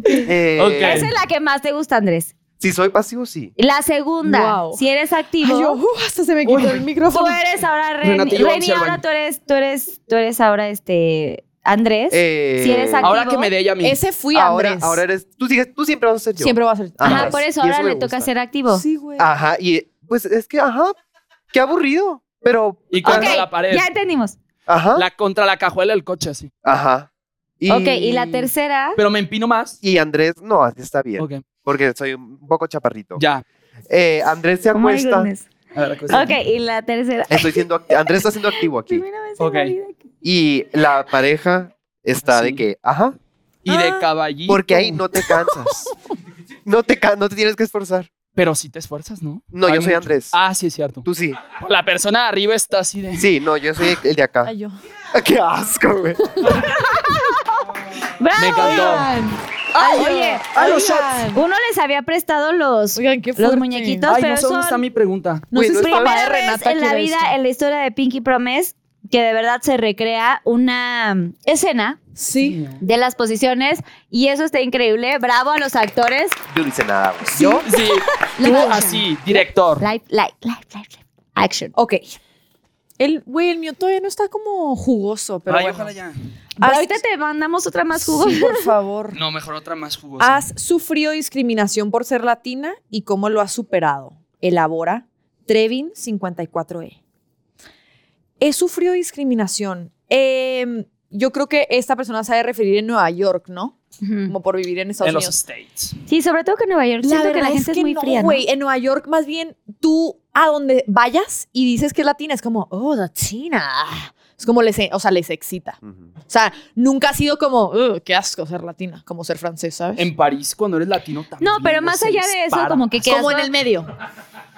S7: Eh,
S6: Ok.
S4: Esa es la que más te gusta, Andrés.
S7: Si soy pasivo, sí.
S4: La segunda,
S8: Wow.
S4: si eres
S8: Ay,
S4: activo,
S8: yo, uh, hasta se me quitó el
S4: tú
S8: micrófono.
S4: eres ahora Reni.
S6: Renata, yo
S4: Reni,
S6: observan.
S4: ahora tú eres, tú eres, tú eres ahora este Andrés.
S7: Eh,
S4: si eres activo.
S6: Ahora que me dé ella a mí.
S8: Ese fui
S7: ahora,
S8: Andrés.
S7: ahora eres. Tú, sigues- tú siempre vas a ser yo.
S8: Siempre va a ser.
S7: Ah.
S4: Ajá,
S7: Andrés.
S4: por eso
S7: Y eso
S4: ahora
S7: me
S4: le toca
S7: gusta.
S4: ser activo.
S8: Sí, güey.
S7: Ajá, y pues es que, ajá, qué aburrido. Pero,
S6: Y
S4: Ok,
S6: contra la pared.
S4: ya entendimos.
S7: ajá,
S6: La contra la cajuela del coche, así.
S7: ajá. Y,
S4: Ok, y la tercera,
S6: Pero me empino más.
S7: Y Andrés, no, así está bien,
S6: Ok,
S7: porque soy un poco chaparrito.
S6: ya.
S7: Eh, Andrés se
S4: Oh my
S7: acuesta.
S4: goodness.
S6: A ver, acuéstate.
S4: Ok, y la tercera.
S7: Estoy siendo act- Andrés está siendo activo aquí.
S4: Primera vez
S6: Ok.
S4: en la vida. que-
S7: Y la pareja está de
S6: Sí.
S7: que, ajá,
S6: Y de
S4: Ah.
S6: caballito.
S7: porque ahí no te cansas. No te, ca- no te tienes que esforzar.
S6: Pero si te esfuerzas, ¿no?
S7: No,
S6: Hay
S7: yo soy
S6: mucho.
S7: Andrés.
S6: Ah, sí, es cierto.
S7: Tú sí.
S6: La persona de arriba está así de.
S7: Sí, no, yo soy el de acá.
S8: Ay, yo.
S7: Qué asco, güey.
S4: ¡Bravo!
S6: Me encantó.
S4: Ay, oye,
S7: Ah,
S6: A los
S4: oigan, uno les había prestado los,
S8: Oigan, qué
S4: los
S8: fuerte.
S4: muñequitos,
S6: Ay,
S4: pero
S6: no sé dónde
S4: son-
S6: está mi pregunta.
S8: No
S7: Güey,
S8: sé
S7: no
S8: si
S7: estaba-
S8: papá de
S4: primera vez
S8: Renata
S4: en la
S8: quiere
S4: vida,
S8: esto.
S4: en la historia de Pinky Promise, que de verdad se recrea una mm, escena
S8: Sí.
S4: de las posiciones y eso está increíble. Bravo a los actores.
S7: Yo no hice nada, güey.
S6: ¿Yo? Sí.
S4: La
S6: Tú
S4: canción.
S6: así, director.
S4: Live, live, live, live, live. Action.
S8: Ok. El, güey, el mío todavía no está como jugoso, pero
S6: Ay,
S8: bueno.
S6: ojalá ya.
S8: Haz-
S4: Ahorita te mandamos otra más jugosa.
S8: Sí, por favor.
S6: No, mejor otra más jugosa.
S4: Ah,
S8: ¿Has sufrido discriminación por ser latina y cómo lo has superado? Elabora Trevin 54E. E. He sufrido discriminación. Em, yo creo que esta persona se ha de referir en Nueva York, ¿no?
S4: Mm.
S8: Como por vivir en Estados
S6: en los
S8: Unidos.
S6: States.
S4: Sí, sobre todo que en Nueva York. Siento que la
S8: verdad
S4: gente es, muy
S8: no,
S4: fría. ¿no?
S8: güey. En Nueva York, más bien, tú a donde vayas y dices que es latina, es como, oh, latina. Es como les, o sea, les excita.
S7: Ujú.
S8: O sea, nunca ha sido como, "Ugh, qué asco ser latina, como ser francés, ¿sabes?
S6: En París, cuando eres latino también.
S4: No, pero más
S6: se
S4: allá de eso,
S6: dispara.
S4: como que quedas
S8: como en
S4: con-
S8: el medio.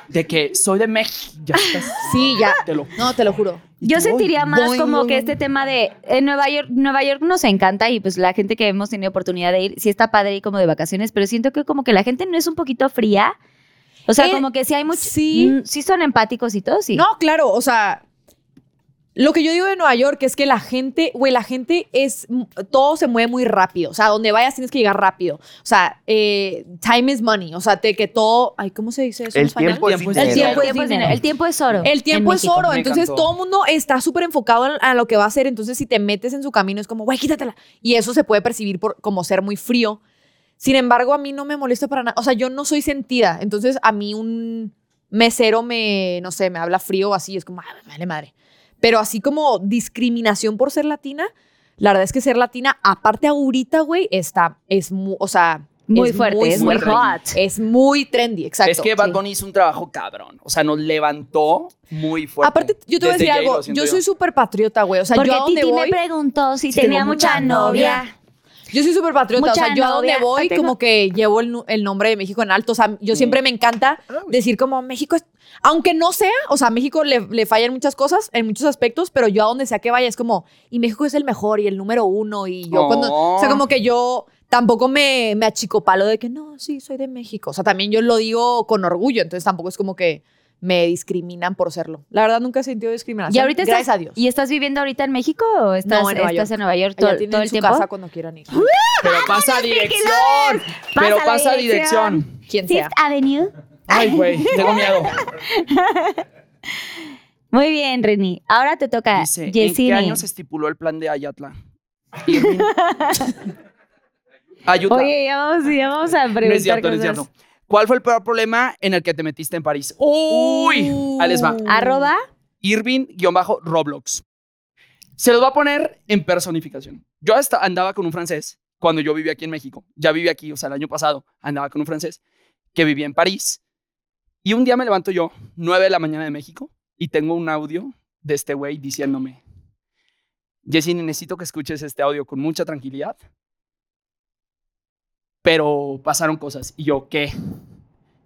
S6: De que soy de México. Ya estás.
S8: Sí, ya.
S6: Te lo-
S8: No, te lo juro.
S4: Yo sentiría más
S8: Boing,
S4: como
S8: boing,
S4: que
S8: boing.
S4: este tema de en Nueva York, Nueva York nos encanta y pues la gente que hemos tenido oportunidad de ir sí está padre y como de vacaciones, pero siento que como que la gente no es un poquito fría. O sea,
S8: Eh,
S4: como que sí hay muchos
S8: sí.
S4: sí son empáticos y todo, sí.
S8: No, claro, o sea, Lo que yo digo de Nueva York es que la gente, güey, la gente es, todo se mueve muy rápido. O sea, donde vayas tienes que llegar rápido. O sea, eh, time is money. O sea, te, que todo, ay, ¿cómo se dice eso en
S7: El
S8: español?
S7: tiempo es
S6: Tiempo es
S7: dinero.
S4: El tiempo,
S8: El
S4: es
S8: tiempo es
S4: dinero.
S8: dinero.
S4: El tiempo es oro.
S8: El tiempo
S4: en
S8: es
S4: México.
S8: oro,
S6: Me
S8: entonces
S6: encantó.
S8: todo el mundo está súper enfocado en- a lo que va a hacer, entonces si te metes en su camino es como, güey, quítatela. Y eso se puede percibir por, como ser muy frío. Sin embargo, a mí no me molesta para nada, o sea, yo no soy sentida, entonces a mí un mesero me, no sé, me habla frío o así, es como, "Ah, vale madre. Pero así como discriminación por ser latina, la verdad es que ser latina, aparte ahorita, güey, está, es, mu- o sea...
S4: Muy
S8: es
S4: fuerte, es muy
S6: fuerte.
S4: hot.
S8: Es muy trendy, exacto.
S6: es que Bad Bunny hizo un trabajo cabrón. O sea, nos levantó muy fuerte.
S8: Aparte, yo te voy a
S6: Desde
S8: decir
S6: J-Lo,
S8: algo.
S6: siento
S8: Yo soy súper patriota, güey. O sea,
S4: Porque
S8: yo a donde
S4: Titi
S8: voy.
S4: me preguntó si
S8: Sí,
S4: tenía
S8: tengo
S4: mucha novia.
S8: Yo soy súper patriota. O sea,
S4: Mucha
S8: yo a donde
S4: novia,
S8: voy,
S4: no tengo-
S8: como que llevo el, nu- el nombre de México en alto. O sea, yo
S6: Mm.
S8: siempre me encanta
S6: Ah,
S8: decir como México es. Aunque no sea, o sea, a México le, le fallan muchas cosas, en muchos aspectos, pero yo a donde sea que vaya es como, y México es el mejor y el número uno. Y yo cuando. O sea,
S6: Oh.
S8: como que yo. Tampoco me, me achicopalo de que no, sí, soy de México. O sea, también yo lo digo con orgullo, entonces tampoco es como que me discriminan por serlo. La verdad, nunca he sentido discriminación.
S4: Y ahorita
S8: Gracias
S4: estás,
S8: a Dios.
S4: ¿Y estás viviendo ahorita en México o estás,
S8: No, en Nueva
S4: estás
S8: York.
S4: en Nueva York
S8: Allá
S4: todo,
S8: tienen
S4: todo el
S8: su
S4: tiempo?
S8: casa cuando quieran ir.
S6: Pero pasa a dirección. Pero
S4: Pasa la
S6: pasa a
S4: dirección.
S6: dirección.
S8: Quien sea.
S4: Fifth Avenue.
S6: Ay, güey, tengo miedo.
S4: Muy bien, Reni. Ahora te
S8: Ah,
S4: toca
S6: Dice, ¿en qué
S4: Yesini.
S6: año se estipuló el plan de Ayatla? Irving. Ayuda.
S4: Oye, ya vamos, ya vamos a preguntar
S6: no es cierto,
S4: cosas.
S6: no es cierto. ¿Cuál fue el peor problema en el que te metiste en París? ¡Uy!
S8: Uh.
S6: Ahí les va.
S4: Arroba.
S6: Irving-Roblox. Se los va a poner en personificación. Yo hasta andaba con un francés cuando yo vivía aquí en México. Ya viví aquí, o sea, el año pasado andaba con un francés que vivía en París. Y un día me levanto yo, 9 de la mañana de México, y tengo un audio de este güey diciéndome, Jessine, necesito que escuches este audio con mucha tranquilidad. Pero pasaron cosas. Y yo, ¿qué?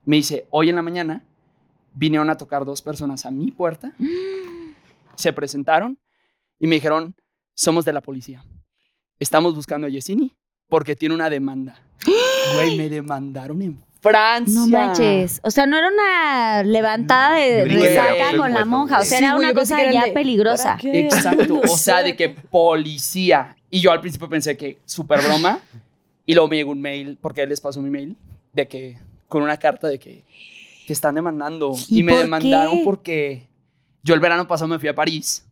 S6: Me dice, hoy en la mañana vinieron a tocar dos personas a mi puerta se presentaron y me dijeron, somos de la policía. Estamos buscando a Yesini porque tiene una demanda. Güey, me demandaron en Francia.
S4: No manches. O sea, no era una levantada de
S7: Yo
S6: dije,
S4: resaca
S6: "Ay,
S4: con la
S7: güey,
S4: monja. O sea,
S8: Sí,
S4: era
S8: güey,
S4: una
S8: yo pensé
S4: cosa
S8: que era el
S4: ya
S8: de-
S4: peligrosa.
S6: Exacto. O sea, de que policía. Y yo al principio pensé que súper broma. Y luego me llegó un mail, porque él les pasó mi mail, de que, con una carta de que te están demandando.
S4: ¿Y
S6: Y, me
S4: por
S6: demandaron
S4: qué?
S6: porque yo el verano pasado me fui a París.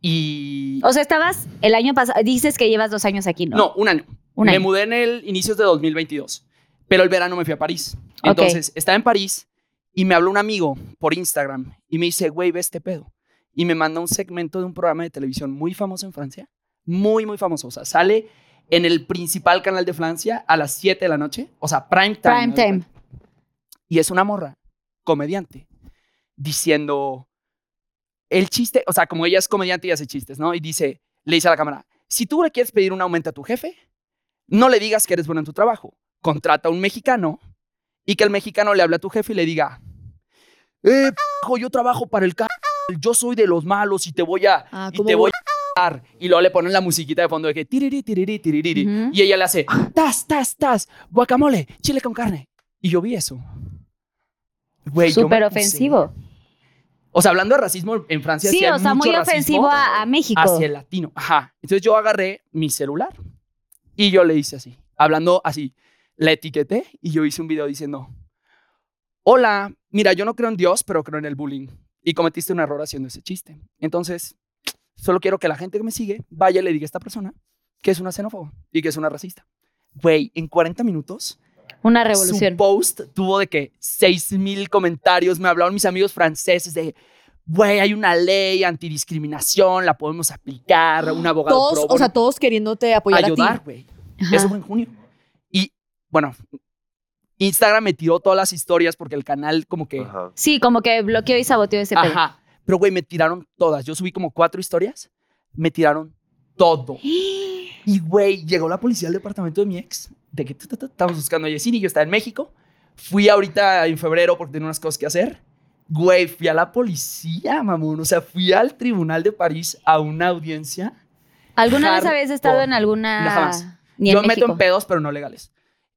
S6: Y.
S4: O sea, estabas el año pasado. Dices que llevas dos años aquí, ¿no?
S6: No, un año.
S4: Un
S6: me
S4: año.
S6: mudé en el inicios de 2022, pero el verano me fui a París.
S4: Ok.
S6: Entonces, estaba en París y me habló un amigo por Instagram y me dice, güey, ve este pedo. Y me manda un segmento de un programa de televisión muy famoso en Francia, muy, muy famoso. O sea, sale en el principal canal de Francia a las 7 de la noche, o sea, prime time.
S4: Prime
S6: haz de
S4: time.
S6: cuenta. Y es una morra, comediante, diciendo el chiste, o sea, como ella es comediante y hace chistes, ¿no? Y dice, le dice a la cámara, si tú le quieres pedir un aumento a tu jefe, no le digas que eres bueno en tu trabajo. Contrata a un mexicano y que el mexicano le hable a tu jefe y le diga, eh, p***, yo trabajo para el c***, yo soy de los malos y te voy a,
S8: Ah,
S6: y
S8: como
S6: te voy a c***ar". Y luego le ponen la musiquita de fondo de que tiriri, tiriri, tiriri.
S4: Ujú.
S6: Y ella le hace, tas, tas, tas, guacamole, chile con carne. Y yo vi eso. Güey, yo me
S4: Súper
S6: puse-
S4: ofensivo.
S6: O sea, hablando de racismo en Francia,
S4: Sí,
S6: sí hay
S4: o sea,
S6: mucho
S4: muy
S6: racismo
S4: ofensivo a, a México.
S6: hacia el latino. Ajá. Entonces yo agarré mi celular y yo le hice así, hablando así. La etiqueté y yo hice un video diciendo, hola, mira, yo no creo en Dios, pero creo en el bullying. Y cometiste un error haciendo ese chiste. Entonces, solo quiero que la gente que me sigue vaya y le diga a esta persona que es una xenófoba y que es una racista. Güey, en 40 minutos
S4: Una revolución.
S6: su post tuvo de que 6000 comentarios. Me hablaron mis amigos franceses de, güey, hay una ley antidiscriminación, la podemos aplicar. Un abogado
S8: Todos,
S6: pro
S8: o sea,
S6: bono
S8: todos queriédote apoyar a
S6: ayudar,
S8: ti.
S6: güey.
S4: Ajá.
S6: Eso fue en junio. Y bueno, Instagram me tiró todas las historias porque el canal, como que.
S7: Ajá.
S4: Sí, como que bloqueó y saboteó ese pedo.
S6: Ajá. Pero, güey, me tiraron todas. Yo subí como cuatro historias. Me tiraron todo. Y, güey, llegó la policía al departamento de mi ex. De que "Ta, ta, ta, estamos buscando a Yesini. Yo estaba en México. Fui ahorita en febrero porque tenía unas cosas que hacer. Güey, fui a la policía, mamón. O sea, fui al tribunal de París a una audiencia.
S4: ¿Alguna vez
S6: Hardcore.
S4: habías estado en alguna...?
S6: No, jamás.
S4: Ni en
S6: yo me meto
S4: México.
S6: en pedos, pero no legales.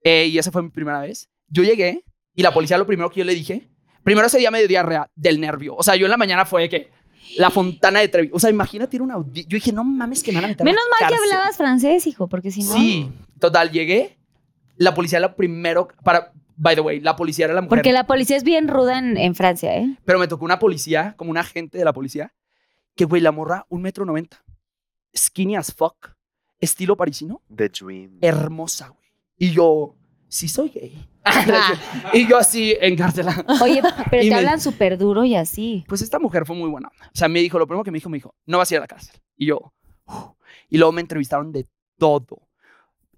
S6: Eh, y esa fue mi primera vez. Yo llegué y la policía lo primero que yo le dije, primero ese día me dio diarrea del nervio. O sea, yo en la mañana fue de que, La Fontana de Trevi. O sea, imagínate ir a una audi- Yo dije, no mames, que me van a meter a la
S4: Menos mal que
S6: cárcel.
S4: hablabas francés, hijo, porque si no.
S6: Sí. Total, llegué. La policía era la primero para by the way, la policía era la mujer.
S4: Porque la policía es bien ruda en, en Francia, ¿eh?
S6: Pero me tocó una policía, como un agente de la policía, que güey, la morra, un metro noventa. Skinny as fuck. Estilo parisino.
S7: The Dream.
S6: Hermosa, güey. Y yo, sí soy gay. y yo así, encarcelada.
S4: Oye, pero
S6: Y
S4: te
S6: me-
S4: hablan súper duro y así.
S6: Pues esta mujer fue muy buena. onda. O sea, me dijo, lo primero que me dijo, me dijo, no vas a ir a la cárcel. Y yo, "Uf". y luego me entrevistaron de todo.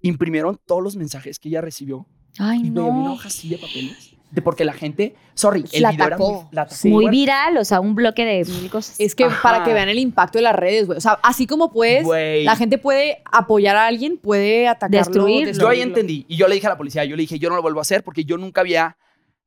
S6: Imprimieron todos los mensajes que ella recibió.
S4: Ay,
S6: Y me una
S4: no.
S6: hoja así de papeles. De porque la gente, sorry, el
S8: La
S6: video era
S8: atacó.
S6: muy, la atacó
S4: Muy
S6: fuerte.
S4: viral, o sea, un bloque de mil cosas.
S8: Es que
S6: Ajá.
S8: para que vean el impacto de las redes, güey. O sea, así como puedes,
S6: Güey.
S8: la gente puede apoyar a alguien, puede atacarlo.
S4: Destruirlo.
S6: Yo ahí
S8: destruirlo.
S6: entendí. Y yo le dije a la policía, yo le dije, yo no lo vuelvo a hacer porque yo nunca había,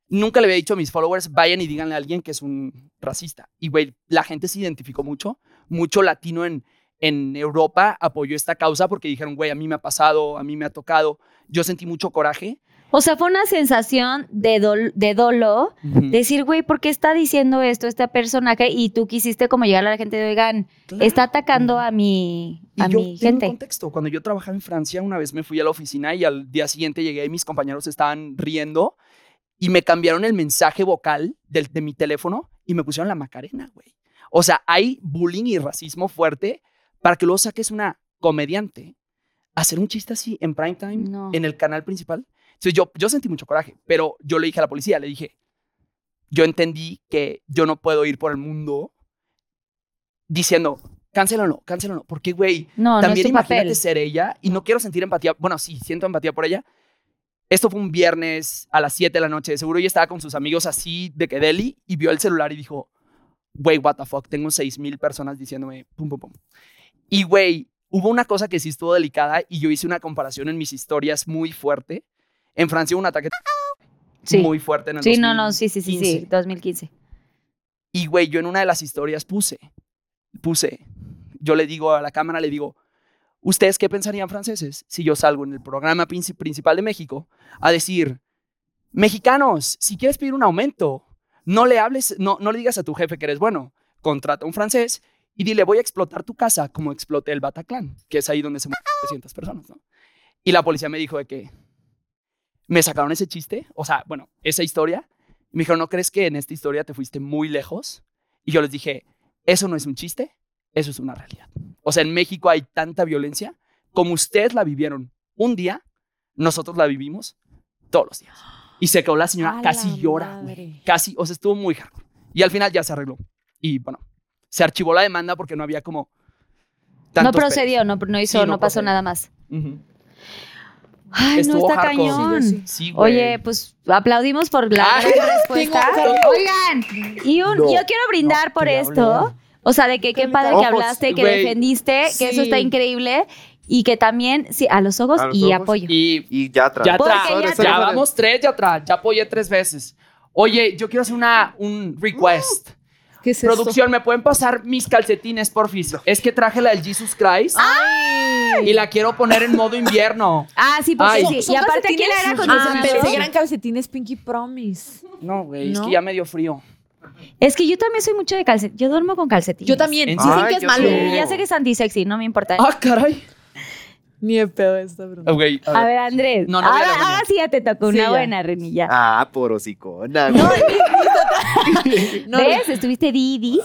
S6: nunca le había dicho a mis followers, vayan y díganle a alguien que es un racista. Y, güey, la gente se identificó mucho. Mucho latino en, en Europa apoyó esta causa porque dijeron, güey, a mí me ha pasado, a mí me ha tocado. Yo sentí mucho coraje.
S4: O sea, fue una sensación de, dol- de dolo. Decir, güey, ¿por qué está diciendo esto este personaje? Y tú quisiste como llegar a la gente de, oigan,
S6: Claro.
S4: está atacando a mi,
S6: Y
S4: a
S6: yo
S4: mi
S6: tengo un
S4: gente.
S6: contexto. Cuando yo trabajaba en Francia, una vez me fui a la oficina y al día siguiente llegué y mis compañeros estaban riendo y me cambiaron el mensaje vocal del, de mi teléfono y me pusieron la Macarena, güey. O sea, hay bullying y racismo fuerte para que luego saques una comediante. Hacer un chiste así en prime time,
S4: No.
S6: en el canal principal. Entonces yo, yo sentí mucho coraje, pero yo le dije a la policía, le dije, yo entendí que yo no puedo ir por el mundo diciendo, cancélalo, cancélalo, porque, güey,
S4: No,
S6: también
S4: no es tu
S6: imagínate
S4: papel.
S6: ser ella y no quiero sentir empatía. Bueno, sí, siento empatía por ella. Esto fue un viernes a las 7 de la noche. Seguro ella estaba con sus amigos así de que deli y vio el celular y dijo, güey, what the fuck, tengo 6,000 personas diciéndome pum, pum, pum. Y, güey, hubo una cosa que sí estuvo delicada y yo hice una comparación en mis historias muy fuerte. En Francia hubo un ataque
S4: Sí.
S6: muy fuerte en el
S4: Sí, no, no, sí, sí, sí,
S6: 2015.
S4: sí, 2015.
S6: Y, güey, yo en una de las historias puse, puse, yo le digo a la cámara, le digo, ¿ustedes qué pensarían franceses si yo salgo en el programa princi- principal de México a decir, mexicanos, si quieres pedir un aumento, no le hables, no, no le digas a tu jefe que eres bueno, contrata a un francés y dile, voy a explotar tu casa como exploté el Bataclan, que es ahí donde se mueren 300 personas, ¿no? Y la policía me dijo de que me sacaron ese chiste, o sea, bueno, esa historia, y me dijeron, ¿no crees que en esta historia te fuiste muy lejos? Y yo les dije, eso no es un chiste, eso es una realidad. O sea, en México hay tanta violencia como ustedes la vivieron un día, nosotros la vivimos todos los días. Y se quedó la señora
S8: A
S6: casi
S8: la
S6: llora, güey.
S8: madre.
S6: casi, o sea, estuvo muy hardcore. Y al final ya se arregló. Y bueno, se archivó la demanda porque no había como...
S4: No
S6: tantos peros.
S4: procedió, no, no hizo,
S6: Sí, no
S4: no, pasó
S6: procedió.
S4: nada más.
S6: Ujú.
S4: Ay,
S6: Estuvo
S4: no está
S6: hardcore.
S4: cañón.
S6: Sí, güey.
S4: Oye, pues aplaudimos por la
S6: Ay,
S4: gran respuesta.
S6: tengo-
S4: Oigan, y un, yo quiero brindar por
S6: que le
S4: esto.
S6: hablen.
S4: O sea, de que qué padre
S7: Ojos,
S4: que hablaste, que
S6: güey.
S4: defendiste, que eso está
S8: Sí.
S4: increíble. Y que también, sí, a los ojos
S7: A los
S4: y
S7: ojos.
S4: apoyo.
S6: Y
S7: Y ya atrás.
S6: Ya
S4: Porque
S6: atrás.
S4: ya
S6: Ya,
S4: atrás.
S6: vamos tres, ya atrás. Ya apoyé tres veces. Oye, yo quiero hacer una, un
S4: Uh,
S6: request.
S8: ¿Qué es
S6: Producción, ¿me pueden pasar mis calcetines, porfis? Es que traje la del Jesus Christ y la quiero poner en modo invierno.
S4: Ah, sí, pues
S6: Ay.
S4: sí, sí.
S8: ¿Son
S4: Y aparte aquí el
S8: calcetines?
S4: aire
S8: Ah,
S4: acondicionado.
S8: pensé que eran calcetines Pinky Promise.
S6: No, güey, es
S8: ¿No?
S6: que ya me dio frío.
S4: Es que yo también soy mucho de calcetines. Yo duermo con calcetines.
S8: Yo también.
S6: ¿En
S8: Sí, sí
S7: serio?
S8: que es
S7: Ay, yo
S8: malo.
S7: sí.
S4: Y ya sé que es antisexy, no me importa.
S6: Ah, caray.
S8: Ni de pedo esta, bro.
S6: Ah, Güey, a
S4: a
S6: ver.
S4: ver, Andrés.
S6: No, no voy a la
S4: ahora,
S6: reunión.
S4: ahora sí ya te tocó
S8: Sí,
S4: una
S8: ya.
S4: buena, Renilla.
S7: Ah, por hocicona. güey.
S4: ¿Ves? Estuviste Didi.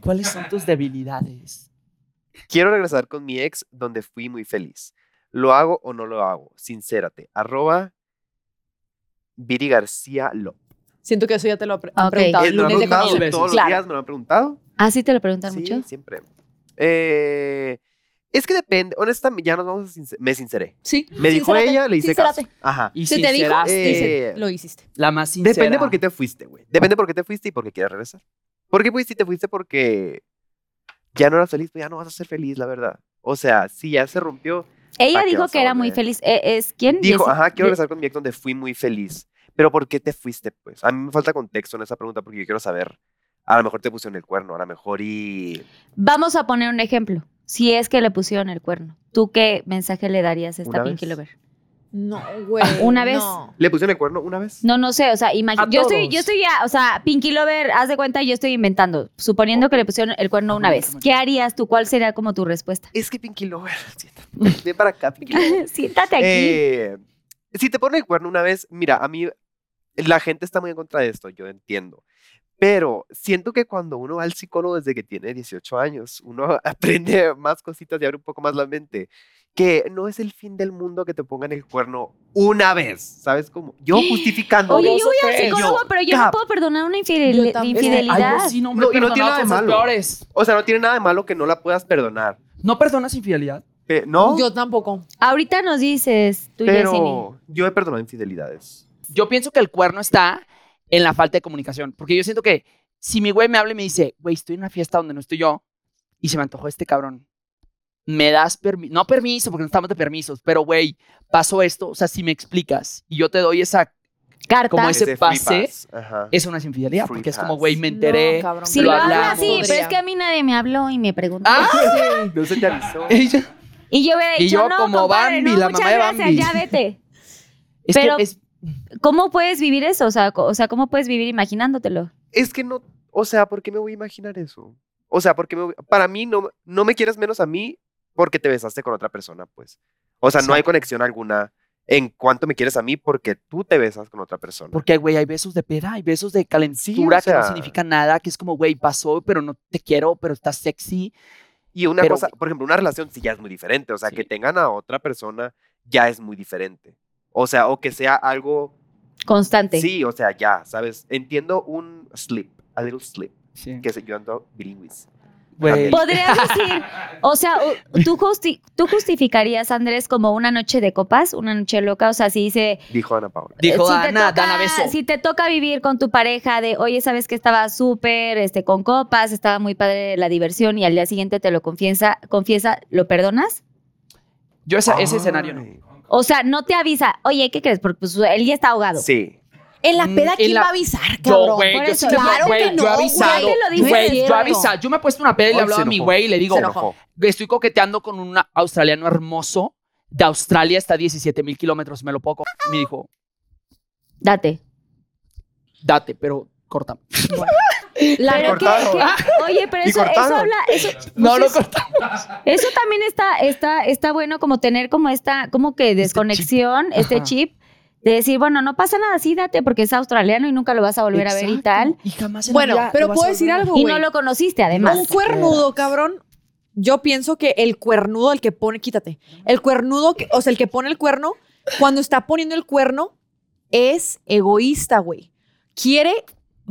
S6: ¿Cuáles son tus debilidades?
S7: Quiero regresar con mi ex donde fui muy feliz. ¿Lo hago o no lo hago? Sincérate. Arroba Viri García Lo.
S8: Siento que eso ya te lo han pre- han
S4: Ok.
S8: preguntado.
S7: Eh, me lo han
S8: Lunes de
S7: preguntado
S8: comida.
S6: veces.
S7: todos los
S8: Claro.
S7: días, me lo han preguntado.
S4: Ah, sí te lo preguntan
S7: Sí,
S4: mucho.
S7: siempre. Eh, es que depende. Honestamente, ya nos vamos a sincer- Me sinceré.
S8: Sí.
S7: Me dijo
S8: Sincérate,
S7: ella, le hice
S8: sincérate.
S7: caso. Ajá.
S6: Y
S8: Se te dijo,
S6: sinceraste.
S7: eh,
S8: Lo hiciste.
S6: la más sincera.
S7: Depende por qué te fuiste, güey. Depende por qué te fuiste y por qué quieres regresar. ¿Por qué fuiste y te fuiste? Porque ya no eras feliz, pues ya no vas a ser feliz, la verdad. O sea, si ya se rompió,
S4: Ella
S7: ¿Para qué
S4: dijo
S7: vas
S4: que
S7: a
S4: era muy
S7: volver?
S4: feliz. Eh, ¿Es quién?
S7: dijo,
S4: Jessy-
S7: ajá, quiero
S4: de-
S7: regresar con mi ex donde fui muy feliz. Pero ¿por qué te fuiste, pues? A mí me falta contexto en esa pregunta porque yo quiero saber. A lo mejor te pusieron el cuerno, a lo mejor y...
S4: Vamos a poner un ejemplo. Si es que le pusieron el cuerno, ¿tú qué mensaje le darías a esta
S7: Una
S4: Pinky
S7: vez.
S4: Lover?
S8: No, güey.
S4: Una vez.
S8: no.
S7: ¿Le pusieron el cuerno una vez?
S4: No, no sé, o sea,
S6: A
S4: imagínate. Yo estoy,
S6: todos.
S4: yo estoy ya, o sea, Pinky Lover, haz de cuenta, yo estoy inventando, suponiendo que le pusieron el cuerno una
S6: Ajá,
S4: vez.
S6: ajá.
S4: ¿Qué harías tú? ¿Cuál sería como tu respuesta?
S7: Es que Pinky Lover, siéntate. Ven para acá, Pinky Lover.
S4: Siéntate aquí.
S7: Eh, si te ponen el cuerno una vez, mira, a mí la gente está muy en contra de esto, yo entiendo. Pero siento que cuando uno va al psicólogo desde que tiene 18 años, uno aprende más cositas y abre un poco más la mente. Que no es el fin del mundo que te pongan el cuerno una vez, ¿sabes cómo? Yo justificando.
S4: Oye,
S6: dos
S4: yo
S6: o
S4: voy al
S6: tres.
S4: psicólogo,
S7: Yo,
S4: pero yo
S7: cap.
S4: no puedo perdonar una infidel-
S8: Yo también.
S4: infidelidad.
S6: Ay, yo sí, no, hombre,
S7: No, y no
S6: perdonaba
S7: tiene nada de
S6: cosas
S7: malo.
S6: peores.
S7: O sea, no tiene nada de malo que no la puedas perdonar.
S6: ¿No perdonas infidelidad?
S7: Pe- ¿No?
S8: Yo tampoco.
S4: Ahorita nos dices, tú Yesenia.
S7: pero yo he perdonado infidelidades.
S6: Yo pienso que el cuerno está en la falta de comunicación. Porque yo siento que si mi güey me habla y me dice, güey, estoy en una fiesta donde no estoy yo y se me antojó este cabrón, me das permiso, no permiso, porque no estamos de permisos, pero güey, pasó esto, o sea, si me explicas y yo te doy esa,
S4: Carta.
S6: como ese
S7: free
S6: pase,
S7: pass, ajá.
S6: eso no es infidelidad,
S7: Free
S6: porque es
S7: pass.
S6: como, güey, me enteré.
S8: No, cabrón,
S4: Si
S6: lo
S4: lo habla
S6: hablamos.
S4: así, pero es
S8: Podría.
S4: que a mí nadie me habló y me preguntó.
S6: ¡Ah!
S7: No se te avisó.
S4: Y yo hubiera
S6: Y
S4: dicho,
S6: yo
S4: no,
S6: como
S4: compadre,
S6: Bambi,
S4: no,
S6: la
S4: muchas
S6: mamá de
S4: gracias,
S6: Bambi.
S4: ya vete.
S6: Es
S4: Pero-
S6: que es-
S4: ¿Cómo puedes vivir eso? O sea, co- o sea, ¿cómo puedes vivir imaginándotelo?
S7: Es que no, o sea, ¿por qué me voy a imaginar eso? O sea, porque para mí no, no me quieres menos a mí porque te besaste con otra persona, pues. O sea, no hay conexión alguna en cuánto me quieres a mí porque tú te besas con otra persona.
S6: porque, güey, hay besos de peda, hay besos de calentura que no
S7: sea.
S6: significa nada, que es como, güey, pasó, pero no te quiero, pero estás sexy.
S7: y una
S6: pero-
S7: cosa, por ejemplo, una relación sí ya es muy diferente. O sea, que
S6: Sí.
S7: tengan a otra persona ya es muy diferente. O sea, o que sea algo,
S4: Constante.
S7: sí, o sea, ya, ¿sabes? Entiendo un slip, a little slip,
S6: Sí.
S7: que se, yo ando bilingües.
S6: Güey.
S4: Podrías decir, o sea, u- ¿tú, justi- tú justificarías, Andrés, como una noche de copas, una noche loca. O sea, si dice, eh,
S7: Dijo Ana Paula.
S6: Dijo
S4: si te
S6: Dana,
S4: toca-
S6: Dana Beso.
S4: Si te toca vivir con tu pareja de, oye, sabes que estaba súper este, con copas, estaba muy padre la diversión y al día siguiente te lo confiesa, confiesa ¿lo perdonas?
S6: Yo esa- ese escenario no.
S7: Ay.
S4: O sea, no te avisa, oye, ¿qué crees? Porque pues, él ya está ahogado.
S7: Sí.
S8: En la
S6: Mm,
S8: peda,
S6: en
S8: ¿quién
S6: la-
S8: va a avisar, cabrón?
S6: güey,
S4: por
S6: yo
S4: eso.
S6: sí le-
S8: Claro
S6: güey,
S8: que no,
S6: yo he
S8: güey.
S6: avisado.
S4: Nadie lo dice, es
S6: Güey, yo
S8: cierto.
S6: he avisado. Yo me he puesto una peda y le
S7: Ay,
S6: he
S7: se
S6: hablado a mi
S7: enojó.
S6: güey y le digo,
S7: Se enojó.
S6: "Güey, estoy coqueteando con un australiano hermoso de Australia, está a 17 mil kilómetros, me lo puedo co-". Me dijo,
S4: Date.
S6: date, pero cortame.
S4: La pero que-
S7: cortaron.
S4: que- oye, pero
S7: Y
S4: eso, eso
S7: cortaron.
S4: habla, eso,
S6: No lo
S4: pues es-
S6: cortamos.
S4: eso también está, está, está bueno como tener como esta, como que desconexión, este
S6: Ajá.
S4: chip. de decir, bueno, no pasa nada, sí, date, porque es australiano y nunca lo vas a volver a ver y tal.
S6: Y jamás en la
S8: Bueno,
S6: vida lo
S8: pero
S6: vas
S8: puedo
S6: a
S8: decir
S6: volver.
S8: algo,
S4: Y
S8: güey.
S4: no lo conociste, además.
S8: Un cuernudo, cabrón. Yo pienso que el cuernudo, el que pone, quítate, el cuernudo, que- o sea, el que pone el cuerno, cuando está poniendo el cuerno, es egoísta, güey. Quiere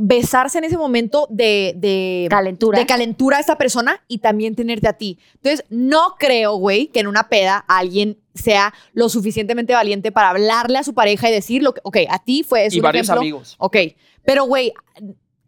S8: besarse en ese momento de, de,
S4: Calentura.
S8: de calentura a esta persona y también tenerte a ti. Entonces, no creo, güey, que en una peda alguien sea lo suficientemente valiente para hablarle a su pareja y decir, lo que, ok, a ti fue es
S6: Y
S8: un
S6: varios
S8: ejemplo,
S6: amigos.
S8: Ok, pero güey,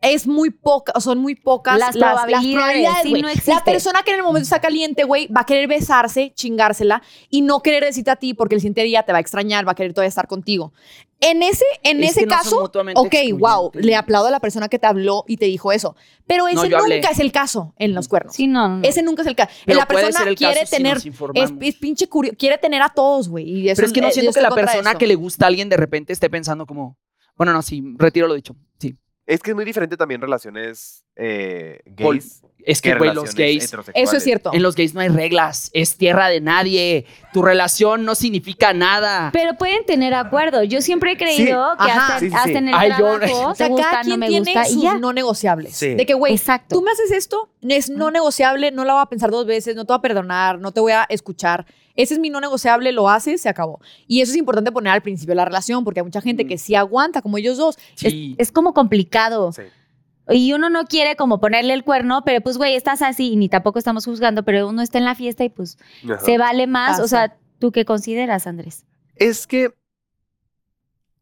S8: es muy poca, son muy pocas
S4: Las probabilidades, sí,
S8: güey.
S4: no existe.
S8: La persona que en el momento está caliente, güey, va a querer besarse, chingársela y no querer decirte a ti porque el siguiente día te va a extrañar, va a querer todavía estar contigo. En ese, en
S6: Es
S8: ese
S6: que no son
S8: caso,
S6: mutuamente
S8: ok, wow,
S6: excluyentes.
S8: le aplaudo a la persona que te habló y te dijo eso, pero ese
S6: yo hablé. Mm,
S8: nunca es el caso en los cuernos.
S4: Sí, no, no.
S8: Ese nunca es el caso.
S6: Pero
S8: La
S6: puede
S8: persona
S6: ser el caso
S8: quiere
S6: si
S8: tener,
S6: nos
S8: es,
S6: informamos.
S8: es pinche curio- quiere tener a todos, güey. y eso-
S6: Pero es que no
S8: eh, yo
S6: siento que
S8: estoy
S6: la
S8: contra
S6: persona
S8: eso.
S6: que le gusta a alguien de repente esté pensando como, bueno, no, sí, retiro lo dicho. Sí.
S7: Es que es muy diferente también relaciones eh,
S6: Pol-
S7: gays.
S6: Es que, güey, los gays
S8: Eso es cierto.
S6: En los gays no hay reglas, es tierra de nadie, tu relación no significa nada.
S4: Pero pueden tener acuerdo. Yo siempre he creído
S8: Sí,
S4: que
S8: ajá.
S4: hasta,
S7: Sí, sí,
S4: hasta
S7: sí.
S4: en el
S6: Ay, yo-
S4: trabajo
S8: O sea,
S4: te gusta,
S8: cada
S4: no
S8: quien
S4: me
S8: tiene
S4: gusta y
S8: sus
S4: ya.
S8: no negociables.
S7: Sí.
S8: De que, güey,
S4: Exacto.
S8: tú me haces esto, es no negociable, no la voy a pensar dos veces, no te voy a perdonar, no te voy a escuchar. Ese es mi no negociable, lo haces, se acabó. Y eso es importante poner al principio de la relación, porque hay mucha gente que sí aguanta, como ellos dos.
S6: Sí.
S4: Es como complicado.
S7: Sí.
S4: Y uno no quiere como ponerle el cuerno, pero pues, güey, estás así y ni tampoco estamos juzgando, pero uno está en la fiesta y pues
S7: Ajá.
S4: se vale más.
S8: Pasa.
S4: O sea, ¿tú qué consideras, Andrés?
S7: Es que.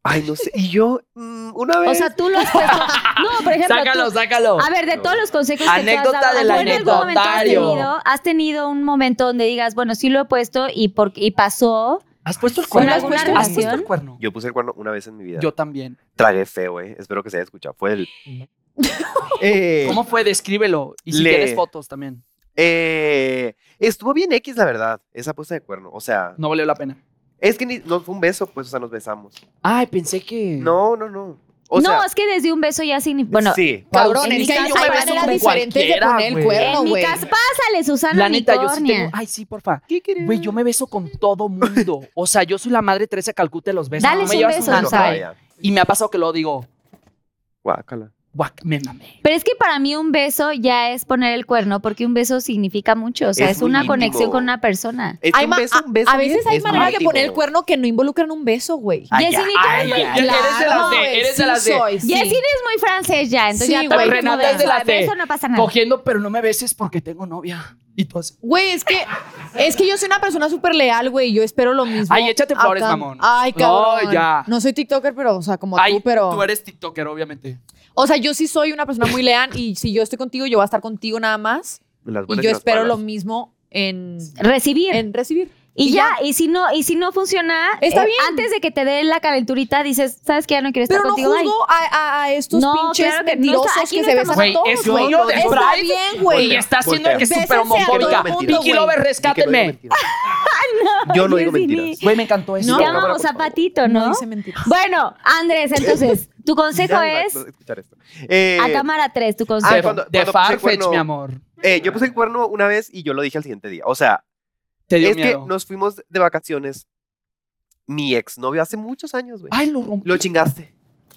S7: Ay, no sé. Y yo, mm, una
S6: Pues,
S4: O
S7: vez.
S4: sea, tú lo has puesto... No, por ejemplo,
S6: sácalo,
S4: tú-
S6: sácalo.
S4: A ver, de todos los consejos que tú
S6: Anécdota
S4: has dado,
S6: del
S4: ¿tú en algún momento has
S6: anecdotario.
S4: tenido, has tenido un momento donde digas, bueno, sí lo he puesto y, por, y pasó.
S6: ¿Has puesto el
S4: ¿Con
S6: cuerno?
S4: alguna
S6: ¿Has puesto- has puesto
S4: relación?
S6: el cuerno?
S7: yo puse el cuerno una vez en mi vida.
S6: Yo también.
S7: tragué feo, eh. Espero que se haya escuchado. Fue el. Eh,
S6: ¿Cómo fue? Descríbelo. Y si
S7: Le-
S6: tienes fotos también.
S7: eh, estuvo bien X, la verdad. Esa puesta de cuerno. O sea,
S6: No valió la pena.
S7: Es que ni, no fue un beso, pues, o sea, nos besamos.
S6: Ay, pensé que.
S7: No, no, no. O
S4: no,
S7: sea,
S4: es que desde un beso ya sin. Bueno,
S7: sí.
S8: Cabrón,
S4: en mi
S8: es que hay
S4: casa hay
S8: maneras
S4: maneras
S8: diferentes de
S6: cualquiera,
S8: poner el
S6: güey.
S8: cuerno,
S4: en mi
S8: güey.
S4: casa, pásale, Susana.
S6: La neta, yo sí
S4: Unicornia.
S6: tengo. Ay, sí, porfa. Güey, yo me beso con todo mundo. O sea, yo soy la madre Teresa de Calcuta de los besos.
S4: Dales
S6: No me
S4: un
S6: llevas
S4: beso,
S6: una,
S7: no,
S4: Sai.
S6: güey.
S7: ya.
S6: Y me ha pasado que luego digo,
S7: Guácala.
S6: guac, me mamé.
S4: Pero es que para mí un beso ya es poner el cuerno, porque un beso significa mucho. O sea, es,
S7: Es muy
S4: una
S7: íntimo.
S4: conexión con una persona.
S7: Es que
S8: Hay
S7: un
S8: ma- ah,
S7: beso,
S8: a-
S7: un beso
S8: a veces
S7: bien
S8: hay
S7: es muy
S8: maneras de poner el
S7: íntimo.
S8: cuerno que no involucran un beso, güey.
S6: Ay,
S4: Yesenia,
S6: ya, ay,
S4: cállate.
S6: ya, ya, Eres de las de,
S8: güey,
S6: eres de
S8: sí
S6: las de.
S8: soy, sí.
S4: Yesenia es muy francés ya, entonces
S8: Sí,
S4: ya todo
S8: güey,
S4: el mundo
S6: Renata es de la T.
S4: Eso no pasa nada.
S6: Cogiendo, pero no me beses porque tengo novia. Y tú así.
S8: Güey, es que, es que yo soy una persona súper leal, güey. Yo espero lo mismo.
S6: Ay, échate flores,
S8: acá.
S6: mamón.
S8: Ay,
S6: No,
S8: cabrón. No,
S6: ya.
S8: soy TikToker, pero, o sea, como
S6: Ay,
S8: tú, pero.
S6: tú eres TikToker, obviamente.
S8: O sea, yo sí soy una persona muy leal y si yo estoy contigo, yo voy a estar contigo nada más.
S7: Las
S8: Y
S7: buenas
S8: yo
S7: las
S8: espero lo
S7: malas.
S8: mismo en,
S4: Recibir.
S8: en recibir.
S4: y ya, y si no, y si no funciona, eh,
S8: Está bien.
S4: antes de que te dé la calenturita, dices, ¿sabes qué? Ya no quiero estar
S8: Pero no
S4: contigo. Ay,
S8: juzgo a, a- a estos
S4: No,
S8: pinches
S4: claro que no.
S8: mentirosos
S4: Aquí
S8: que
S4: no
S8: se
S4: estamos-
S8: besan
S6: Güey,
S8: a todos,
S6: es
S8: güey.
S6: dueño de
S8: Está
S6: Pride
S8: bien, güey.
S6: Y está haciendo
S7: Voltea.
S6: el que es
S8: Bésense
S6: súper
S8: a todo
S6: homofóbica.
S7: mundo,
S6: Vicky Lover,
S8: güey.
S7: Porque no digo
S6: rescátenme.
S7: mentiras. Yo no digo
S4: Dios mío.
S7: mentiras.
S6: Güey, me encantó eso.
S8: No,
S4: Te
S7: cámara,
S4: amamos,
S7: por favor.
S4: zapatito, ¿no?
S8: dice mentiras.
S4: Bueno, Andrés, entonces, tu consejo
S7: Ya me va
S4: es
S7: a escuchar esto. Eh,
S4: a cámara 3, tu consejo.
S7: Ah, cuando-
S6: de
S7: cuando puse el
S6: Farfetch,
S7: cuerno-
S6: mi amor.
S7: eh, yo puse el cuerno una vez y yo lo dije al siguiente día. O sea,
S6: Te dio
S7: es
S6: miedo.
S7: que nos fuimos de vacaciones. Mi exnovio hace muchos años, güey.
S6: Ay, lo rompí.
S7: Lo chingaste.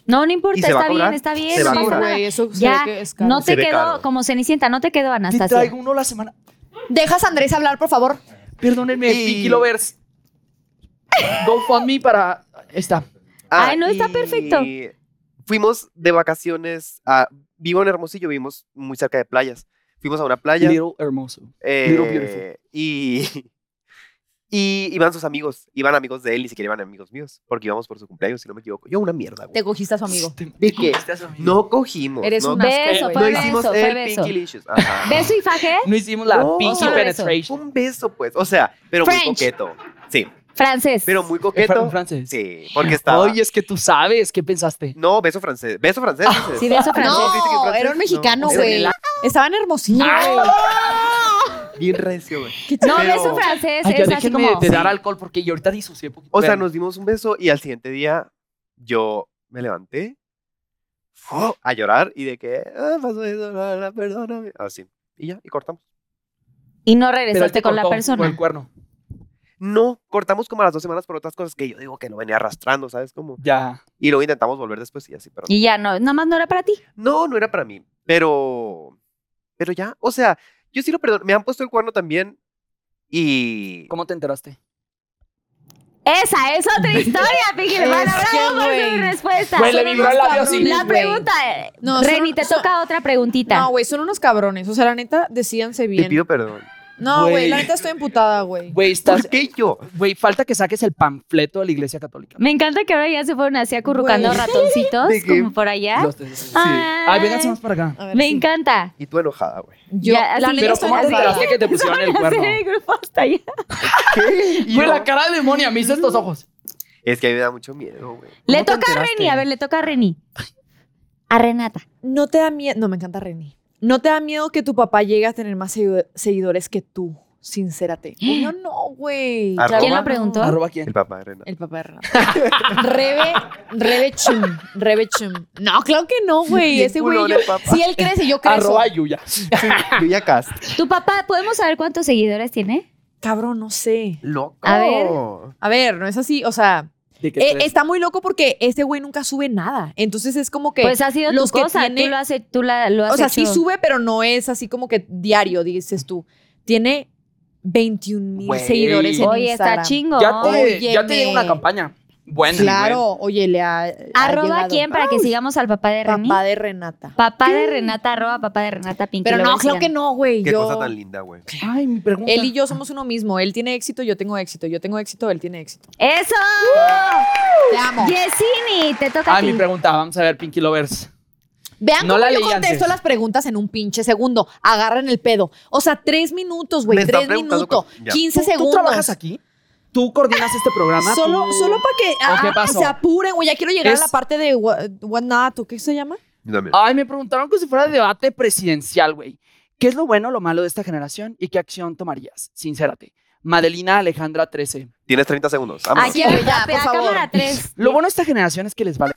S4: No, no
S7: Y
S4: importa,
S7: se va a
S4: está bien,
S7: cobrar,
S4: está bien.
S7: se
S4: no
S7: va a
S4: pasa
S7: cobrar.
S4: nada.
S8: Güey, eso se
S4: Ya,
S8: ve que es caro.
S4: No te
S7: Se ve
S4: quedó
S7: caro.
S4: como Cenicienta, no te quedó
S6: Te
S4: Anastasia.
S6: traigo uno la semana.
S8: Dejas a Andrés hablar, por favor.
S6: Perdónenme,
S7: Y-
S6: Pinky Lovers. GoFundMe para. Está.
S4: Ay, no, está perfecto.
S7: Ah, y Fuimos de vacaciones a. Vivo en Hermosillo, vivimos muy cerca de playas. Fuimos a una playa.
S6: Little Hermoso.
S7: eh,
S6: Little Beautiful.
S7: Y. Y iban sus amigos, iban amigos de él, ni siquiera iban amigos míos, porque íbamos por su cumpleaños, si no me equivoco. Yo una mierda, güey.
S8: Te cogiste a su amigo.
S7: Vicky, No cogimos.
S8: Eres
S7: no,
S8: un
S4: Beso,
S8: asco,
S4: fue
S7: no
S8: güey.
S7: hicimos
S4: beso, fue
S7: el
S4: beso.
S7: Pinky Licious. Ajá.
S4: ¿Beso y faje?
S6: No hicimos la
S7: No,
S6: Pinky
S7: solo eso.
S6: Penetration.
S7: Un beso, pues. O sea, pero
S4: French.
S7: muy coqueto. Sí,
S4: Francés.
S7: pero muy
S6: En fran- en
S7: coqueto.
S6: francés.
S7: Sí, porque estaba.
S6: Oye, es que tú sabes. ¿Qué pensaste?
S7: No, beso francés. Beso francés. dices.
S4: Sí, beso francés.
S7: ¿viste que es
S8: No,
S7: francés?
S8: era un
S7: No.
S8: mexicano,
S7: Era
S8: güey.
S7: un-
S8: Estaba en Hermosillo, güey.
S7: Bien recio, güey.
S4: no,
S7: pero-
S4: beso francés
S6: Ay, ya
S4: es así
S6: déjenme
S4: como...
S6: de dar alcohol porque yo ahorita disocié un poquito.
S7: O sea,
S6: Pero-
S7: nos dimos un beso y al siguiente día yo me levanté ¡fu! a llorar y de que ah, pasó eso, la, la, perdóname. Así. Y ya, y cortamos.
S4: Y no
S6: pero él te
S4: regresaste con la
S6: cortó Con el
S4: persona.
S6: cuerno.
S7: No, cortamos como a las dos semanas por otras cosas que yo digo que lo venía arrastrando, ¿sabes cómo?
S6: Ya.
S7: Y luego intentamos volver después y así, pero
S4: Y ya, no, nada más no era para ti.
S7: No, no era para mí, pero... Pero ya, o sea, yo sí lo perdono. Me han puesto el cuerno también y...
S6: ¿Cómo te enteraste?
S4: Esa es otra historia, Piggy. Bueno,
S8: Es que,
S4: bravo por su
S8: güey.
S4: respuesta.
S6: Güey, le
S8: son
S6: vibró el
S8: unos
S6: labio así.
S8: cabrones,
S4: La
S8: güey.
S4: pregunta, eh,
S8: No, son-
S4: Reni, te
S8: son-
S4: toca otra preguntita.
S8: No, güey, son unos cabrones. O sea, la neta, decíanse
S7: Te
S8: bien.
S7: pido perdón.
S8: No,
S6: Güey.
S8: güey, la neta estoy emputada, güey.
S6: Güey, estás.
S7: ¿Por qué yo?
S6: Güey, falta que saques el panfleto de la Iglesia Católica.
S4: Me encanta que ahora ya se fueron así acurrucando
S8: Güey.
S4: ratoncitos,
S7: ¿De qué?
S4: como por allá.
S6: Los tres, sí.
S4: Ay.
S6: Ay, vénganse más para acá.
S8: A ver,
S4: Me
S8: sí.
S4: encanta.
S7: Y tú enojada, güey.
S8: Yo,
S4: Ya, así-
S8: la neta
S6: Pero
S8: estoy
S6: ¿cómo te
S8: embarazada.
S6: enteraste que te pusieron el cuerno?
S4: Hacer el grupo hasta allá.
S7: ¿Qué?
S6: Güey, la cara de demonia, me hizo estos ojos.
S7: Es que a mí me da mucho miedo, güey.
S4: Le
S6: te
S4: toca a
S6: enteraste?
S4: Reni, a ver, le toca a Reni. A Renata.
S8: No te da miedo. No, me encanta Reni. No te da miedo que tu papá llegue a tener más seguido- seguidores que tú. Sincérate. Uy, Yo no, güey.
S7: Arroba.
S4: ¿Quién lo preguntó?
S6: ¿Arroba quién?
S7: El papá de Renata.
S8: El papá de Renata. Rebe, Rebe Chum. Rebe Chum. No, claro que no, güey.
S7: Bien
S8: Ese güey.
S7: culón ¿eh?
S8: yo-
S7: el papá.
S8: Si él crece, yo crezco.
S6: Arroba Yuya.
S7: Yo ya cast.
S4: ¿Tu papá, podemos saber cuántos seguidores tiene?
S8: Cabrón, no sé.
S7: Loco.
S4: A ver.
S8: A ver, no es así. O sea,
S6: De que
S8: eh,
S6: tres.
S8: está muy loco porque ese güey nunca sube nada. Entonces es como que.
S4: Pues ha sido
S8: los
S4: tu
S8: que
S4: cosa, tú
S8: tiene-
S4: lo has, he- tú la, lo has
S8: o sea,
S4: hecho.
S8: sí sube, pero no es así como que diario, dices tú. Tiene 21 mil
S6: Güey.
S8: seguidores en
S4: Oye, está
S8: Instagram.
S4: chingo.
S6: ya te, ya te
S8: Óyeme.
S6: llega una campaña. Bueno.
S8: Claro, oye, le ha, ha
S4: ¿Arroba
S8: llegado.
S4: a quién para que sigamos al papá de Reni?
S8: Papá de Renata.
S4: Papá de Renata, arroba papá de Renata Pinky.
S8: Pero no, claro que no, güey.
S7: Qué
S8: Yo,
S7: cosa tan linda, güey.
S6: Ay, mi pregunta.
S8: él y yo somos uno mismo. Él tiene éxito, yo tengo éxito. Yo tengo éxito, él tiene éxito.
S4: ¡Eso!
S8: Te amo.
S4: Yesini, te toca a
S6: Ay, mi
S4: ti.
S6: pregunta. Vamos a ver, Pinky Lovers.
S8: Vean
S6: No
S8: cómo
S6: la
S8: yo
S6: leí
S8: contesto
S6: antes.
S8: las preguntas en un pinche segundo. Agarran el pedo. O sea, tres minutos,
S7: Me
S8: güey.
S7: están
S8: Tres
S7: preguntando
S8: minutos.
S7: cosas. Ya.
S8: 15
S6: ¿Tú
S8: segundos.
S6: trabajas aquí? ¿Tú coordinas este programa?
S8: Solo,
S6: ¿Tú-
S8: solo para que
S6: ¿O qué
S8: ah,
S6: pasó?
S8: se apuren, güey. Ya quiero llegar
S6: Es-
S8: a la parte de wha- what not, ¿o qué se llama?
S7: Yo también.
S6: Ay, me preguntaron que si fuera debate presidencial, güey. ¿Qué es lo bueno o lo malo de esta generación y qué acción tomarías? Sincérate. Madelina Alejandra 13.
S7: Tienes 30 segundos. Vámonos.
S4: Aquí
S8: Oye, ya, por
S4: a
S8: favor.
S4: cámara 3.
S6: Lo bueno de esta generación es que les vale.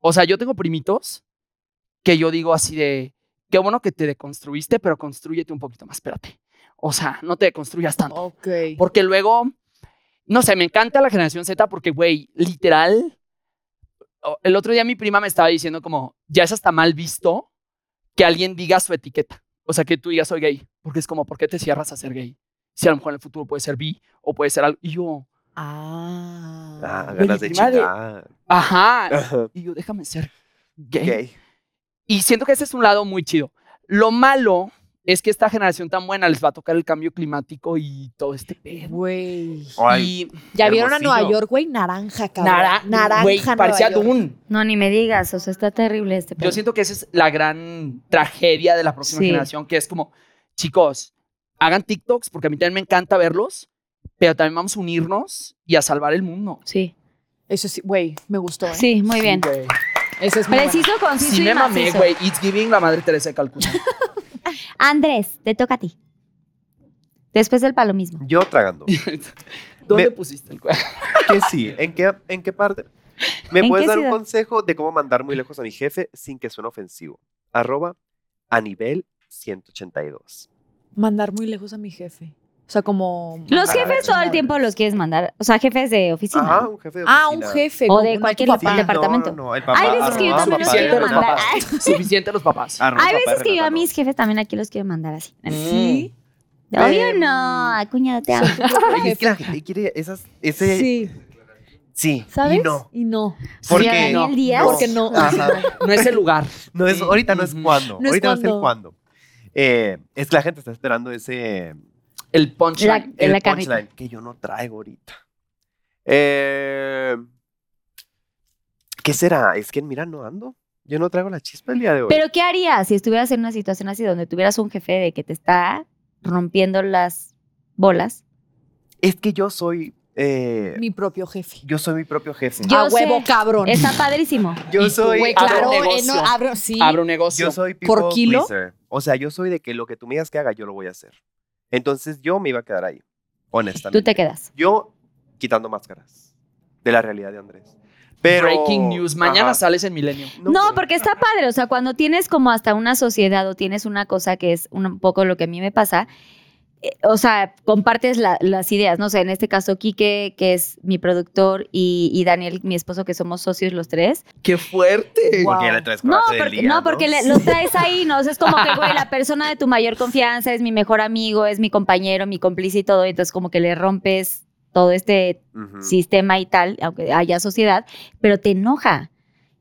S6: O sea, yo tengo primitos que yo digo así de, qué bueno que te deconstruiste, pero construyete un poquito más, espérate. O sea, no te deconstruyas tanto.
S8: Ok.
S6: Porque luego, no sé, me encanta la generación Z porque, güey, literal, o- el otro día mi prima me estaba diciendo como, ya es hasta mal visto que alguien diga su etiqueta. O sea, que tú digas, soy gay. Porque es como, ¿por qué te cierras a ser gay? Si a lo mejor en el futuro puede ser bi o puede ser algo. Y yo,
S7: Ah,
S6: Oye,
S7: ganas de
S6: prima de-
S7: chingar.
S6: ajá. Y yo, déjame ser gay.
S7: Ok.
S6: Y siento que ese es un lado muy chido. Lo malo es que esta generación tan buena les va a tocar el cambio climático y todo este pedo.
S8: Güey.
S7: Ay,
S6: Y
S8: Ya vieron a
S7: Hermosillo.
S8: Nueva York, güey, naranja, cabrón.
S6: nara-
S8: naranja,
S6: güey,
S8: Nueva
S6: parecía
S8: York.
S6: Dune.
S4: No, ni me digas, o sea, está terrible este
S6: Yo siento que esa es la gran tragedia de la próxima
S4: Sí.
S6: generación, que es como, chicos, hagan TikToks, porque a mí también me encanta verlos, pero también vamos a unirnos y a salvar el mundo.
S4: Sí,
S8: Eso sí, güey, me gustó. ¿eh?
S4: sí, muy bien.
S6: Güey.
S8: Eso es muy bueno.
S4: Preciso, conciso
S6: Sí
S4: y
S6: me mamé,
S4: macizo.
S6: güey. It's giving la madre Teresa de Calcuta.
S4: Andrés, te toca a ti. Después del palomismo.
S7: yo tragando.
S6: ¿Dónde
S7: Me-
S6: pusiste el cuerpo?
S7: ¿Qué sí? ¿En qué, en qué parte? ¿Me
S4: ¿En
S7: puedes
S4: qué
S7: dar
S4: ciudad?
S7: un consejo de cómo mandar muy lejos a mi jefe sin que suene ofensivo? Arroba a nivel 182.
S8: Mandar muy lejos a mi jefe. O sea,
S6: Ah,
S8: como.
S4: Los
S7: Para
S4: jefes todo el tiempo los quieres mandar. O sea, jefes de oficina.
S7: Ajá, un jefe de
S8: Ah, un
S7: oficina.
S8: jefe.
S4: O
S8: como
S4: de
S8: una
S4: cualquier
S8: tu
S7: Sí,
S8: papá.
S4: papá. departamento.
S7: No, no, el papá.
S4: Hay veces que yo
S7: arroba,
S4: también los
S7: papá de
S4: quiero
S6: los
S7: Renata.
S4: mandar.
S6: papás. Suficiente los papás.
S7: Arroba
S4: Hay
S7: papá de
S4: veces que yo a
S7: Renata.
S4: mis jefes también aquí los quiero mandar así.
S8: Sí.
S4: Obvio no, cuñado, te amo.
S7: Ay, Es que la gente quiere esas... Ese, sí.
S8: Sí.
S7: y
S8: ¿Sabes?
S7: no.
S8: Y no.
S7: ¿Por
S4: Sí,
S7: qué?
S4: Daniel Díaz.
S8: Porque no.
S7: Ajá.
S6: Mm. No es el lugar.
S7: No es, ahorita no es
S6: Ujú.
S7: cuando.
S8: No es
S7: ahorita no es
S8: cuando.
S7: el cuando. Eh, es que la gente está esperando ese...
S6: El punchline.
S4: La-
S7: el
S4: la carnita.
S7: punchline que yo no traigo ahorita. Eh, ¿Qué será? Es que mira, no ando. Yo no traigo la chispa el día de hoy.
S4: Pero ¿qué harías si estuvieras en una situación así donde tuvieras un jefe de que te está rompiendo las bolas?
S7: es que yo soy, eh,
S8: Mi propio jefe.
S7: yo soy mi propio jefe.
S4: Yo
S8: a huevo,
S4: sé.
S8: cabrón.
S4: Está padrísimo.
S7: yo
S6: y-
S7: soy,
S8: Güey,
S6: Abro un
S8: claro. eh,
S6: negocio.
S8: no, abro, sí.
S6: Abre un negocio.
S7: yo soy
S8: ¿Por
S7: people
S8: kilo?
S7: pleaser. O sea, yo soy de que lo que tú me digas que haga, yo lo voy a hacer. Entonces yo me iba a quedar ahí, honestamente.
S4: Tú te quedas.
S7: Yo quitando máscaras de la realidad de Andrés. Pero,
S6: Breaking news. Mañana
S7: Ajá.
S6: sales en Milenio.
S4: No,
S7: güey.
S4: porque está padre. O sea, cuando tienes como hasta una sociedad o tienes una cosa que es un poco lo que a mí me pasa, eh, o sea, compartes la- las ideas. No sé, en este caso, Quique, que es mi productor, y, y Daniel, mi esposo, que somos socios los tres.
S6: ¡Qué fuerte!
S7: Porque ya le traes
S4: No,
S7: coraje del
S4: porque,
S7: día,
S4: no, porque le- los traes ahí, ¿no? O sea, es como que, güey, la persona de tu mayor confianza es mi mejor amigo, es mi compañero, mi cómplice y todo. y Entonces, como que le rompes todo este
S7: Ujú.
S4: sistema y tal, aunque haya sociedad, pero te enoja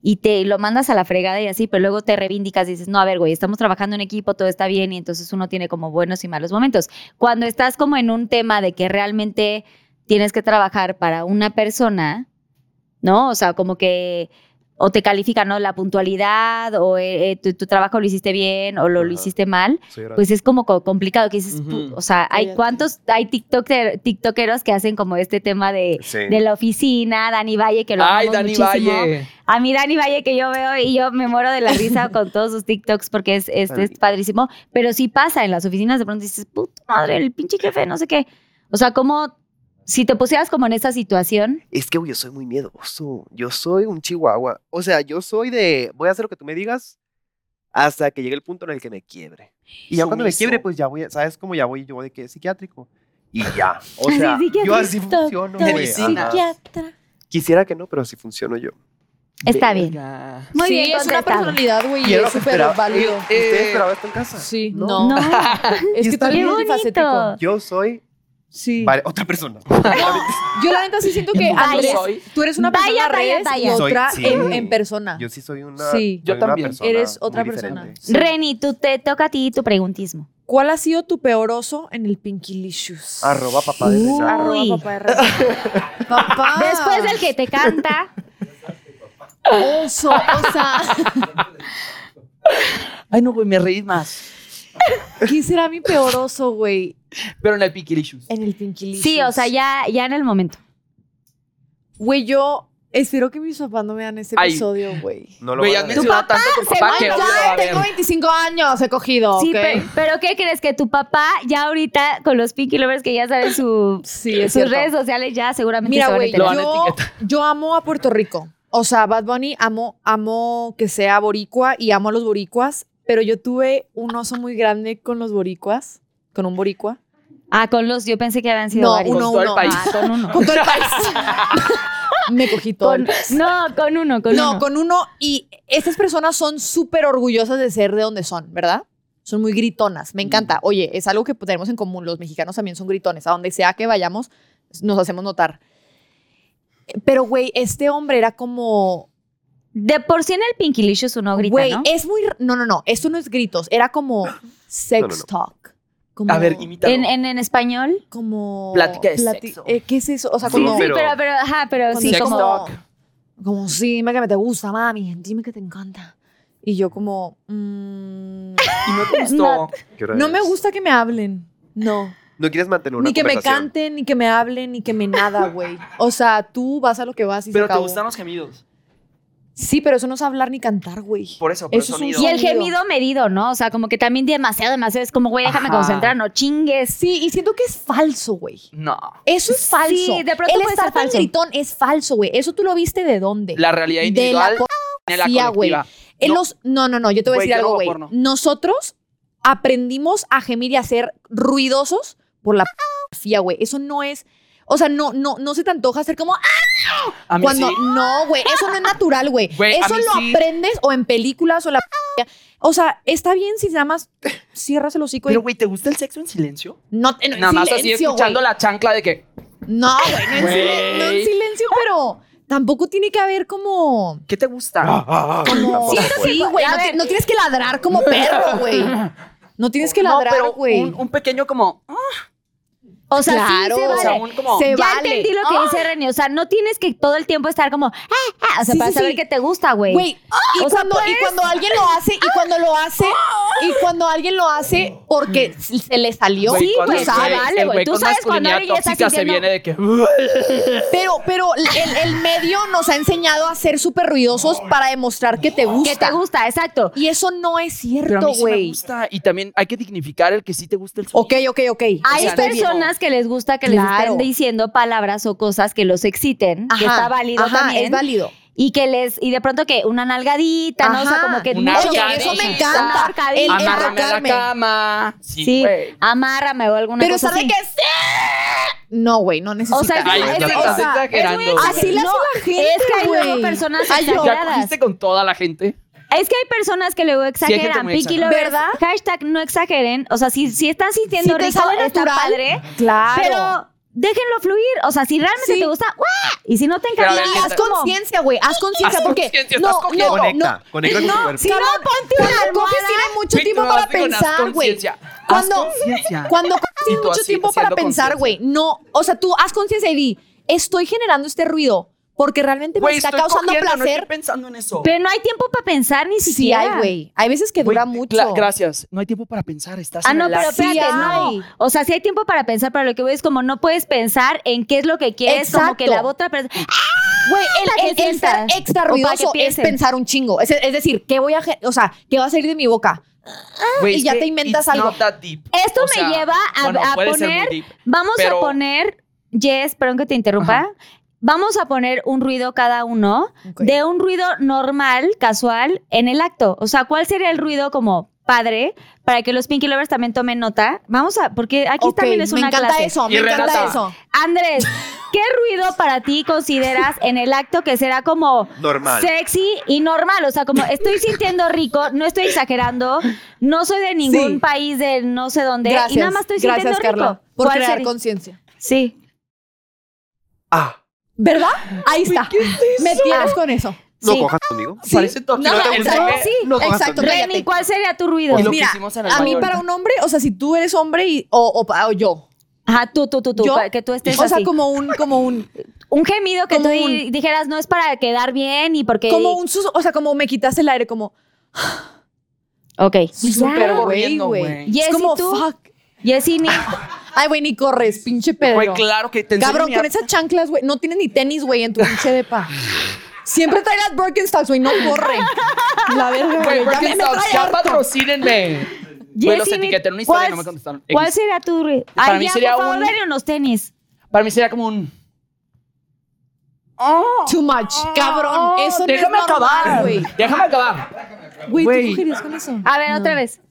S4: y te lo mandas a la fregada y así, pero luego te reivindicas y dices, no, a ver, güey, estamos trabajando en equipo, todo está bien y entonces uno tiene como buenos y malos momentos. Cuando estás como en un tema de que realmente tienes que trabajar para una persona, ¿no? O sea, como que o te califican, ¿no? La puntualidad o eh, eh, tu, tu trabajo lo hiciste bien o lo, lo
S7: Ajá.
S4: hiciste mal
S7: Soy grande.
S4: pues es como co- complicado que dices, pu-
S6: Ujú.
S4: o sea, hay
S8: Cállate.
S4: cuántos, hay tiktoker, tiktokeros que hacen como este tema de,
S7: Sí.
S4: de la oficina, Dani Valle, que lo
S6: Ay,
S4: amamos
S6: Dani
S4: muchísimo.
S6: Valle.
S4: A mí Dani Valle que yo veo y yo me muero de la risa con todos sus TikToks porque es, es, es padrísimo, pero sí pasa en las oficinas, de pronto dices, puta madre, el pinche jefe, no sé qué. O sea, como si te pusieras como en esa situación,
S7: Es que güey, yo soy muy miedoso. Yo soy un chihuahua. O sea, yo soy de. Voy a hacer lo que tú me digas hasta que llegue el punto en el que me quiebre. Y ya cuando me quiebre,
S6: Sumiso.
S7: pues ya voy. a- ¿Sabes cómo ya voy yo de que psiquiátrico? Y ya. O
S4: Así,
S7: sea, yo así
S4: psiquiátrico,
S7: funciono. güey,
S6: medicina.
S7: ajá.
S8: Psiquiatra.
S7: Quisiera que no, pero así funciono yo.
S4: está bien.
S6: Verga.
S4: Muy
S8: sí,
S4: bien,
S8: es una
S4: contestado.
S8: personalidad, güey, y
S7: Quiero
S8: es
S7: que
S8: súper
S7: espera-
S8: válido.
S7: ¿Usted
S6: Eh,
S7: esperaba esto en casa?
S8: Sí,
S7: No.
S8: no.
S4: No,
S8: Es que tú
S7: está
S8: eres
S4: qué
S8: multifacético.
S4: bonito.
S7: Yo soy
S8: Sí.
S7: vale, otra persona.
S8: Yo la neta sí siento que
S4: Vaya.
S8: Andrés,
S6: Soy-
S8: tú eres una
S4: Vaya,
S8: persona en
S4: vaya,
S8: redes y
S4: vaya.
S7: Soy-
S8: otra
S7: sí.
S8: en, en persona.
S7: Yo sí soy una.
S8: Sí.
S7: soy
S6: Yo
S7: una
S6: también.
S7: persona
S8: Eres otra
S7: muy
S8: persona.
S7: diferente.
S4: Reni, tú te toca a ti tu preguntismo.
S8: ¿Cuál ha sido tu peor oso en el Pinkilicious?
S7: Arroba papá de Renata.
S8: Arroba
S4: Uy.
S8: papá de Renata. Papá.
S4: Después del que te canta,
S8: oso, o sea,
S6: Ay, no, güey, me reí más.
S8: ¿quién será mi peor oso, güey?
S6: Pero en el Piquilicious.
S8: En el Pinkilicious.
S4: sí, o sea, ya, ya en el momento.
S8: Güey, yo Espero que mis papás no vean este
S6: Ay.
S8: episodio, güey.
S7: No lo
S6: Güey,
S7: van
S6: has
S7: a ver.
S6: mencionado tanto a tu papá que
S8: Ay,
S6: obvio
S8: ya,
S6: lo va a ver.
S8: tengo 25 años, he cogido.
S4: Sí,
S8: ¿ok?
S4: pe- pero, ¿qué crees? Que tu papá ya ahorita con los Pinky Lovers que ya saben su,
S8: Sí, es
S4: sus
S8: cierto.
S4: redes sociales ya seguramente
S8: Mira,
S4: se van a
S8: güey,
S4: enterar.
S6: Lo van a
S8: yo, yo amo a Puerto Rico. O sea, Bad Bunny amo, amo que sea boricua y amo a los boricuas, pero yo tuve un oso muy grande con los boricuas, con un boricua.
S4: Ah, con los, yo pensé que habían sido
S8: No,
S4: varios.
S6: Con
S8: uno,
S6: todo el
S8: uno.
S6: país.
S4: Ah, con uno.
S8: Con todo el país. Me cogí todo. el
S4: Con- no, con uno, con
S8: no,
S4: uno.
S8: con uno. Y estas personas son súper orgullosas de ser de donde son, ¿verdad? Son muy gritonas. Me encanta. Oye, es algo que tenemos en común. Los mexicanos también son gritones. A donde sea que vayamos, nos hacemos notar. Pero, güey, este hombre era como.
S4: De por sí en el Pinky Licious uno grita,
S8: Güey, eh,
S4: ¿no?
S8: es muy. r- No, no, no. Esto no es gritos. Era como sex
S7: No, no, no.
S8: talk. Como,
S6: A ver, imítalo.
S4: En, en, en español.
S8: como.
S6: Plática de sexo.
S8: eh, ¿Qué es eso? O sea,
S7: Sí,
S4: Sí,
S8: como.
S4: sí,
S7: pero-
S4: pero, pero, ajá, pero
S8: Con
S4: sí,
S6: Sex
S4: como...
S6: talk.
S8: como, sí, dime que me te gusta, mami, dime que te encanta. Y yo como, mm,
S6: Y no te gustó.
S4: No.
S7: ¿Qué hora
S8: no me
S6: Pues.
S7: es?
S8: gusta que me hablen, no.
S7: No quieres mantener una
S8: Ni que me
S7: conversación.
S8: canten, ni que me hablen, ni que me nada, güey. O sea, tú vas a lo que vas y se
S6: Pero te
S8: acabó.
S6: gustan los gemidos.
S8: Sí, pero eso no es hablar ni cantar, güey.
S6: Por eso, por el
S8: Eso es un
S6: sonido.
S4: Y el
S8: Sonido.
S4: gemido medido, ¿no? O sea, como que también demasiado, demasiado. Es como, güey, déjame
S6: Ajá.
S4: concentrar, no chingues.
S8: Sí, y siento que es falso, güey.
S6: No.
S8: Eso es
S4: Sí,
S8: falso.
S4: de pronto
S8: El
S4: puede
S8: estar
S4: ser
S8: tan
S4: falso.
S8: gritón es falso, güey. Eso tú lo viste de dónde.
S6: La realidad
S8: De
S6: individual
S8: la
S6: en la
S8: pornografía, güey.
S6: colectiva.
S8: En
S6: No.
S8: los- no, no, no, yo te voy
S6: Güey,
S8: a
S6: yo
S8: decir
S6: no
S8: algo,
S6: veo
S8: güey.
S6: porno.
S8: Nosotros aprendimos a gemir y a ser ruidosos por la pornografía, güey. Eso no es. O sea, no, no, no se te antoja hacer como. ¡Ah!
S6: A mí
S8: Cuando.
S6: sí.
S8: No, güey. Eso no es natural, güey.
S6: Güey, a
S8: Eso
S6: mí
S8: lo
S6: sí.
S8: aprendes o en películas o en la pornografía. O sea, está bien si nada más cierras el hocico y.
S6: Pero, güey, ¿te gusta el sexo en silencio?
S8: no, te- no, en
S6: Nada más así
S8: silencio, güey.
S6: escuchando la chancla de que,
S8: No, güey, no, en
S6: Güey.
S8: silen- no en silencio, pero tampoco tiene que haber como.
S6: ¿qué te gusta?
S7: Ah, ah, ah,
S8: Como...
S7: tampoco, pues.
S8: Sí, güey.
S4: A
S8: No,
S4: ver.
S8: ti- no tienes que ladrar como perro, güey. No tienes que
S6: No,
S8: ladrar,
S6: pero
S8: güey.
S6: un, un pequeño como, ah,
S4: O sea,
S8: Claro,
S4: sí se Ah, vale.
S8: o
S6: o sea, un como,
S8: Se
S4: ya
S8: vale. Ah.
S4: entendí lo que dice René. O sea, no tienes que todo el tiempo estar como, ah, ah, o sea,
S8: Sí,
S4: para
S8: sí,
S4: saber
S8: sí.
S4: que te gusta, güey.
S8: Güey, y,
S4: O sea,
S8: cuando, y
S4: puedes-
S8: cuando alguien lo hace, y cuando lo hace, y cuando alguien lo hace porque s- se le salió,
S6: Güey,
S4: Sí,
S6: cuando
S4: güey,
S6: el
S8: pues,
S4: se
S8: ah,
S4: vale,
S6: el
S4: güey. Tú
S6: con
S4: sabes cuando
S6: masculinidad
S4: alguien ya está
S6: tóxica se
S4: sintiendo-
S6: viene de que,
S8: pero, pero el, el medio nos ha enseñado a ser súper ruidosos para demostrar que te gusta.
S4: Que te gusta, exacto.
S8: Y eso no es
S6: pero a
S8: cierto,
S6: mí sí me
S8: güey.
S6: gusta. Y también hay que dignificar el que sí te gusta el sonido.
S8: ok, ok, ok.
S4: Hay
S8: Estoy bien.
S4: personas que les gusta que les
S8: Claro.
S4: estén diciendo palabras o cosas que los exciten, que
S8: Ajá,
S4: está válido
S8: ajá,
S4: también.
S8: Es válido.
S4: y que les, y de pronto que una nalgadita, ¿no? O sea,
S8: Ajá.
S4: como que
S6: Una
S4: mucho-
S8: Oye, eso me
S4: Una
S8: encanta.
S4: horcadita.
S8: El- el
S6: Amárrame a la
S8: ahorcarme.
S6: cama. Sí,
S4: Sí,
S6: güey.
S4: amárrame o alguna
S8: Pero
S4: cosa
S8: estar de
S4: así.
S8: que sí. No, güey, no necesito.
S4: O sea,
S6: Ay,
S4: es-
S6: no,
S4: es-
S6: no,
S4: o
S6: estás
S4: sea,
S6: exagerando.
S4: es muy exagerado.
S8: Así la hace
S4: No,
S8: la gente,
S4: Es que hay luego
S8: güey.
S4: personas
S8: Ay, yo-
S6: ¿Ya
S4: exageradas.
S6: cogiste con toda la gente?
S4: Es que hay personas que luego
S6: gente muy
S4: exageran. Pinky
S6: exagerada.
S4: lovers,
S8: ¿Verdad?
S4: hashtag no exageren. O sea, si, si están sintiendo
S8: Si te
S4: rico,
S8: sale
S4: está
S8: natural,
S4: padre.
S8: Claro.
S4: Pero déjenlo fluir. O sea, si realmente
S8: Sí.
S4: te gusta, ¡guau! Y si no te
S6: Pero a
S4: encanta,
S6: ver,
S8: Y
S6: ¿qué
S8: haz
S6: tal?
S8: conciencia, güey. Haz conciencia
S6: Haz
S8: porque.
S6: conciencia, estás
S8: No,
S6: cogiendo.
S8: no,
S7: Conecta,
S8: no.
S7: conecta con tu cuerpo.
S8: Si no, ponte
S4: almohada.
S8: cuando coges tiene mucho
S6: Güey,
S8: tiempo
S6: tú
S8: para
S6: vas con haz
S8: pensar, güey.
S6: conciencia. Haz
S8: Cuando,
S6: conciencia.
S8: cuando
S6: Y
S8: coges
S6: tú
S8: mucho
S6: así,
S8: tiempo para
S6: haciendo
S8: pensar, güey.
S6: conciencia.
S8: No, o sea, tú haz conciencia y di, estoy generando este ruido porque realmente me
S6: Güey,
S8: está
S6: estoy
S8: causando
S6: cogiendo, no
S8: placer.
S6: estoy pensando en eso.
S4: Pero no hay tiempo para pensar ni
S8: Sí,
S4: siquiera.
S8: hay, güey. Hay veces que
S6: Güey,
S8: dura
S6: cla-
S8: mucho.
S6: Gracias. No hay tiempo para pensar. Estás
S4: Ah,
S6: en
S4: no,
S6: el
S4: pero
S6: acto.
S4: espérate,
S8: Sí hay.
S4: no. O sea, si hay tiempo para pensar, pero lo que voy es como no puedes pensar en qué es lo que quieres, como que la
S8: Exacto.
S4: otra persona.
S8: Güey,
S4: para
S8: el,
S4: que
S8: el- el estar
S4: sientas.
S8: extra
S4: O para que
S8: ruidoso es
S4: pienses.
S8: pensar un chingo. Es, es decir, ¿qué voy a, gen- o sea, qué va a salir de mi boca?
S6: Güey,
S8: y
S6: es
S8: ya
S6: que
S8: te inventas
S6: it's
S8: algo.
S6: not that deep.
S4: Esto
S6: O
S4: me
S6: sea,
S4: lleva a,
S6: bueno,
S4: a
S6: puede ser muy
S4: poner.
S6: deep.
S4: Vamos
S6: pero-
S4: a poner, Jess, perdón que te interrumpa.
S6: Ajá.
S4: Vamos a poner un ruido cada uno
S8: Ok.
S4: de un ruido normal, casual, en el acto. O sea, ¿cuál sería el ruido como padre para que los Pinky Lovers también tomen nota? Vamos a, porque aquí
S8: Ok,
S4: también es
S8: me
S4: una
S8: encanta
S4: clase.
S8: eso,
S6: Y
S8: me encanta
S6: Renata.
S8: eso.
S4: Andrés, ¿qué ruido para ti consideras en el acto que será como
S7: Normal.
S4: sexy y normal? O sea, como estoy sintiendo rico, no estoy exagerando, no soy de ningún
S8: Sí.
S4: país de no sé dónde
S8: Gracias,
S4: y nada más estoy sintiendo
S8: gracias,
S4: rico.
S8: Carla, por
S4: ¿Cuál
S8: crear
S4: sería?
S8: conciencia.
S4: Sí.
S7: Ah,
S8: ¿Verdad? Ahí está. Me tienes con eso.
S7: no
S4: Sí.
S7: cojas conmigo.
S8: Sí.
S6: Parece tortura.
S8: No,
S6: ¿No te gusta?
S8: exacto,
S6: ¿Qué?
S8: sí,
S7: No cojas
S8: exacto,
S7: conmigo.
S8: cállate.
S4: Remy, ¿cuál sería tu ruido?
S6: Y lo
S8: Mira,
S6: que hicimos en el
S8: A
S6: baño
S8: mí
S6: ahorita.
S8: para un hombre, o sea, si tú eres hombre y, o, o pa- o yo.
S4: Ajá, tú, tú, tú, tú,
S8: ¿Yo?
S4: pa- que tú estés
S8: O sea,
S4: así.
S8: como un, como un,
S4: un gemido que
S8: como
S4: tú di- dijeras no es para quedar bien y porque
S8: como un sus- o sea, como me quitaste el aire, como
S4: Ok.
S8: súper
S6: corriendo,
S8: güey,
S6: güey.
S8: güey.
S4: Yes,
S8: Es como
S4: ¿y tú?
S8: fuck.
S4: Yesini,
S8: Ay, güey, ni corres, pinche Pedro.
S6: Güey, claro que te enseño
S8: Cabrón,
S6: mi-
S8: con esas chanclas, güey. No tienes ni tenis, güey, en tu pinche depa. Siempre trae las Birkenstocks, güey. No corre. La verga,
S6: Güey,
S8: güey. Ya me- me
S6: Birkenstocks,
S8: trae
S6: ya
S8: harto.
S6: patrocínenme. Güey, los
S4: Jessy,
S6: etiqueté en una
S4: ¿cuál-
S6: historia y no me contestaron. X.
S4: ¿Cuál sería tu... re-
S6: Para
S4: Ay,
S6: mí
S4: ya,
S6: sería
S4: por favor,
S6: un-
S4: denle unos tenis.
S6: Para mí sería como un.
S8: Too much. Cabrón,
S6: Ah, Oh,
S8: eso no es
S6: Déjame
S8: normal,
S6: acabar.
S8: güey.
S6: Déjame acabar.
S8: Güey, ¿tú
S6: Güey. Ah,
S8: cogerías con eso?
S4: A ver, otra vez.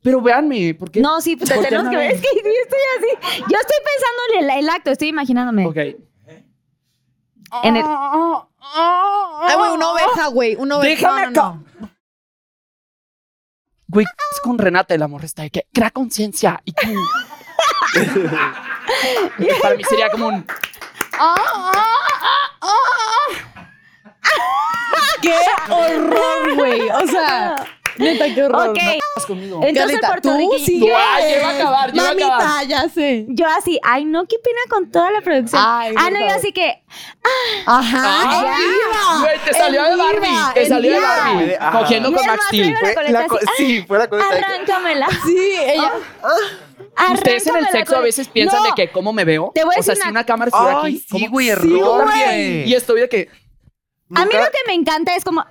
S6: Pero véanme, porque.
S4: No, sí, pues, te
S6: ¿Por qué
S4: tenemos
S6: no?
S4: que ver. Es que yo estoy así. Yo estoy pensando en el, el acto, estoy imaginándome.
S6: Ok.
S4: En el-
S8: Ay, güey, una oveja, güey. Una oveja.
S6: Déjame
S8: No, no, no.
S6: Güey, es con Renata el amor está de que crea conciencia y tú. Para mí sería como un.
S8: ¡Qué horror, güey! O sea, neta, qué horror.
S4: Ok.
S6: "Estás conmigo.
S4: Entonces,
S8: Carlita,
S4: Puerto
S8: tú
S4: Riqui-
S8: sí.
S6: Tú, ah, ya va a acabar, ya va a
S8: Mamita,
S6: acabar.
S8: ya sé.
S4: Yo así, ay, no, qué pena con toda la producción.
S8: Ay,
S4: ah,
S8: por
S4: no, yo
S8: favor.
S4: así que,
S8: Ajá.
S6: ¡Ay,
S8: Ah, ¡Viva!
S6: Ah, güey, te salió de
S8: ¡En viva!
S6: Barbie! ¡Te
S8: ¡En
S6: salió de
S8: viva!
S6: Barbie!
S7: Ah.
S6: Cogiendo con
S4: Mierda,
S6: Max Steel.
S4: Fue la
S7: la
S4: colecta
S7: co-
S4: así, "Ah,
S7: sí, fue la cosa de que-
S4: arráncamela.
S8: Sí, ella.
S6: Ah, Ustedes en el
S4: arráncamela
S6: sexo a
S4: con-
S6: veces piensan
S4: No,
S6: de que cómo me veo.
S4: Te voy a
S6: o sea,
S4: decir
S6: si
S4: una-
S6: una cámara estuviera
S7: Ay,
S6: aquí.
S7: sí,
S6: ¿cómo?
S7: güey,
S6: Yo
S7: error,
S6: también.
S7: güey.
S6: Y estoy de que.
S4: A mí
S7: Nunca-
S4: lo que me encanta es como, ah,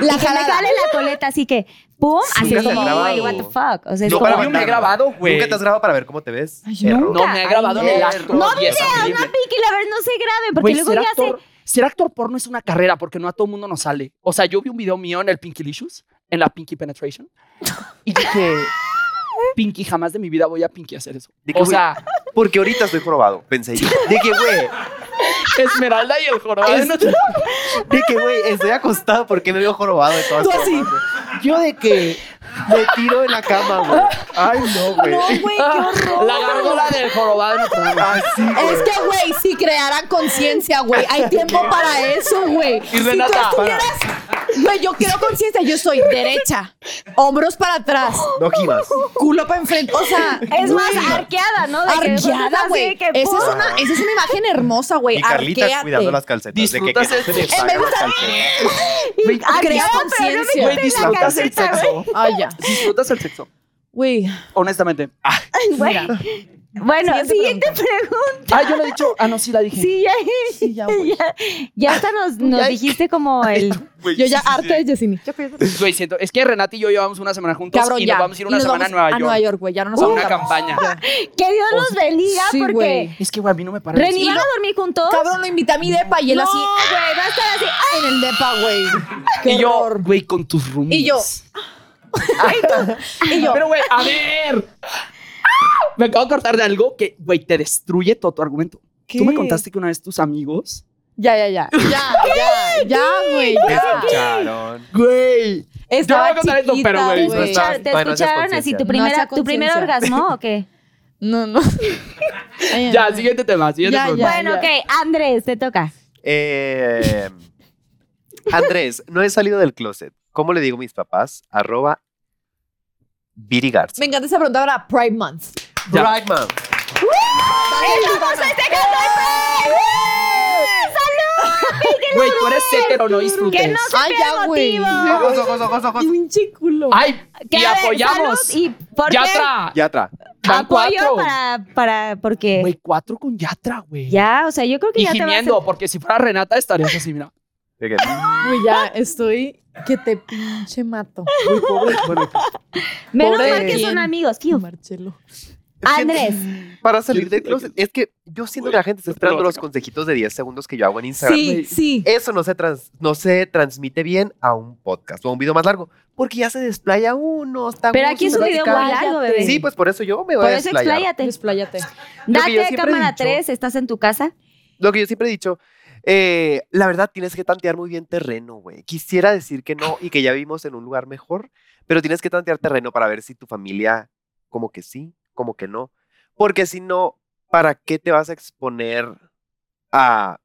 S8: La
S4: y que me
S8: jalada.
S4: sale la coleta, así que, pum, así
S7: Nunca te
S4: como,
S7: has grabado.
S4: güey, what the fuck. O sea, es
S7: No,
S4: como,
S7: para
S6: Obvio,
S7: mí
S6: me he
S7: mandarlo.
S6: grabado, güey.
S7: Nunca te has grabado para ver cómo te ves. Error.
S6: No, me he grabado en el
S7: no.
S6: acto.
S7: No
S6: y es
S7: veas,
S6: horrible.
S4: no, Pinky Lovers, no se graben, porque
S6: Güey,
S4: luego
S6: ser,
S4: ya se...
S6: actor, ser actor porno es una carrera porque no a todo mundo nos sale. O sea, yo vi un video mío en el Pinky Licious, en la Pinky Penetration, y dije, Pinky, jamás de mi vida voy a Pinky hacer eso.
S7: ¿De qué
S6: O
S7: voy?
S6: sea,
S7: Porque ahorita estoy probado, pensé yo. De que, güey,
S6: Esmeralda y el jorobado. de
S7: Es-
S6: Notre-
S7: de que, güey, estoy acostado porque me veo jorobado de todas
S8: Tú
S7: formas,
S8: así.
S7: güey. Yo de que me tiro de la cama, güey. Ay, no, güey.
S8: No, güey, qué horror.
S6: La gárgola del jorobado de Notre Dame.
S7: Así, güey.
S8: Es que, güey, si crearan conciencia, güey. Hay tiempo para eso, güey. Si tú
S6: Renata,
S8: estuvieras. Güey, yo quiero conciencia. Yo soy derecha, hombros para atrás,
S7: No givas.
S8: culo para enfrente. O sea,
S4: Es más arqueada, ¿no? De que de pronto
S8: arqueada,
S4: así de
S8: güey.
S4: que,
S8: Esa es,
S4: pum.
S8: una, esa es una imagen hermosa, güey.
S7: Y Carlita
S8: Arquéate.
S7: cuidando las calcetas.
S6: Disfrutas
S7: de
S6: el
S7: que, que,
S6: sexo.
S7: se
S8: Eh, me gusta-
S4: Y-
S8: Crea
S4: arqueada, pero no me
S8: conciencia.
S6: Güey,
S4: quiten la
S6: disfrutas el
S4: caseta, güey.
S6: sexo.
S8: Ay, ya.
S6: Disfrutas el sexo.
S8: Güey.
S6: Honestamente.
S4: Güey. Bueno,
S8: Siguiente
S4: siguiente pregunta.
S6: Ah, yo le he dicho. Ah, no, sí la dije.
S4: Sí, ya,
S8: ya,
S4: ya,
S8: güey.
S4: ya hasta nos, nos dijiste como el...
S8: Yo ya harta de Yesini.
S6: Güey, siento. Es que Renata y yo llevamos una semana juntos
S8: Cabrón,
S6: y
S8: ya.
S6: nos vamos a ir
S8: Y
S6: una
S8: nos
S6: semana a
S8: vamos
S6: Nueva York.
S8: A Nueva York, güey. Ya no nos
S6: a una
S8: aguantamos.
S6: campaña.
S4: Que Dios los bendiga
S8: sí,
S4: porque...
S8: güey.
S6: Es que, güey, a mí no me parece.
S4: Ren, ¿iban a dormir juntos?
S8: Cabrón, lo invité a mi depa y él
S4: no,
S8: así. ¡Ah!
S4: güey, va a estar así. ¡Ay!
S8: En el depa, güey. Qué
S6: Y yo,
S8: horror.
S6: güey, con tus roomies.
S8: Y yo. Y yo.
S6: Pero, güey, a ver. Me acabo de cortar de algo que, güey, te destruye todo tu argumento. Tú me contaste que una vez tus amigos.
S8: Ya, ya, ya. Ya, ya, ya, güey. Ya.
S7: Escucharon.
S6: Güey. Yo no
S8: Estaba
S6: voy a contar esto,
S8: chiquita,
S6: pero, güey.
S4: ¿Te,
S7: no
S8: güey.
S4: escuchar-
S7: estás-
S4: te
S7: todavía no hacías
S4: escucharon así tu,
S7: conciencia.
S4: primera,
S8: hacía
S4: tu primer
S8: conciencia.
S4: orgasmo o qué?
S8: No, no. Ay,
S6: Ya,
S8: no.
S6: siguiente tema, siguiente
S8: Ya,
S6: pregunta.
S8: ya.
S4: Bueno, ok, Andrés, te toca.
S7: Eh, Andrés, no he salido del closet. ¿Cómo le digo a mis papás? Arroba Virigarza.
S8: Me encanta esa pregunta ahora. Pride Month.
S6: Ya.
S7: Right, man.
S6: Güey, tú eres hetero, no
S4: Que no
S6: disfrutes.
S4: se
S8: Ay,
S4: pierda
S8: ya,
S4: el
S8: güey.
S4: motivo.
S7: Ojos, ojos, ojos, ojos.
S8: Pinche culo.
S6: Ay,
S4: Que,
S6: y
S4: a ver,
S6: apoyamos.
S4: salud y por qué
S6: Yatra.
S7: Yatra.
S6: Van
S4: apoyo
S6: cuatro.
S4: para, para, porque
S6: Güey, cuatro con Yatra, güey.
S4: ya, o sea, yo creo que
S6: Y
S4: ya te vas
S6: gimiendo, porque si fuera Renata estarías así, mira.
S7: De que-
S8: Güey, ya estoy que te pinche mato.
S6: Muy pobre. Bueno,
S4: a... Menos
S6: Pobre
S4: mal que
S8: ¿quién?
S4: son amigos. tío.
S8: Marcelo.
S4: Andrés,
S7: Para salir del closet. Es que yo siento que la gente está esperando los consejitos de 10 segundos que yo hago en Instagram.
S8: Sí, sí.
S7: Eso no se, trans- no se transmite bien a un podcast o a un video más largo, porque ya se desplaya uno. Está a
S4: pero
S7: gusto,
S4: aquí es
S7: se
S4: un video
S7: platica.
S4: muy largo, bebé.
S7: Sí, pues por eso yo me voy
S4: Por
S7: a
S4: eso
S7: desplayar.
S4: expláyate.
S8: Despláyate.
S7: Lo que yo
S4: Date
S7: siempre he
S4: cámara
S7: dicho-
S4: 3, estás en tu casa.
S7: Lo que yo siempre he dicho, eh, la verdad tienes que tantear muy bien terreno, güey. Quisiera decir que no y que ya vivimos en un lugar mejor, pero tienes que tantear terreno para ver si tu familia como que sí, como que no. Porque si no, ¿para qué te vas a exponer a...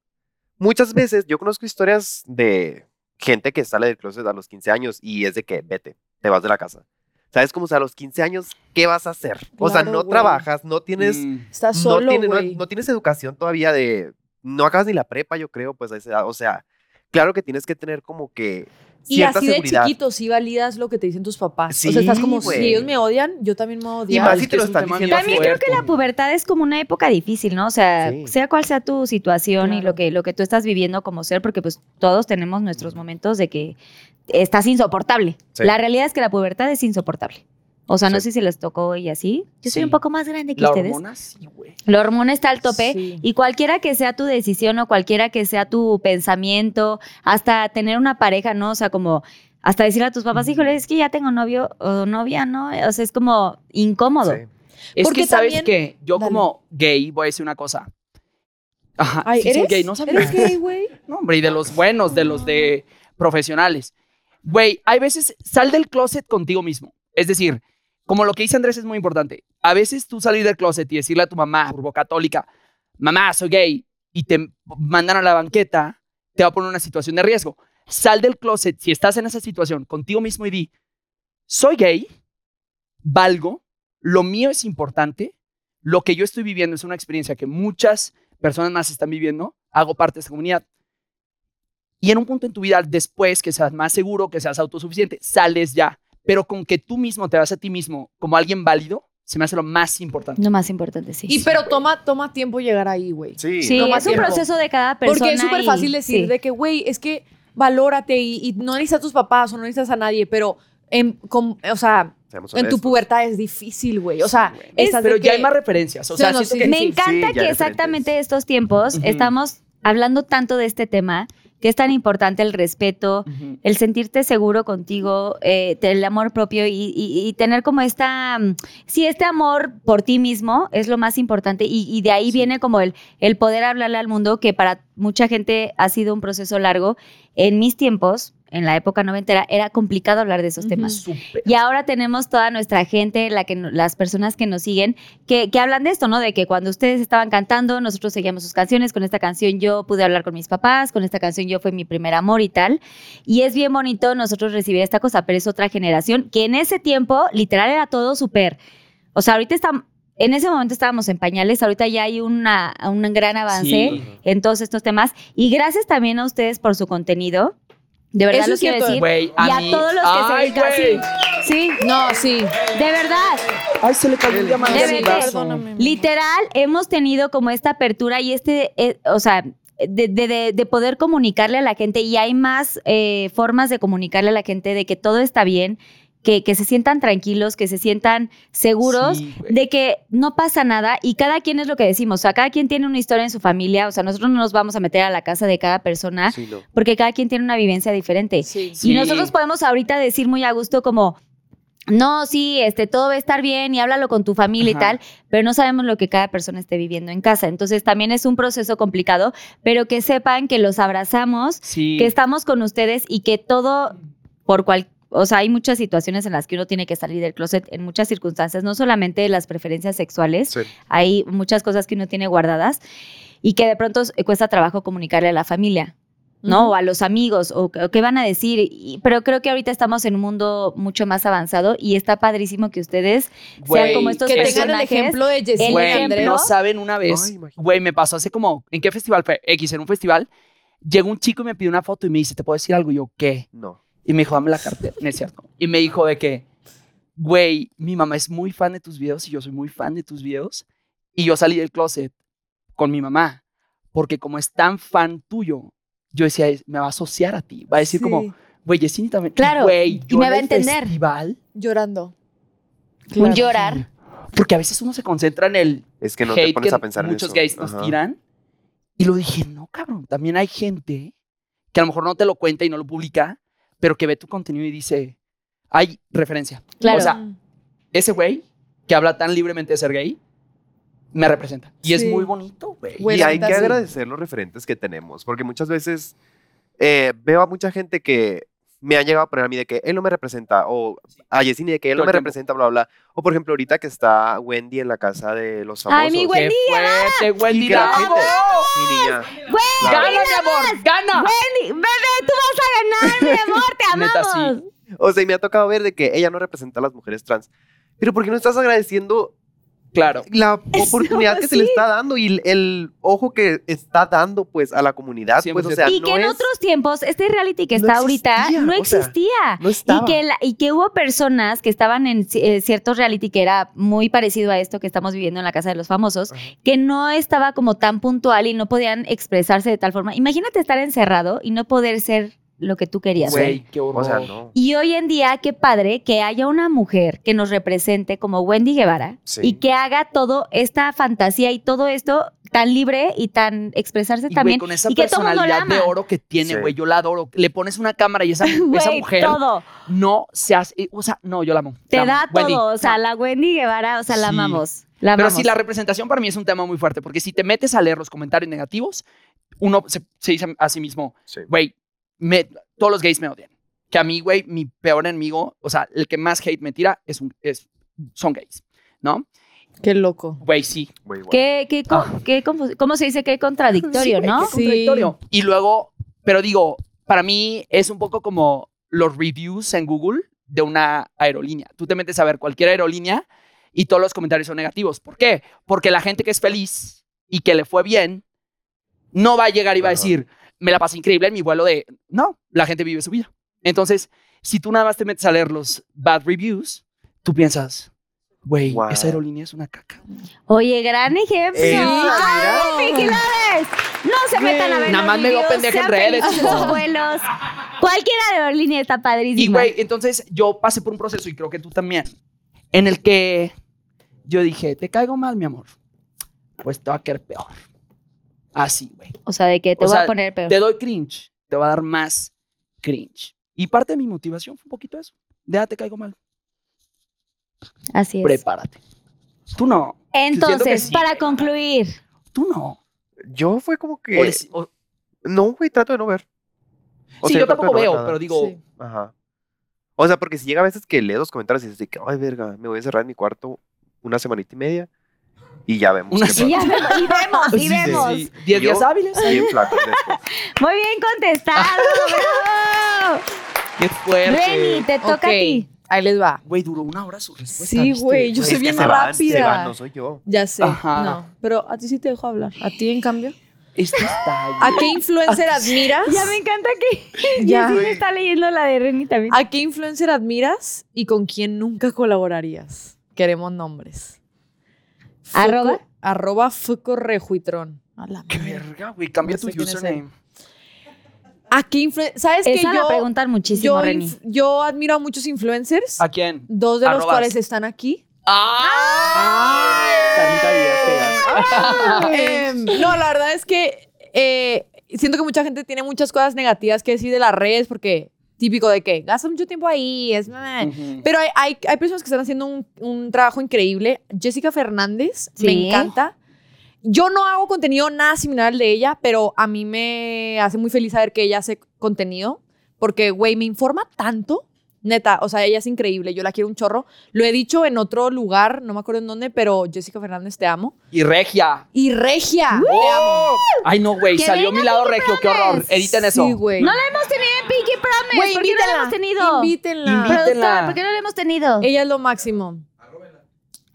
S7: Muchas veces yo conozco historias de gente que sale del closet a los 15 años y es de que vete, te vas de la casa. ¿Sabes cómo? O sea, a los 15 años, ¿qué vas a hacer? O sea,
S8: Claro,
S7: no
S8: güey.
S7: trabajas, no tienes
S6: mm,
S8: Estás
S7: no,
S8: solo,
S7: tiene- no-
S8: güey.
S7: no tienes educación todavía de. No acabas ni la prepa, yo creo, pues a esa edad. O sea, claro que tienes que tener como que
S8: Y
S7: cierta
S8: así de
S7: seguridad.
S8: chiquito, sí validas lo que te dicen tus papás. o
S7: Sí,
S8: sea, estás como,
S7: güey.
S8: si ellos me odian, yo también me
S7: y
S8: odio.
S7: más
S6: es
S7: si
S6: que
S7: te lo
S6: es un
S7: están
S6: tema
S7: diciendo
S6: bien
S4: También creo que la
S6: fuerte.
S4: pubertad es como una época difícil, ¿no? O sea,
S7: Sí.
S4: sea cual sea tu situación y
S8: Claro.
S4: lo que, lo que tú estás viviendo como ser, porque pues todos tenemos nuestros momentos de que estás insoportable.
S7: Sí.
S4: La realidad es que la pubertad es insoportable. O sea, no
S7: Sí.
S4: sé si les tocó y así. Yo soy
S6: Sí.
S4: un poco más grande que
S6: La
S4: ustedes.
S6: hormona, sí, güey.
S4: La hormona está al tope
S8: Sí.
S4: y cualquiera que sea tu decisión o cualquiera que sea tu pensamiento, hasta tener una pareja, ¿no? O sea, como hasta decirle a tus papás, híjole, es que ya tengo novio o novia, ¿no? O sea, es como incómodo.
S7: Sí.
S6: Es
S8: Porque
S6: que sabes
S8: también-
S6: que yo
S8: Dale.
S6: como gay voy a decir una cosa. Ajá,
S8: Ay,
S6: sí soy
S8: ¿eres?
S6: gay, no sabía.
S8: ¿Eres gay, güey?
S6: No, hombre, y de los buenos, de los de profesionales. Güey, hay veces, sal del closet contigo mismo. Es decir, como lo que dice Andrés es muy importante. A veces tú salir del closet y decirle a tu mamá, turbocatólica, mamá, soy gay, y te mandan a la banqueta, te va a poner en una situación de riesgo. Sal del closet, si estás en esa situación, contigo mismo y di, soy gay, valgo, lo mío es importante, lo que yo estoy viviendo es una experiencia que muchas personas más están viviendo, hago parte de esta comunidad. Y en un punto en tu vida, después que seas más seguro, que seas autosuficiente, sales ya. Pero con que tú mismo te vas a ti mismo como alguien válido, se me hace lo más importante.
S4: Lo más importante, sí.
S8: Y pero toma, toma tiempo llegar ahí, güey.
S7: Sí.
S4: sí,
S8: toma
S4: es un
S8: tiempo.
S4: proceso de cada persona.
S8: Porque es súper
S4: y-
S8: fácil decir
S4: sí.
S8: de que, güey, es que valórate y, y no necesitas a tus papás o no necesitas a nadie, pero en, com- o sea,
S7: Seamos
S8: en tu
S7: honestos.
S8: pubertad es difícil, güey. O sea,
S7: Sí, güey.
S8: estás de
S6: Pero ya
S8: que-
S6: hay más referencias. O sea,
S8: Sí, no,
S6: siento
S8: sí,
S6: que-
S8: sí.
S4: Me encanta
S7: sí, ya
S4: que
S7: diferentes.
S4: exactamente estos tiempos
S6: Ujú.
S4: estamos hablando tanto de este tema, que es tan importante el respeto,
S6: Ujú.
S4: el sentirte seguro contigo, eh, te- el amor propio y, y- y tener como esta, mm, sí, este amor por ti mismo es lo más importante y, y de ahí viene como el, el poder hablarle al mundo que para mucha gente ha sido un proceso largo. En mis tiempos, en la época noventera, era complicado hablar de esos
S8: Ujú.
S4: temas.
S6: Súper.
S4: Y ahora tenemos toda nuestra gente, la que, no- las personas que nos siguen, que, que hablan de esto, ¿no? De que cuando ustedes estaban cantando, nosotros seguíamos sus canciones, con esta canción yo pude hablar con mis papás, con esta canción yo fue mi primer amor y tal. Y es bien bonito nosotros recibir esta cosa, pero es otra generación que en ese tiempo literal era todo súper. O sea, ahorita estamos, en ese momento estábamos en pañales, ahorita ya hay una, un gran avance
S6: Sí.
S4: en todos estos temas. Y gracias también a ustedes por su contenido. De verdad
S8: Eso
S4: lo
S8: es
S4: quiero
S8: cierto.
S4: decir.
S6: Güey,
S4: y a
S6: mí-
S4: todos los que
S6: Ay,
S4: se
S6: güey.
S4: dedican. Sí, sí,
S8: No, sí.
S4: de verdad.
S6: Ay, se le cayó el diamante
S4: Debe
S6: en mi
S4: de-
S6: brazo.
S4: Literal, hemos tenido como esta apertura y este, eh, o sea, de, de- de- de poder comunicarle a la gente y hay más eh, formas de comunicarle a la gente de que todo está bien, que, que se sientan tranquilos, que se sientan seguros.
S6: Sí, güey.
S4: de que no pasa nada y cada quien es lo que decimos, o sea, cada quien tiene una historia en su familia, o sea, nosotros no nos vamos a meter a la casa de cada persona
S7: Sí, no.
S4: porque cada quien tiene una vivencia diferente.
S8: Sí.
S6: Sí.
S4: Y nosotros podemos ahorita decir muy a gusto como, no, sí, este, todo va a estar bien y háblalo con tu familia
S6: Ajá.
S4: y tal, pero no sabemos lo que cada persona esté viviendo en casa. Entonces también es un proceso complicado, pero que sepan que los abrazamos,
S6: Sí.
S4: que estamos con ustedes y que todo, por cual, o sea, hay muchas situaciones en las que uno tiene que salir del closet, en muchas circunstancias, no solamente las preferencias sexuales,
S7: Sí.
S4: hay muchas cosas que uno tiene guardadas y que de pronto s- cuesta trabajo comunicarle a la familia, ¿no? O a los amigos, o, c- o qué van a decir. Y- pero creo que ahorita estamos en un mundo mucho más avanzado y está padrísimo que ustedes
S6: Güey,
S4: sean como estos
S8: Que
S6: es-
S8: tengan el
S4: personajes.
S8: ejemplo de Jessy
S4: el
S6: Güey,
S8: y Andrea.
S4: ejemplo.
S6: no saben una
S7: Ay,
S6: vez,
S7: imagínate.
S6: güey, me pasó hace como, ¿en qué festival fue? X, en un festival, llegó un chico y me pidió una foto y me dice, ¿te puedo decir algo? Y yo, ¿qué?
S7: No.
S6: Y me dijo, dame la cartera, no es cierto. Y me dijo de que, güey, mi mamá es muy fan de tus videos y yo soy muy fan de tus videos. Y yo salí del closet con mi mamá, porque como es tan fan tuyo, yo decía, "Es- me va a asociar a ti. Va a decir
S8: Sí,
S6: como, güey, Yesini también.
S4: Claro,
S6: Güey,
S4: y
S6: yo
S4: me
S6: en
S4: va a
S6: el
S4: entender.
S6: festival,
S8: Llorando.
S4: Un llorar.
S6: porque a veces uno se concentra en el
S7: Es que no
S6: hate
S7: te pones
S6: que
S7: a pensar en eso.
S6: muchos gays nos
S7: Ajá.
S6: tiran. Y lo dije, no, cabrón, también hay gente que a lo mejor no te lo cuenta y no lo publica, pero que ve tu contenido y dice, hay referencia.
S4: Claro.
S6: O sea, ese güey que habla tan libremente de ser gay, me representa. Y es
S8: Sí.
S6: muy bonito, güey.
S8: Güey,
S7: y
S8: la
S7: hay que
S8: neta, sí.
S7: agradecer los referentes que tenemos, porque muchas veces eh, veo a mucha gente que me ha llegado a poner a mí de que él no me representa, o a Yesini de que él
S6: Todo
S7: no
S6: el
S7: me
S6: tiempo.
S7: representa, bla, bla. O por ejemplo, ahorita que está Wendy en la casa de los famosos.
S4: Ay, mi
S6: ¡Qué
S4: Wendy,
S6: fuerte, Wendy!
S7: Y que la
S6: ¡Bravo!
S7: gente- Mi niña.
S4: Wendy,
S6: ¡Gana,
S7: Claro.
S6: mi amor! ¡Gana!
S4: Wendy, bebé, tú vas a ganar, mi amor, te
S6: Neta,
S4: amamos.
S6: sí.
S7: O sea, y me ha tocado ver de que ella no representa a las mujeres trans. Pero ¿por qué no estás agradeciendo
S6: Claro.
S7: la oportunidad que se le está dando y el, el ojo que está dando pues a la comunidad. Pues, o
S6: 100%.
S7: sea,
S4: y
S7: no
S4: que en
S7: es-
S4: otros tiempos, este reality que
S7: no
S4: está ahorita
S7: existía,
S4: no
S7: o sea,
S4: existía.
S7: no
S4: y,
S7: estaba.
S4: que la- y que hubo personas que estaban en ci- eh, cierto reality que era muy parecido a esto que estamos viviendo en la Casa de los Famosos,
S7: Ajá.
S4: que no estaba como tan puntual y no podían expresarse de tal forma. Imagínate estar encerrado y no poder ser lo que tú querías ser.
S6: Güey, qué horror.
S7: O sea, no.
S4: Y hoy en día, qué padre que haya una mujer que nos represente como Wendy Guevara
S7: Sí.
S4: y que haga todo esta fantasía y todo esto tan libre y tan expresarse
S6: Y, güey,
S4: también.
S6: con esa
S4: y que todo mundo la
S6: personalidad
S4: ama.
S6: de oro que tiene,
S7: Sí.
S6: güey, yo la adoro. Le pones una cámara y esa, esa
S4: Güey,
S6: mujer
S4: todo.
S6: no se hace. O sea, no, yo la amo.
S4: Te
S6: La amo.
S4: da
S6: Wendy.
S4: todo. O sea, la Wendy Guevara, o sea, la
S6: Sí.
S4: amamos. La
S6: Pero
S4: amamos.
S6: sí, la representación para mí es un tema muy fuerte, porque si te metes a leer los comentarios negativos, uno se, se dice a sí mismo,
S7: Sí.
S6: güey, me- todos los gays me odian. Que a mí, güey, mi peor enemigo, o sea, el que más hate me tira es un, es, son gays, ¿no?
S8: Qué loco.
S6: Güey, sí.
S7: Güey, guau.
S4: Qué, qué co- qué confus- ¿Cómo se dice? Qué contradictorio,
S6: Ah. Sí,
S4: ¿no?
S6: güey, qué contradictorio. Y luego, pero digo, para mí es un poco como los reviews en Google de una aerolínea. Tú te metes a ver cualquier aerolínea y todos los comentarios son negativos. ¿Por qué? Porque la gente que es feliz y que le fue bien no va a llegar y va a
S7: Ajá.
S6: decir, me la pasé increíble en mi vuelo de. No, la gente vive su vida. Entonces, si tú nada más te metes a leer los bad reviews, tú piensas, güey,
S7: Wow.
S6: esa aerolínea es una caca.
S4: Oye, gran ejemplo.
S7: Eh,
S4: ¡Ay, Pinky Lovers! No se metan a ver.
S6: Nada
S4: los
S6: más me veo
S4: videos,
S6: pendeja en
S4: sean
S6: redes.
S4: felices en sus vuelos. Cualquiera de aerolínea está
S6: Y,
S4: padrísima.
S6: güey, entonces yo pasé por un proceso, y creo que tú también, en el que yo dije, te caigo mal, mi amor. Pues te va a quedar peor. Así, güey.
S4: o sea, de que te
S6: o
S4: voy a
S6: sea,
S4: poner peor.
S6: Te doy cringe, te va a dar más cringe. Y parte de mi motivación fue un poquito eso. De, ah, te caigo mal.
S4: Así es.
S6: Prepárate. Tú no, siento que
S4: Entonces,
S6: sí,
S4: para
S6: güey.
S4: concluir,
S6: tú no.
S7: Yo fue como que...
S6: O les- o-
S7: No, güey, trato de no ver. O
S6: sí,
S7: sea,
S6: yo
S7: trato de
S6: tampoco
S7: no ver
S6: veo,
S7: nada.
S6: pero digo,
S8: Sí.
S7: Ajá. O sea, porque si llega a veces que leo los comentarios y dices de que, ay, verga, me voy a encerrar en mi cuarto una semanita y media y ya vemos.
S6: Una
S7: qué
S6: sí-
S4: y, ya
S7: pasa".
S4: vemos, y
S6: pues
S4: vemos, y
S7: Sí, sí,
S4: vemos.
S7: sí.
S6: 10 días
S7: Yo-
S6: hábiles.
S7: Bien flaco. después.
S4: Muy bien contestado, bravo.
S6: Qué
S4: Reni,
S6: fuerte.
S4: te toca a ti.
S8: Ahí les va.
S6: Güey, duró una hora su respuesta.
S8: Sí,
S6: ¿viste?
S8: güey, yo
S7: Es
S8: soy
S7: que
S8: bien
S7: se van, se
S8: rápida.
S7: van, no soy yo.
S8: Ya sé.
S6: Ajá.
S8: No, pero a ti sí te dejo hablar. A ti, en cambio.
S6: Esto está...
S8: ¿A qué influencer admiras?
S4: Ya me encanta que
S8: Ya. Ah,
S4: Jessy me está leyendo la de Reni también.
S8: ¿A qué influencer admiras y con quién nunca colaborarías? Queremos nombres. Foco-
S4: ¿Arroba?
S8: Arroba Foco Rejuitrón. A la
S6: Qué
S8: madre.
S6: verga, güey. Cambia
S8: No sé
S6: tu
S8: quién es
S6: username.
S8: ¿A qué influen- ¿Sabes qué?
S4: Esa la
S8: yo,
S4: preguntan muchísimo,
S8: yo,
S4: Reni.
S8: inf- yo admiro a muchos influencers,
S6: ¿A quién?
S8: dos de los
S6: Arrobas.
S8: cuales están aquí.
S6: Carlita Díaz, te das.
S8: Em, no, la verdad es que eh, siento que mucha gente tiene muchas cosas negativas que decir de las redes porque típico de que gastas mucho tiempo ahí, es... meh.
S6: Ujú.
S8: Pero hay, hay, hay personas que están haciendo un, un trabajo increíble. Jessica Fernández,
S4: Sí.
S8: me encanta. Yo no hago contenido nada similar al de ella, pero a mí me hace muy feliz saber que ella hace contenido, porque, güey, me informa tanto. Neta, o sea, ella es increíble, yo la quiero un chorro. Lo he dicho en otro lugar, no me acuerdo en dónde, pero Jessica Fernández, te amo.
S6: Y Regia.
S8: Y Regia, Ah, te amo.
S6: ¡Oh! Ay, no, güey.
S4: Que
S6: Salió
S4: venga
S6: mi lado
S4: Pinky
S6: regio. Qué horror.
S4: Promise.
S6: Editen eso.
S8: Sí, güey.
S4: No la hemos tenido en Eh, Pinky Promise.
S8: Güey,
S4: ¿Por qué no la hemos tenido?
S8: Invítenla.
S6: Invítenla.
S4: Productora, ¿por qué no la hemos tenido?
S8: Ella es lo máximo.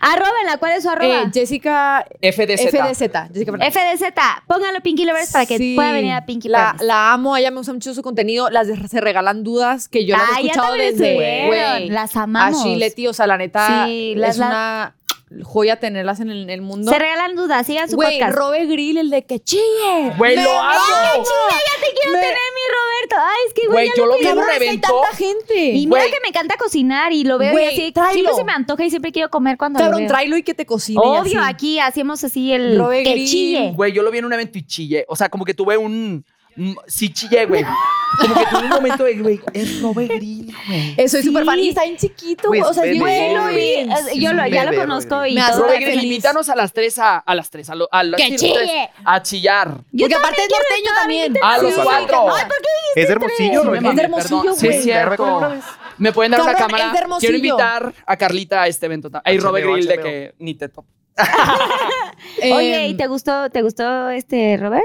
S4: Arróbenla, ¿cuál es su arroba?
S8: Eh, Jessica
S6: FDZ.
S8: FDZ. Jessica Fernández.
S4: FDZ, póngalo Pinky Lovers para que
S8: Sí.
S4: pueda venir a Pinky
S8: la,
S4: Promise.
S8: la amo, ella me gusta mucho su contenido. Las de- se regalan dudas que yo las
S4: Ah,
S8: he
S4: ya
S8: escuchado
S4: también
S8: desde
S4: estuvieron.
S8: güey,
S4: Las amamos.
S8: A Leti, o sea, la neta
S4: Sí, las-
S8: es una joya tenerlas en el, el mundo.
S4: Se regalan dudas, sigan su
S8: Güey,
S4: podcast.
S8: Robe Grill, el de que chille.
S6: Güey, lo
S8: amo.
S6: amo.
S8: ¡Ah!
S4: Chinga, ya te quiero tener, mi Roberto. Ay, es que güey,
S6: Güey,
S4: ya
S6: yo lo vi,
S4: quiero.
S6: me reventó.
S8: Tanta gente.
S4: Y mira
S6: Güey.
S4: que me encanta cocinar y lo veo
S8: Güey,
S4: y así. Siempre
S8: tráelo.
S4: se me antoja y siempre quiero comer cuando lo
S8: Cabrón,
S4: veo.
S8: tráelo y que te cocine. y
S4: Obvio,
S8: así.
S4: aquí hacemos así el
S8: Robe
S4: que
S8: Grill.
S4: chille.
S6: Güey, yo lo vi en un evento y chillé. O sea, como que tuve un. un- Sí, chillé, güey. Como que tuve un momento de, güey, es Robe Grill, güey.
S8: Eh, Soy
S4: Sí.
S8: súper fan. Y está bien chiquito,
S7: Güey,
S6: Pues
S8: güey. O sea,
S7: es
S8: yo
S7: bebé,
S4: Güey, lo vi,
S7: Güey,
S4: eh, Yo
S7: es
S4: lo-
S7: un
S4: ya lo
S7: bebé,
S4: conozco
S7: Robe
S4: y
S8: Grill. Me hace
S4: todo.
S6: Robe
S8: estar
S6: Grill,
S8: feliz.
S6: invítanos a las tres a, a las tres, a, lo- a las
S4: ¡Que
S6: sí, los tres,
S4: chille!
S6: a chillar.
S4: Yo
S8: Porque aparte es
S4: también
S8: norteño también.
S6: A los
S7: sí,
S6: cuatro.
S7: Ay, Es hermosillo,
S6: Sí, me
S7: Robe
S6: mamé,
S7: Grill.
S8: hermosillo,
S6: perdón. Sí,
S8: güey.
S6: es cierto. Me pueden dar una
S8: Cabrón,
S6: cámara.
S8: es de Hermosillo.
S6: Quiero invitar a Carlita a este evento. Hay
S7: HBO,
S6: Robert Grill de
S7: HBO.
S6: que ni te topo.
S4: Oye,
S8: Em,
S4: ¿y te gustó, te gustó este Robert?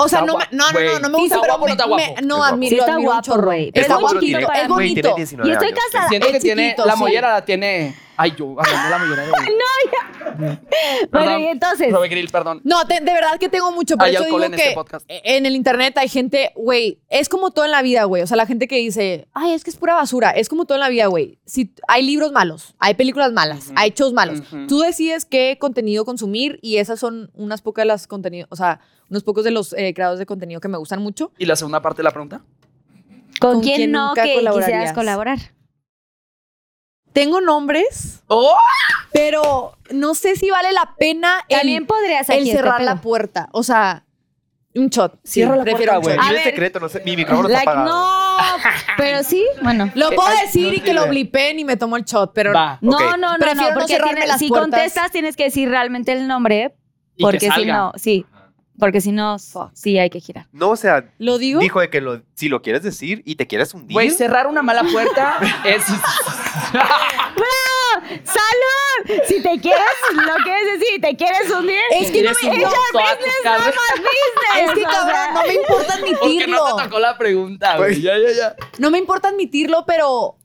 S8: O sea,
S6: Está
S8: no, me,
S6: guapo,
S8: no, no, no, no me
S6: güey.
S8: gusta,
S6: Está
S8: pero
S6: guapo,
S8: me-
S6: está guapo.
S8: me- no admiro,
S7: Está
S4: guapo. Sí, está
S8: admiro un
S4: guapo,
S8: chorro.
S4: güey. Pero
S8: Está
S4: es muy
S8: guapo,
S4: chiquito
S8: es
S4: para-
S8: bonito.
S7: Güey, tiene 19
S4: Y estoy
S7: años.
S4: casada.
S6: Siento
S4: es
S6: que tiene
S4: chiquito,
S6: la
S4: sí.
S6: mollera la tiene Ay, yo hablando la mayoría de. no, ya.
S4: Bueno, y entonces,
S6: Robe Grill, perdón.
S8: No, te- de verdad que tengo mucho, por
S6: Hay
S8: eso
S6: alcohol
S8: digo
S6: en
S8: que
S6: este podcast.
S8: en el internet hay gente, güey, es como todo en la vida, güey. O sea, la gente que dice, ay, es que es pura basura. Es como todo en la vida, güey. Si hay libros malos, hay películas malas,
S6: Ujú.
S8: hay shows malos.
S6: Ujú.
S8: Tú decides qué contenido consumir y esas son unas pocas de las contenidos, o sea, unos pocos de los eh, creadores de contenido que me gustan mucho.
S6: ¿Y la segunda parte de la pregunta?
S4: ¿con,
S8: ¿con
S4: quién,
S8: quién
S4: no
S8: nunca
S4: que quisieras
S8: colaborarías?
S4: colaborar?
S8: Tengo nombres,
S6: ¡Oh!
S8: pero no sé si vale la pena el-
S4: También podrías
S8: el,
S4: aquí este
S8: cerrar
S4: pedo.
S8: la puerta. O sea, un shot. Sí,
S6: Cierra la
S8: prefiero
S6: puerta,
S8: un
S7: güey.
S8: shot.
S4: A
S7: Dile
S4: ver.
S7: secreto, no sé. Mi micrófono está
S4: Like,
S7: apagado.
S4: no, pero sí, bueno.
S8: Lo puedo
S7: Eh, ay,
S8: decir
S7: no
S8: y que lo
S7: tiene-
S8: blipen y me tomo el shot, pero
S6: Va.
S4: No,
S7: Ok.
S4: no, no,
S8: Prefiero
S4: no,
S8: no
S4: porque
S8: cerrarme
S4: tiene-
S8: las
S4: si
S8: puertas.
S4: contestas tienes que decir realmente el nombre,
S6: Y que
S4: porque si
S6: salga.
S4: no, sí, porque si no, sí hay que girar.
S7: No, o sea,
S8: ¿lo digo?
S7: dijo de que lo, si lo quieres decir y te quieres hundir.
S6: Güey, cerrar una mala puerta es.
S4: ¡Salud! Si te quieres, lo quieres decir, te quieres hundir.
S8: Es que no
S6: Eres
S8: me-
S6: un
S8: es-
S6: oso a tu cabeza.
S8: es que cabrón, no me importa
S6: Porque no
S8: admitirlo.
S6: te tocó la pregunta, güey.
S7: Güey.
S6: Ya, ya, ya.
S8: No me importa admitirlo, pero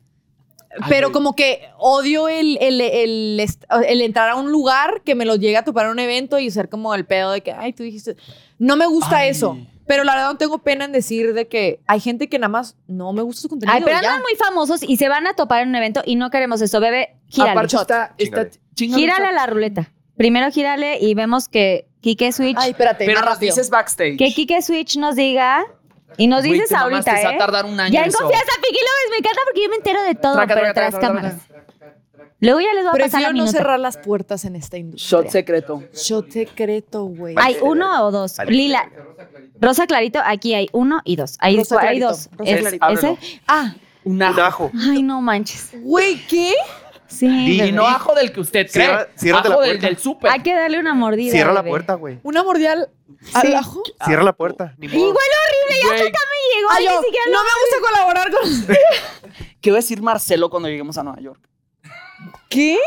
S6: Ay,
S8: pero
S6: güey.
S8: como que odio el, el, el, est- el entrar a un lugar que me lo llegue a topar en un evento y ser como el pedo de que, ay, tú dijiste. No me gusta
S6: Ay.
S8: eso. Pero la verdad no tengo pena en decir de que hay gente que nada más no me gusta su contenido.
S4: Ay, pero
S8: ya.
S4: andan muy famosos y se van a topar en un evento y no queremos eso, bebé. Gírale.
S6: Aparte está. está chingale.
S4: Gírale a la ruleta. Primero gírale y vemos que Kike Switch,
S8: Ay, espérate,
S6: Pero
S8: más
S6: nos
S8: rápido.
S6: dices backstage.
S4: que Kike Switch nos diga y nos
S6: Güey,
S4: dices
S6: te mamaste,
S4: ahorita,
S6: se va a
S4: ¿eh?
S6: tardar un año
S4: Ya en
S6: eso.
S4: confianza, Piki Lovers, me encanta porque yo me entero de todo,
S6: Traca,
S4: pero
S6: traca,
S4: tras
S6: traca,
S4: cámaras. Luego ya les voy a pasar la
S8: Prefiero no
S4: minuta.
S8: cerrar las puertas en esta industria.
S6: Shot secreto.
S8: Shot secreto, güey.
S4: Hay uno o dos.
S7: Vale.
S4: Lila. Rosa Clarito, aquí hay uno y dos. Ahí
S8: Rosa
S4: hay
S8: Clarito,
S4: dos.
S8: Rosa
S4: Es-
S6: Clarito.
S4: ¿Ese?
S8: Ah,
S6: Un
S7: Un
S6: ajo.
S7: ajo.
S4: Ay, no manches.
S8: güey, ¿qué?
S4: Sí.
S7: Di-
S6: Y no ajo del que usted cree.
S7: Cierra- ciérrate la
S6: ajo del,
S7: puerta.
S6: del súper.
S4: Hay que darle una mordida.
S7: Cierra la
S4: bebé.
S7: puerta, güey.
S8: ¿Una mordial al
S4: Sí.
S8: ajo?
S7: Cierra la puerta. Ni modo.
S4: Igual horrible, ya
S6: Güey,
S4: hasta acá me llegó.
S8: Ah,
S4: ay,
S8: yo,
S4: ni siquiera
S8: no
S4: lo-
S8: me gusta colaborar con...
S6: ¿Qué va a decir Marcelo cuando lleguemos a Nueva York?
S8: ¿Qué?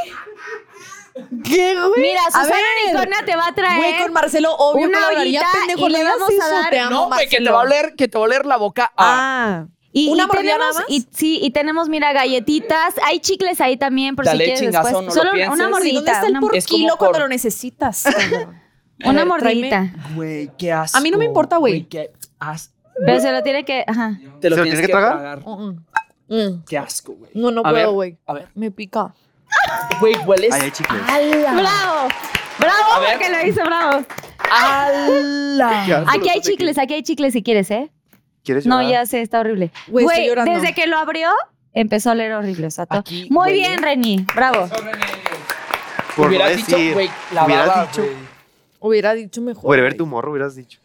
S8: ¿Qué, güey?
S4: Mira,
S8: A
S4: Susana
S8: ver.
S4: Unicornia te va a traer.
S8: Güey, con Marcelo, obvio,
S4: una
S8: colaboraría,
S4: ollita
S8: pendejo.
S4: y le
S8: no hagas
S4: vamos a
S8: eso,
S4: dar-
S8: te amo,
S6: No, güey, que te
S8: Marcelo.
S6: va a oler, que te va a oler la boca a
S8: Ah.
S4: y,
S8: ¿Una
S4: y
S8: mordida
S4: tenemos-
S8: nada más?
S4: y- sí, y tenemos, mira, galletitas. Hay chicles ahí también, por
S6: Dale,
S4: si quieres
S6: chingazo,
S4: después.
S6: no lo
S4: Solo una
S6: pienses.
S8: Sí, ¿Dónde
S4: mordidita.
S8: está el
S4: una,
S8: por
S6: Es como
S8: kilo
S6: por-
S8: cuando lo necesitas? cabrón? A
S4: una
S8: ver,
S4: mordidita.
S6: Güey, qué asco.
S8: A mí no me importa, güey.
S6: qué as-
S4: Pero se lo tiene que. Ajá.
S6: Te lo
S7: ¿Se lo
S6: tienes
S7: tienes que
S6: que
S7: tragar?
S6: tragar.
S8: Mm, mm.
S6: Qué asco, güey.
S8: No, no
S6: A ver,
S8: puedo, güey.
S6: A ver,
S8: Me pica.
S6: güey, hueles
S7: Ahí hay chicles.
S4: ¡Bravo! ¡Bravo!
S6: A ver.
S4: Porque lo hizo, bravo.
S6: a la...
S7: Qué
S4: Aquí
S7: asco los
S4: hay
S7: de que-
S4: chicles, aquí hay chicles si quieres, ¿eh?
S7: ¿Quieres
S4: No,
S7: llorar?
S4: ya sé, está horrible.
S8: Güey, estoy
S4: Güey,
S8: llorando.
S4: desde que lo abrió, empezó a leer horrible. O sea, todo.
S6: Aquí
S4: Muy
S6: huele.
S4: bien, Reni. Bravo.
S7: Por no
S6: hubieras dicho,
S7: decir.
S6: güey, la
S7: hubieras
S6: baba,
S7: dicho.
S6: güey.
S8: Hubiera dicho mejor.
S7: Por ver
S8: güey.
S7: tu morro hubieras dicho.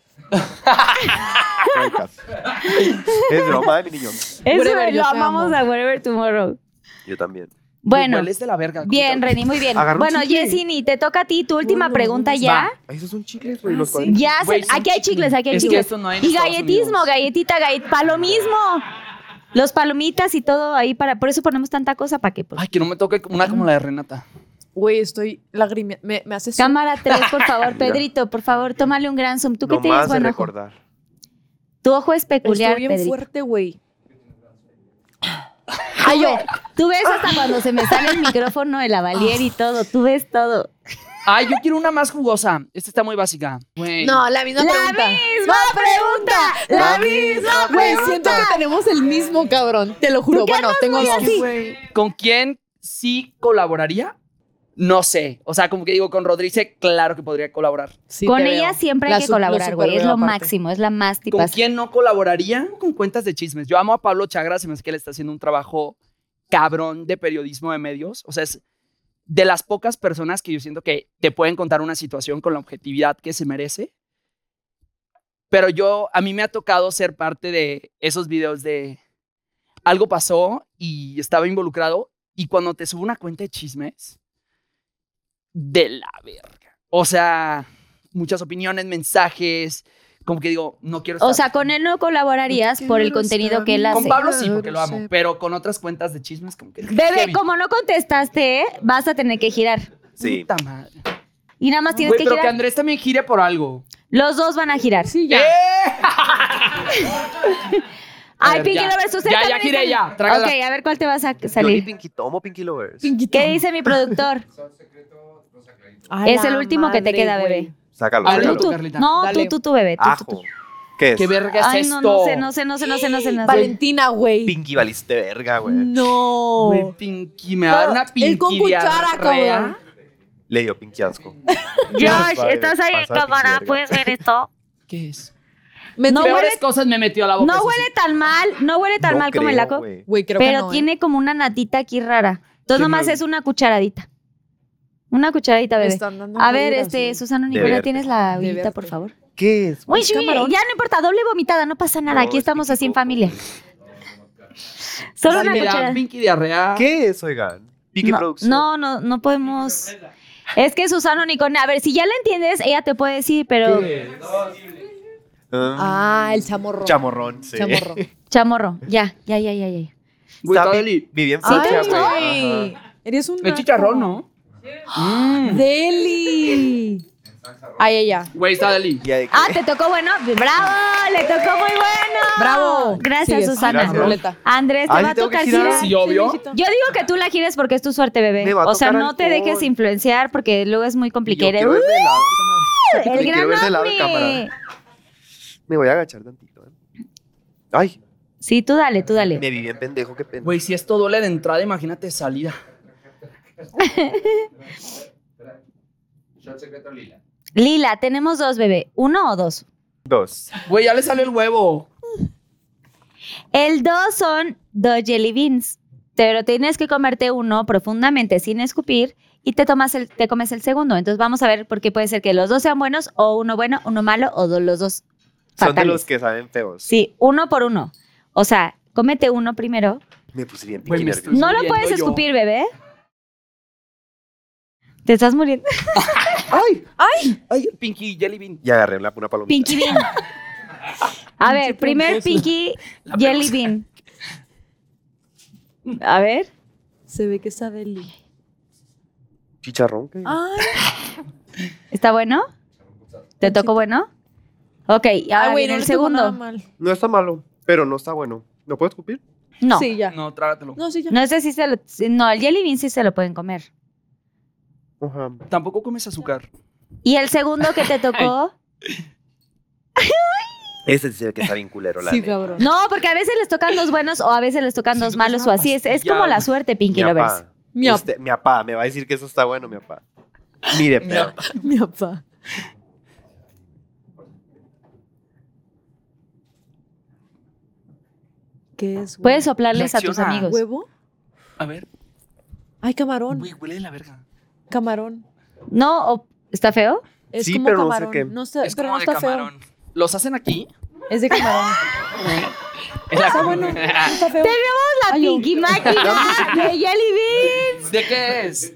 S7: es broma de mi niño.
S4: Eso
S8: Whatever,
S4: lo
S8: yo te
S4: amamos
S8: amo.
S4: a Whatever Tomorrow.
S7: Yo también.
S4: Bueno,
S6: Hueles de la verga.
S4: bien,
S6: Puta.
S4: Reni, muy bien.
S7: Agarra un
S4: Bueno,
S7: chicle.
S4: Yesini, te toca a ti tu última pregunta ya.
S6: Va.
S7: Ay, Esos son chicles, güey. Los cuadritos.
S4: Ya, se-
S6: Güey, son
S4: aquí hay chicles, aquí hay
S6: Es que
S4: chicles.
S6: esto no hay en
S4: y
S6: Estados
S4: galletismo,
S6: Unidos.
S4: galletita, gallet, palomismo. Los palomitas y todo ahí para. Por eso ponemos tanta cosa para que. pues,
S6: Ay, que no me toque una como la de Renata.
S8: Güey, estoy lagrime... Me, me hace...
S4: Cámara 3, por favor, Pedrito, por favor, tómale un gran zoom. Tú que tienes
S7: Nomás de
S4: buen ojo.
S7: recordar.
S4: Tu ojo es peculiar,
S8: Estoy bien
S4: Pedrito.
S8: fuerte, güey.
S4: Ay, yo, tú ves hasta cuando se me sale el micrófono de la Valier y todo, tú ves todo.
S6: Ay, yo quiero una más jugosa. Esta está muy básica. Güey.
S8: No, la misma pregunta.
S4: misma pregunta,
S7: la misma
S8: Güey, siento que tenemos el mismo, cabrón. Te lo juro. Bueno, tengo
S6: Es
S8: dos.
S6: que, güey, ¿Con quién sí colaboraría? No sé. O sea, como que digo, con Rodríguez, claro que podría colaborar.
S8: Sí,
S4: Con
S8: te
S4: ella
S8: veo.
S4: siempre
S8: La
S4: hay que
S8: su- lo
S4: colaborar, güey, es
S8: superveo
S4: lo
S8: aparte.
S4: máximo, es la más
S6: ¿Con
S4: tipaza.
S6: quién no colaboraría? Con cuentas de chismes. Yo amo a Pablo Chagra, se me hace que él está haciendo un trabajo cabrón de periodismo de medios. O sea, es de las pocas personas que yo siento que te pueden contar una situación con la objetividad que se merece. Pero yo, a mí me ha tocado ser parte de esos videos de algo pasó y estaba involucrado y cuando te subo una cuenta de chismes, de la verga. O sea, muchas opiniones, mensajes, como que digo, no quiero estar
S4: O sea, con él no colaborarías por el contenido que él
S6: con
S4: hace.
S6: Pablo sí, porque lo amo, pero con otras cuentas de chismes como que...
S4: Bebé,
S6: heavy.
S4: como no contestaste, vas a tener que girar.
S7: Sí.
S6: Puta madre.
S4: Y nada más tienes
S6: Güey,
S4: que
S6: pero que
S4: girar.
S6: Andrés también gire por algo.
S4: Los dos van a girar.
S8: Sí, ya.
S6: ¡Eh!
S4: Ay,
S6: ver,
S4: Pinky
S6: ya.
S4: Lovers, usted
S6: Ya, ya
S4: también
S6: giré,
S4: está-
S6: ya. Trágala.
S4: Ok, a ver cuál te vas a
S7: Yo ni
S4: salir.
S7: Pinky tomo Pinky Lovers.
S4: ¿Qué dice mi productor? Es el último que te queda, bebé.
S7: Sácalo,
S6: Dale,
S4: Tú,
S7: sácalo.
S6: tú,
S4: tú.
S6: Carlita.
S4: No,
S5: Dale.
S4: tú, tú, tú, bebé. Tú, tú, tú.
S7: Ajo. ¿Qué es?
S6: ¿Qué verga es
S4: Ay, no,
S6: esto?
S4: no sé, no sé, no sé, no sé, no sé. no sé.
S5: Valentina, güey.
S7: Pinky valiste verga, güey.
S5: No.
S6: Güey, Pinky, me va a dar una pinky
S5: Es con cuchara,
S6: diarrea.
S5: cabrón.
S7: Le dio Pinky asco.
S4: Josh,
S7: Vas a
S4: estás ahí en
S7: pasar pinky
S4: cámara,
S7: verga.
S4: ¿puedes ver esto?
S6: ¿Qué es?
S5: Me
S4: No
S5: tiró-
S6: Peores cosas me metió a la boca.
S4: No
S6: eso sí.
S4: huele tan mal, no huele tan
S7: No
S4: mal como el
S7: creo,
S4: laco,
S7: güey.
S5: Güey, creo que
S4: pero
S5: no, ¿eh?
S4: tiene como una natita aquí rara. Entonces
S6: Qué
S4: nomás
S6: mal.
S4: es una cucharadita. Una cucharadita,
S5: Me
S4: bebé.
S5: están dando
S4: A ver,
S5: maduras,
S4: este,
S5: güey.
S4: Susana
S7: De
S4: Nicola,
S7: verte.
S4: ¿tienes la
S5: De
S4: habilita,
S5: verte.
S4: por favor?
S7: ¿Qué es?
S4: Uy, sí,
S5: camarón.
S4: ya no importa, doble vomitada, no pasa nada.
S7: No,
S4: Aquí
S7: Oh, es
S4: estamos
S7: pinky
S4: así en
S7: coco.
S4: familia. Solo
S6: Ay,
S4: una
S6: me da
S4: cucharada.
S6: Pinky diarrea.
S7: ¿Qué es, oigan? Pinky
S4: No,
S7: Producción.
S4: no, no, no podemos. Es que Susana Nicola, a ver, si ya la entiendes, ella te puede decir, pero
S7: Mm,
S5: Ah, el chamorro.
S7: chamorrón, sí.
S5: Chamorro.
S4: chamorro, ya, ya, ya, ya, ya.
S6: Güey,
S7: Está
S6: está
S7: vi-
S6: deli.
S7: Viví en
S4: ¿Sí te
S7: Francia,
S4: gustó?
S7: güey. Ajá.
S5: Eres un.
S6: El chicharrón, ¿no? Mm.
S5: Deli. Ay, ella.
S6: Güey, está deli.
S7: Y ahí-
S4: Ah, te tocó bueno. Bravo, le tocó muy bueno.
S5: Bravo.
S4: Gracias,
S5: Sigues.
S4: Susana.
S7: Gracias.
S5: Ruleta.
S4: Andrés, te
S7: Ah,
S4: va
S7: ¿sí
S4: a
S7: tengo que
S4: tocar
S7: girar?
S4: girar.
S6: Sí, obvio.
S4: Yo digo que tú la gires porque es tu suerte, bebé.
S7: Me va a
S4: O sea,
S7: tocar
S4: no te
S7: alcohol.
S4: dejes influenciar porque luego es muy
S7: y yo
S4: complicado.
S7: quiero ver de lado.
S4: ¡Uh!
S7: Yo
S4: El
S7: quiero ver de
S4: gran
S7: lado en
S4: hombre.
S7: cámara. Me voy a agachar tantito. ¿eh? Ay,
S4: Sí, tú dale, tú dale.
S7: me viví en pendejo, qué pena.
S6: Güey, si esto duele de entrada, imagínate de salida.
S4: Lila, tenemos dos, bebé. ¿Uno o dos?
S7: Dos.
S6: Güey, ya le salió el huevo.
S4: El dos son dos jelly beans. Pero tienes que comerte uno profundamente sin escupir y te tomas el, te comes el segundo. Entonces vamos a ver por qué puede ser que los dos sean buenos, o uno bueno, uno malo, o do- los dos
S7: Son de
S4: fatales.
S7: los que saben feos.
S4: Sí, uno por uno. O sea, cómete uno primero.
S7: Me puse bien
S6: Güey,
S7: pinky
S6: me
S7: nervioso.
S6: estoy-
S4: No lo
S6: muriendo
S4: puedes
S6: yo.
S4: escupir, bebé. Te estás muriendo.
S6: ¡Ay! ¡Ay! ¡Ay, el Pinky Jelly Bean!
S7: Y agarré la- una palomita.
S4: Pinky Bean. A ver, primer Pinky Jelly Bean. A ver.
S5: Se ve que está deli.
S7: Chicharrón. ¿qué?
S8: Ah.
S5: Ay,
S4: ¿Está bueno? ¿Te tocó bueno? Ok, y ahora
S5: ay, güey,
S4: viene
S5: no
S4: el
S5: le estuvo nada
S4: segundo.
S5: mal.
S7: No está malo, pero no está bueno. ¿Lo puedo escupir?
S4: No,
S5: Sí, ya.
S6: No, trágatelo.
S5: No, sí, ya.
S4: no sé si se lo... si- No, el jelly bean sí se lo pueden comer.
S7: Ajá.
S6: Tampoco comes azúcar.
S4: Y el segundo que te tocó...
S7: Ese sí se ve que está bien culero, la
S5: Sí,
S7: neta.
S5: cabrón.
S4: No, porque a veces les tocan dos buenos o a veces les tocan
S6: Sí,
S4: dos
S6: tú
S4: malos
S6: eres
S4: o
S6: una
S4: así. Es, es
S6: pastilla.
S4: como la suerte, Pinky
S7: Mi
S4: Lovers.
S7: apá.
S5: Mi apá.
S7: Usted- Este, Mi apá. Me va a decir que eso está bueno, mi apá. Mire,
S6: Mi
S7: pero.
S6: apá.
S5: Mi papá. ¿Qué es, güey?
S4: Puedes soplarles a tus
S6: Reacciona.
S4: amigos.
S5: ¿Huevo?
S6: A ver.
S5: Ay, camarón.
S6: Güey, huele de la verga.
S5: Camarón.
S4: No, o- ¿está feo?
S5: Es
S7: Sí,
S5: como
S7: pero no sé
S5: camarón.
S7: qué.
S5: está,
S6: Es
S5: pero
S6: como
S5: no
S6: de
S5: está
S6: camarón. ¿Los hacen aquí?
S5: feo. Es de camarón.
S4: Ah,
S5: está bueno. No está feo.
S4: La
S5: Ay, yo-
S4: Pinky Máquina de Jelly Bean.
S6: ¿De qué es?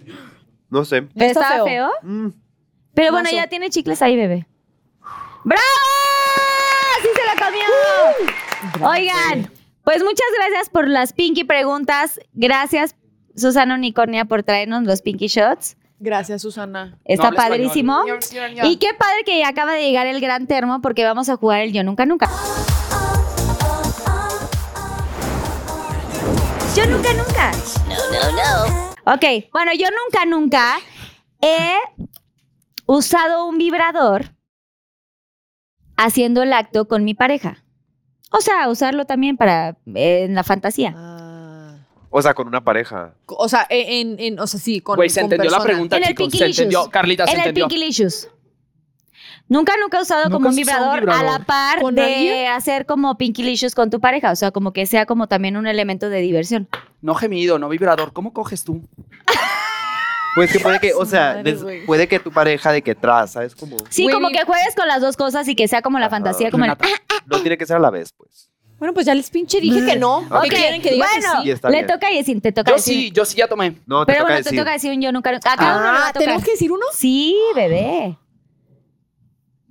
S7: No sé.
S5: No está
S4: ¿Estaba feo?
S5: feo.
S7: Mm,
S4: Pero bueno,
S5: Mazo.
S4: ya tiene chicles ahí, bebé. ¡Bravo! ¡Sí se lo comió! Oigan, pues muchas gracias por las Pinky preguntas. Gracias, Susana Unicornia, por traernos los Pinky Shots.
S5: Gracias, Susana.
S4: Está
S6: No habla
S4: padrísimo. Y qué padre que ya acaba de llegar el gran termo porque vamos a jugar el Yo Nunca Nunca. Yo Nunca Nunca. Ok, bueno, yo nunca, nunca he usado un vibrador haciendo el acto con mi pareja. O sea, usarlo también para eh, en la fantasía.
S5: Ah.
S7: O sea, con una pareja.
S5: O sea,
S8: e,
S5: en, en, o sea, sí, con
S6: Güey, se
S5: con
S6: entendió la
S5: persona.
S6: pregunta,
S4: En el
S6: chicos.
S4: Pinky
S6: Se
S4: Licious.
S6: entendió. Carlita, se
S4: en el
S6: entendió.
S4: Pinky Licious. Nunca, nunca he usado
S6: ¿Nunca
S4: como un
S6: has usado
S4: vibrador,
S6: un
S4: a
S6: vibrador?
S4: la par
S5: ¿Con
S4: de
S5: alguien?
S4: hacer como Pinky Licious con tu pareja. O sea, como que sea como también un elemento de diversión.
S6: No gemido, no vibrador. ¿Cómo coges tú?
S7: Pues que puede que, o sea,
S5: madre,
S7: des-
S5: güey.
S7: puede que tu pareja de que traza, es como.
S4: Sí,
S5: Güey,
S4: como
S5: mi-
S4: que juegues con las dos cosas y que sea como la
S7: Ajá.
S4: fantasía, como el-
S6: Renata.
S7: No tiene que ser a la vez, pues.
S5: Bueno, pues ya les pinche dije que no.
S7: Ok.
S5: ¿Qué quieren que diga que
S4: bueno,
S7: sí, está
S4: le
S7: bien.
S4: toca a Yesin, te toca
S6: Yo
S4: decir.
S6: sí, yo sí ya tomé.
S7: No, te
S4: Pero
S7: toca
S4: bueno, te
S7: decir.
S4: toca decir un yo nunca. A cada uno le va
S5: Ah,
S4: a tocar.
S5: ¿tenemos que decir uno?
S4: Sí, bebé.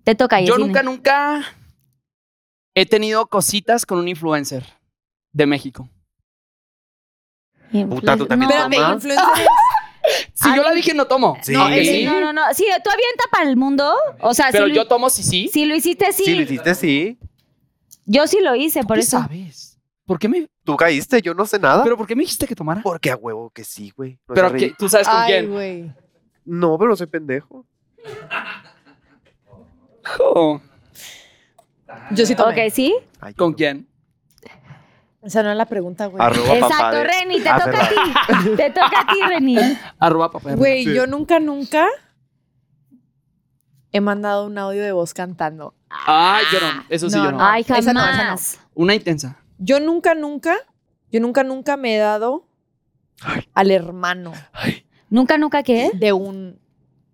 S4: Te toca,
S6: Yo
S4: Yesenia.
S6: nunca, nunca he tenido cositas con un influencer de México.
S7: Puta, tú también
S4: no,
S7: tomas.
S4: no,
S7: Ah.
S5: Espérate, influencer.
S6: Si
S4: A
S6: yo
S4: mí-
S6: la dije, no tomo.
S7: Sí.
S4: no,
S7: No,
S6: ¿Sí?
S4: no, no, no. Sí, tú avienta para el mundo. O sea,
S6: ¿eh? Pero
S4: si,
S6: yo
S4: lo,
S6: tomo si sí.
S4: si lo hiciste, sí.
S7: Sí, lo hiciste, sí.
S4: Yo sí lo hice, por
S6: ¿Qué
S4: eso.
S6: sabes? ¿Por qué me,
S7: Tú caíste, yo no sé nada.
S6: pero ¿por qué me dijiste que tomara?
S7: Porque a huevo que sí, güey. No,
S6: Pero
S7: seas
S6: que-
S7: ridículo.
S6: tú sabes con
S8: Ay,
S6: quién.
S8: güey.
S7: no, pero no soy pendejo.
S6: Jo.
S8: Yo sí tomé.
S4: Ok, ¿sí?
S7: Ay,
S6: ¿Con
S7: no.
S6: quién?
S8: Esa no es la pregunta, güey.
S7: Arroba
S4: Exacto,
S7: papades.
S4: Reni, te
S7: Ah,
S4: toca a
S7: perdón.
S4: ti. Te toca a ti, Reni.
S6: Arroba papá.
S8: Güey,
S7: Sí.
S8: yo nunca, nunca he mandado un audio de voz cantando.
S6: Ay, yo no. Eso sí,
S8: No,
S6: yo no.
S8: no.
S4: Ay, jamás.
S8: Esa no, esa no.
S6: Una intensa.
S8: Yo nunca, nunca, yo nunca, nunca me he dado al hermano
S4: ¿Nunca, nunca qué?
S8: de un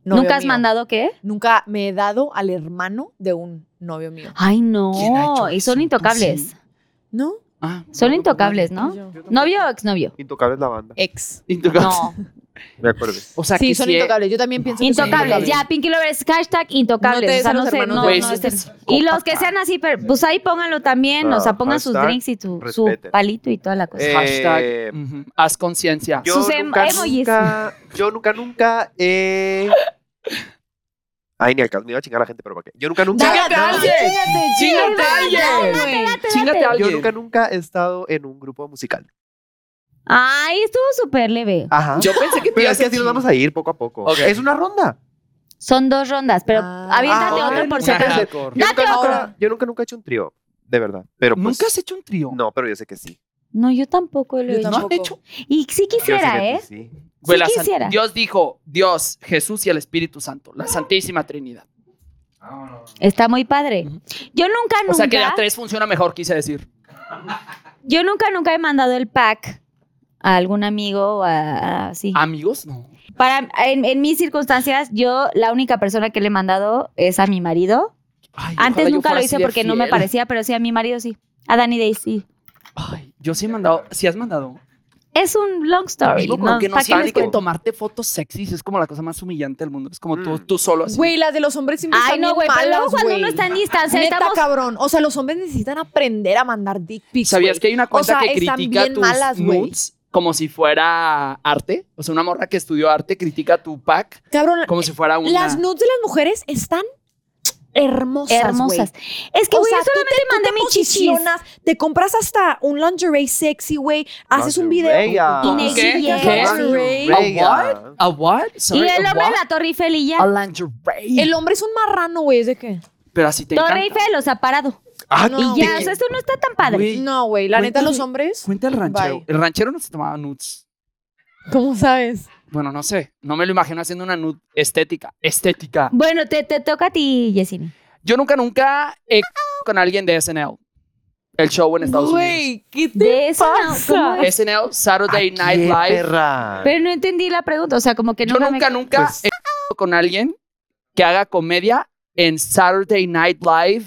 S8: novio
S4: ¿Nunca has
S8: mío.
S4: mandado qué?
S8: Nunca me he dado al hermano de un novio mío.
S4: Ay, no.
S6: ¿Quién ha hecho
S4: Y son
S6: eso?
S4: intocables.
S6: Pues
S8: ¿No?
S6: Ah,
S4: Son intocables, ¿no?
S8: Yo-
S4: ¿Novio o exnovio?
S7: Intocable es la banda.
S8: Ex.
S6: intocables.
S4: No.
S7: Me acuerdo.
S6: O sea,
S8: Sí,
S6: que
S8: son
S6: sí, eh,
S8: intocables. Yo también pienso que son
S4: Intocables, ya, Pinky Lovers, hashtag intocables.
S8: No te
S4: o
S8: des
S4: sea,
S8: a
S4: no
S8: los
S4: sé,
S8: hermanos
S4: no,
S6: de
S4: no
S6: los
S4: este- Y los que sean así, pero, pues ahí pónganlo también,
S7: Ah,
S4: o sea, pongan sus
S7: hashtag
S4: drinks y tu, su
S7: respeten.
S4: palito y toda la cosa.
S7: Eh,
S6: Hashtag.
S7: Eh,
S6: ujú, Haz conciencia.
S7: Yo
S4: Sus em-
S7: nunca,
S4: emojis.
S7: nunca, yo nunca, nunca, eh... Ay, ni al caso, me iba a chingar a la gente, pero ¿para qué? Yo nunca, nunca,
S6: ¡Chíngate a alguien! ¡Chíngate a alguien! ¡Chíngate a
S7: yo
S6: alguien!
S7: nunca, nunca he estado en un grupo musical.
S4: Ay, estuvo súper leve.
S7: Ajá.
S6: Yo pensé que te
S7: pero
S6: ibas
S7: es que
S6: a
S7: así nos
S6: chingar.
S7: vamos a ir poco a poco.
S6: Ok.
S7: Es una ronda.
S4: Son dos rondas, pero
S8: Ah.
S4: aviéntate
S7: Ah,
S4: otro por si
S6: Una
S4: acaso.
S6: hardcore.
S7: Yo nunca,
S4: Date otro.
S7: nunca- yo nunca, nunca he hecho un trío, de verdad. Pero pues,
S6: ¿Nunca has hecho un trío?
S7: No, pero yo sé que sí.
S4: No, yo tampoco lo
S8: Yo
S4: he hecho.
S6: ¿No has
S8: tampoco.
S6: hecho?
S4: Y sí
S7: Yo sé
S4: quisiera,
S7: que
S6: pues.
S4: ¿eh?
S7: tú sí.
S6: Güey, la san-
S4: quisiera.
S6: Dios dijo, Dios, Jesús y el Espíritu Santo, la Santísima Trinidad.
S4: Está muy padre.
S6: Ujú.
S4: Yo nunca, nunca.
S6: O sea que la tres funciona mejor, quise decir.
S4: Yo nunca, nunca he mandado el pack a algún amigo o a- así.
S6: Amigos, no.
S4: Para, en, en mis circunstancias, yo la única persona que le he mandado es a mi marido.
S6: Ay, ojalá
S4: Antes
S6: yo
S4: nunca
S6: fuera
S4: lo
S6: así
S4: hice
S6: de
S4: porque no me
S6: fiel.
S4: parecía, pero sí a mi marido sí. A Danny Day sí.
S6: Ay, yo sí he mandado, sí has mandado.
S4: Es un long story.
S6: Digo, como
S4: No,
S6: que no
S4: ¿pa' qué
S6: sabes
S4: les
S6: que
S4: cuento?
S6: tomarte fotos sexys es como la cosa más humillante del mundo. Es como tú,
S7: Mm.
S6: tú solo así.
S8: Güey, las de los hombres siempre
S4: Ay,
S8: están
S4: no,
S8: bien
S4: güey. Pero
S8: malas,
S4: luego cuando
S8: güey.
S4: uno está en distancia,
S8: Neta,
S4: estamos.
S8: cabrón. O sea, los hombres necesitan aprender a mandar dick pics.
S6: ¿Sabías
S8: güey.
S6: que hay una
S8: O
S6: cuenta
S8: sea,
S6: que
S8: están
S6: critica
S8: bien
S6: tus
S8: malas, güey.
S6: nudes como si fuera arte? O sea, una morra que estudió arte critica tu pack
S8: Cabrón,
S6: como si fuera una...
S8: las nudes de las mujeres están hermosas,
S4: Hermosas.
S8: hermosas.
S4: Es que,
S8: O
S4: güey,
S8: sea,
S4: yo
S8: tú
S4: solamente mandé mi chichis.
S8: Posicionas, te compras hasta un lingerie sexy, güey. Haces un video.
S7: Lingerie, ah.
S4: Y next
S6: ¿Qué?
S4: year.
S6: ¿Qué?
S8: Lingerie.
S6: ¿A
S7: Lingerie,
S6: what? ¿A what? Sorry,
S4: Y el
S6: ¿a
S4: hombre de
S6: what?
S4: la Torre Eiffel y
S6: A
S4: ya.
S6: lingerie.
S8: El hombre es un marrano, güey. ¿Es de qué?
S6: Pero así te
S4: Torre
S6: encanta.
S4: Eiffel, o sea, parado.
S7: Ah,
S8: No.
S4: Y ya, o sea, esto no está tan padre.
S6: Güey,
S8: No, güey. La neta,
S6: Cuéntame.
S8: los hombres.
S6: Cuenta el ranchero.
S8: Bye.
S6: El ranchero no se tomaba nudes.
S8: ¿Cómo sabes?
S6: Bueno, no sé. No me lo imagino haciendo una nude estética. Estética.
S4: Bueno, te, te toca a ti, Yesini.
S6: Yo nunca, nunca he con alguien de SNL. El show en Estados
S8: Güey, ¿qué te
S4: De eso no,
S8: pasa?
S4: ¿cómo
S6: Unidos. SNL, Saturday
S7: Ay,
S6: Night Live.
S7: perra.
S4: Pero no entendí la pregunta. O sea, como que
S6: Yo
S4: nunca,
S6: nunca,
S4: me...
S6: nunca
S7: Pues-
S6: he con alguien que haga comedia en Saturday Night Live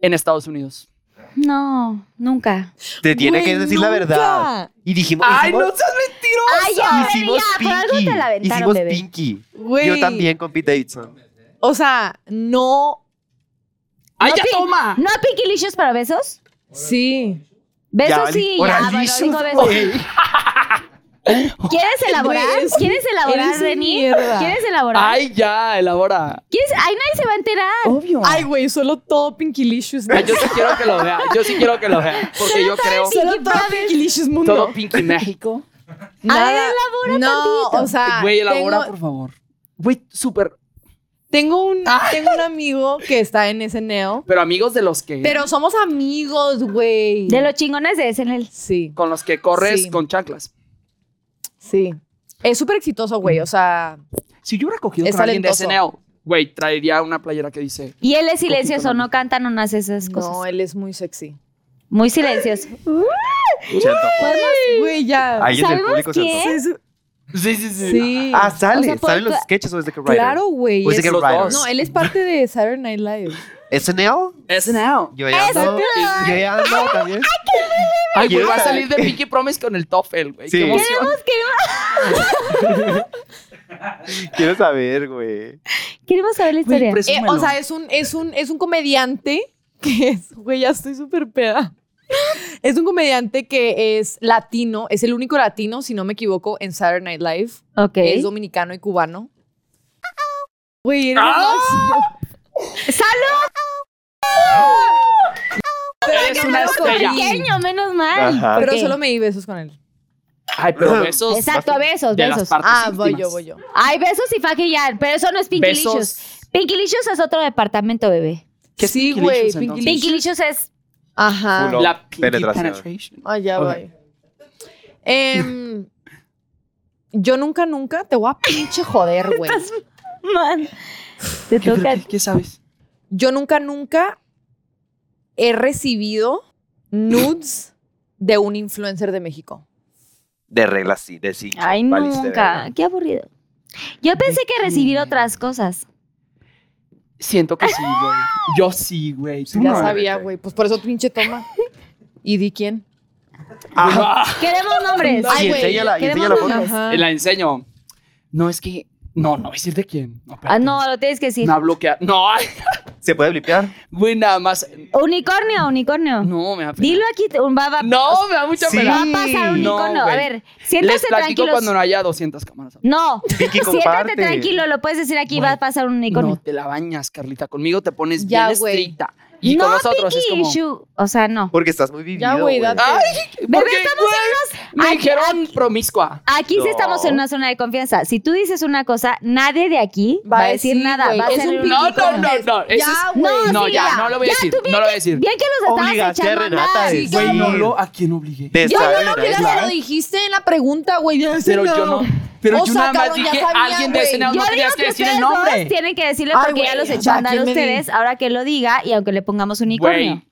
S6: en Estados Unidos.
S4: No, nunca.
S7: Te tiene
S8: Güey,
S7: que decir la
S8: nunca.
S7: verdad. Y dijimos. hicimos-
S6: seas mentirosa!
S4: Ay, ya, bebé,
S7: Hicimos
S4: ya, por algo
S7: Pinky.
S4: te la aventaron,
S7: Hicimos
S4: bebé.
S7: Pinky.
S8: Güey.
S7: Yo también con Pete Davidson.
S8: O sea, no.
S6: ¡Ay,
S4: No,
S6: ya
S4: pi-
S6: toma!
S4: ¿No Pinky Licious para besos?
S8: Sí.
S4: Besos
S7: Ya,
S4: sí, ya, bueno,
S7: oralicious,
S4: digo besos.
S7: güey.
S4: ¿Quieres elaborar?
S8: Güey, eres-
S4: ¿Quieres elaborar,
S8: eres un
S4: Reni?
S8: mierda.
S4: ¿Quieres elaborar?
S6: ¡Ay, ya! Elabora.
S4: ¿Quieres- Ay, nadie se va a enterar.
S6: Obvio.
S8: Ay, güey, solo todo Pinkylicious. ¿no?
S6: Ay, yo sí quiero que lo vea. Yo sí quiero que lo vea. Porque yo creo
S8: Solo todo Pinkylicious mundo.
S6: todo Pinky México.
S4: A ver, elabora
S8: No,
S4: tantito.
S8: o sea,
S6: Güey, elabora,
S8: Ah, tengo,
S6: por favor. Güey, súper.
S8: tengo un, tengo un amigo que está en SNL,
S6: Pero amigos de los que.
S8: pero somos amigos, güey.
S4: De los chingones de SNL.
S8: Sí,
S6: con los que corres
S8: Sí.
S6: con chanclas.
S8: sí. Es súper exitoso, güey, o sea...
S6: Si yo hubiera cogido
S8: Es
S6: con alguien de
S8: talentoso.
S6: SNL, güey, traería una playera que dice.
S4: Y él es silencioso, no canta, no hace esas cosas.
S8: No, él es muy sexy.
S4: Muy silencioso.
S8: Güey, ya.
S7: Ahí en el
S4: ¿Sabemos
S7: público se
S4: quién?
S7: antojó.
S6: Sí, sí, sí.
S8: Sí.
S7: Ah, sale.
S4: O sea,
S7: salen los
S4: por-
S7: sketches o es de que writer.
S8: claro, güey.
S7: O es de
S8: es-
S7: que
S6: Los
S7: writer.
S6: dos.
S8: No, él es parte de Saturday Night Live.
S7: ¿SNL?
S6: SNL.
S7: Yo ya ando. Yo ya ando también.
S6: Ay, güey,
S7: Quiero
S6: va a
S7: saber
S6: salir de Pinky Promise con el TOEFL, güey.
S7: Sí.
S6: Qué emoción.
S7: Quiero saber, güey.
S4: Queremos saber la
S6: Güey,
S4: historia.
S8: Eh,
S6: presúmelo.
S8: o sea, es un, es un, es un comediante que es, güey, ya estoy súper peda. Es un comediante que es latino, es el único latino, si no me equivoco, en Saturday Night Live.
S4: ok.
S8: Es dominicano y cubano. Güey, eres el
S6: ¡Ah!
S8: máximo.
S4: ¡Salud!
S6: Eres una estrella.
S4: Pequeño, menos mal.
S7: Ajá.
S8: Pero
S4: Ok.
S8: solo me di besos con él.
S6: Ay, pero besos.
S4: Exacto, besos,
S6: de las
S4: besos.
S6: partes
S8: Ah, voy yo,
S6: íntimas.
S8: voy yo.
S4: Hay besos y faquillar, pero eso no es Pinkilicious.
S6: Besos.
S4: Pinkilicious es otro departamento, bebé.
S6: ¿Qué es
S8: Sí,
S6: Pinky
S8: güey,
S6: Licious,
S8: Pinky
S6: entonces?
S4: Pinkilicious es
S8: Ajá.
S7: Culo,
S6: La Pinky
S7: penetración.
S6: penetration.
S8: Allá
S6: Ok.
S8: voy. Ah, Em, yo nunca, nunca te voy a pinche joder, güey.
S4: man. Te
S6: ¿Qué, pero
S4: toca.
S6: qué- qué sabes?
S8: Yo nunca, nunca he recibido nudes de un influencer de México.
S7: De reglas, sí, de sí.
S4: Ay,
S7: valiste
S4: nunca.
S7: verga.
S4: Qué aburrido. Yo pensé que recibir otras cosas.
S6: Siento que sí, güey. Yo sí, güey. Tú
S8: Ya
S6: no.
S8: sabía, güey. Pues por eso pinche toma. ¿Y di quién?
S6: Ajá.
S4: Queremos nombres.
S7: Ay,
S8: güey,
S7: enséñala,
S4: queremos
S7: enséñala, por favor.
S4: nombres.
S8: Ajá.
S6: La enseño. No, es que. No, no voy a decir de quién. No,
S4: Ah,
S6: espérate.
S4: no, lo tienes que decir.
S6: No, bloquear. No, ay,
S7: ¿Se puede blipear?
S6: güey, nada más.
S4: Unicornio, unicornio.
S6: No, me da pena.
S4: Dilo aquí, un va, va-
S6: No, me da mucha
S7: Sí.
S4: va
S6: pena.
S4: a pasar un
S6: No,
S4: unicornio. a
S6: güey.
S4: ver,
S6: Les
S4: siéntate
S6: platico
S4: tranquilos.
S6: cuando no haya 200 cámaras.
S4: No,
S7: Vicky,
S4: siéntate
S7: comparte.
S4: tranquilo, lo puedes decir aquí, va a pasar un
S6: No
S4: unicornio.
S6: te la bañas, Carlita. Conmigo te pones
S8: Ya,
S6: bien
S8: güey.
S6: estricta. Y
S4: no,
S6: con nosotros es
S4: Pinky
S6: como.
S4: Shoe. O sea, no.
S7: Porque estás muy vivido,
S8: Ya, güey,
S7: güey.
S8: date.
S6: Ay,
S4: Bebé,
S6: porque,
S4: estamos
S6: güey,
S4: en unos-
S6: Me
S4: aquí-
S6: dijeron promiscua.
S4: Aquí sí
S7: No.
S4: estamos en una zona de confianza. Si tú dices una cosa, nadie de aquí va, a decir nada.
S8: güey,
S4: Va a
S8: es
S4: ser
S8: un
S4: un
S8: pinky
S6: No, no,
S4: unicornio.
S6: no, no. eso es-
S8: Ya, güey.
S4: No,
S6: No,
S4: sí,
S6: ya,
S4: mira.
S6: no lo voy a
S4: Ya,
S6: decir.
S4: tú bien
S6: No lo voy a
S4: que-
S6: decir.
S4: Bien que los estabas
S7: Obligaste a
S4: echando a
S7: Renata
S4: andar.
S7: a
S8: Sí,
S7: decir.
S8: yo no
S6: ¿a quién obligué?
S7: De
S8: Yo
S7: saber,
S8: no lo
S7: ¿verdad?
S8: quería, lo dijiste en la pregunta, güey. ya
S4: Pues
S6: Pero
S8: sé,
S6: yo no. Pero
S4: Oh,
S8: O
S6: yo nada
S8: sea,
S6: más
S8: cabrón, ya
S6: dije
S8: sabía,
S6: alguien de
S8: güey.
S6: ese no
S4: Yo digo
S6: tenías que
S4: que
S6: decir
S4: ustedes
S6: el
S4: dos
S6: nombre.
S4: tienen que decirle
S8: Ay,
S4: porque
S8: güey,
S4: ya los
S8: o
S4: echó
S8: sea,
S4: a andar
S8: ¿quién me
S4: ustedes. Ahora que lo diga y aunque le pongamos unicornio.
S6: Güey.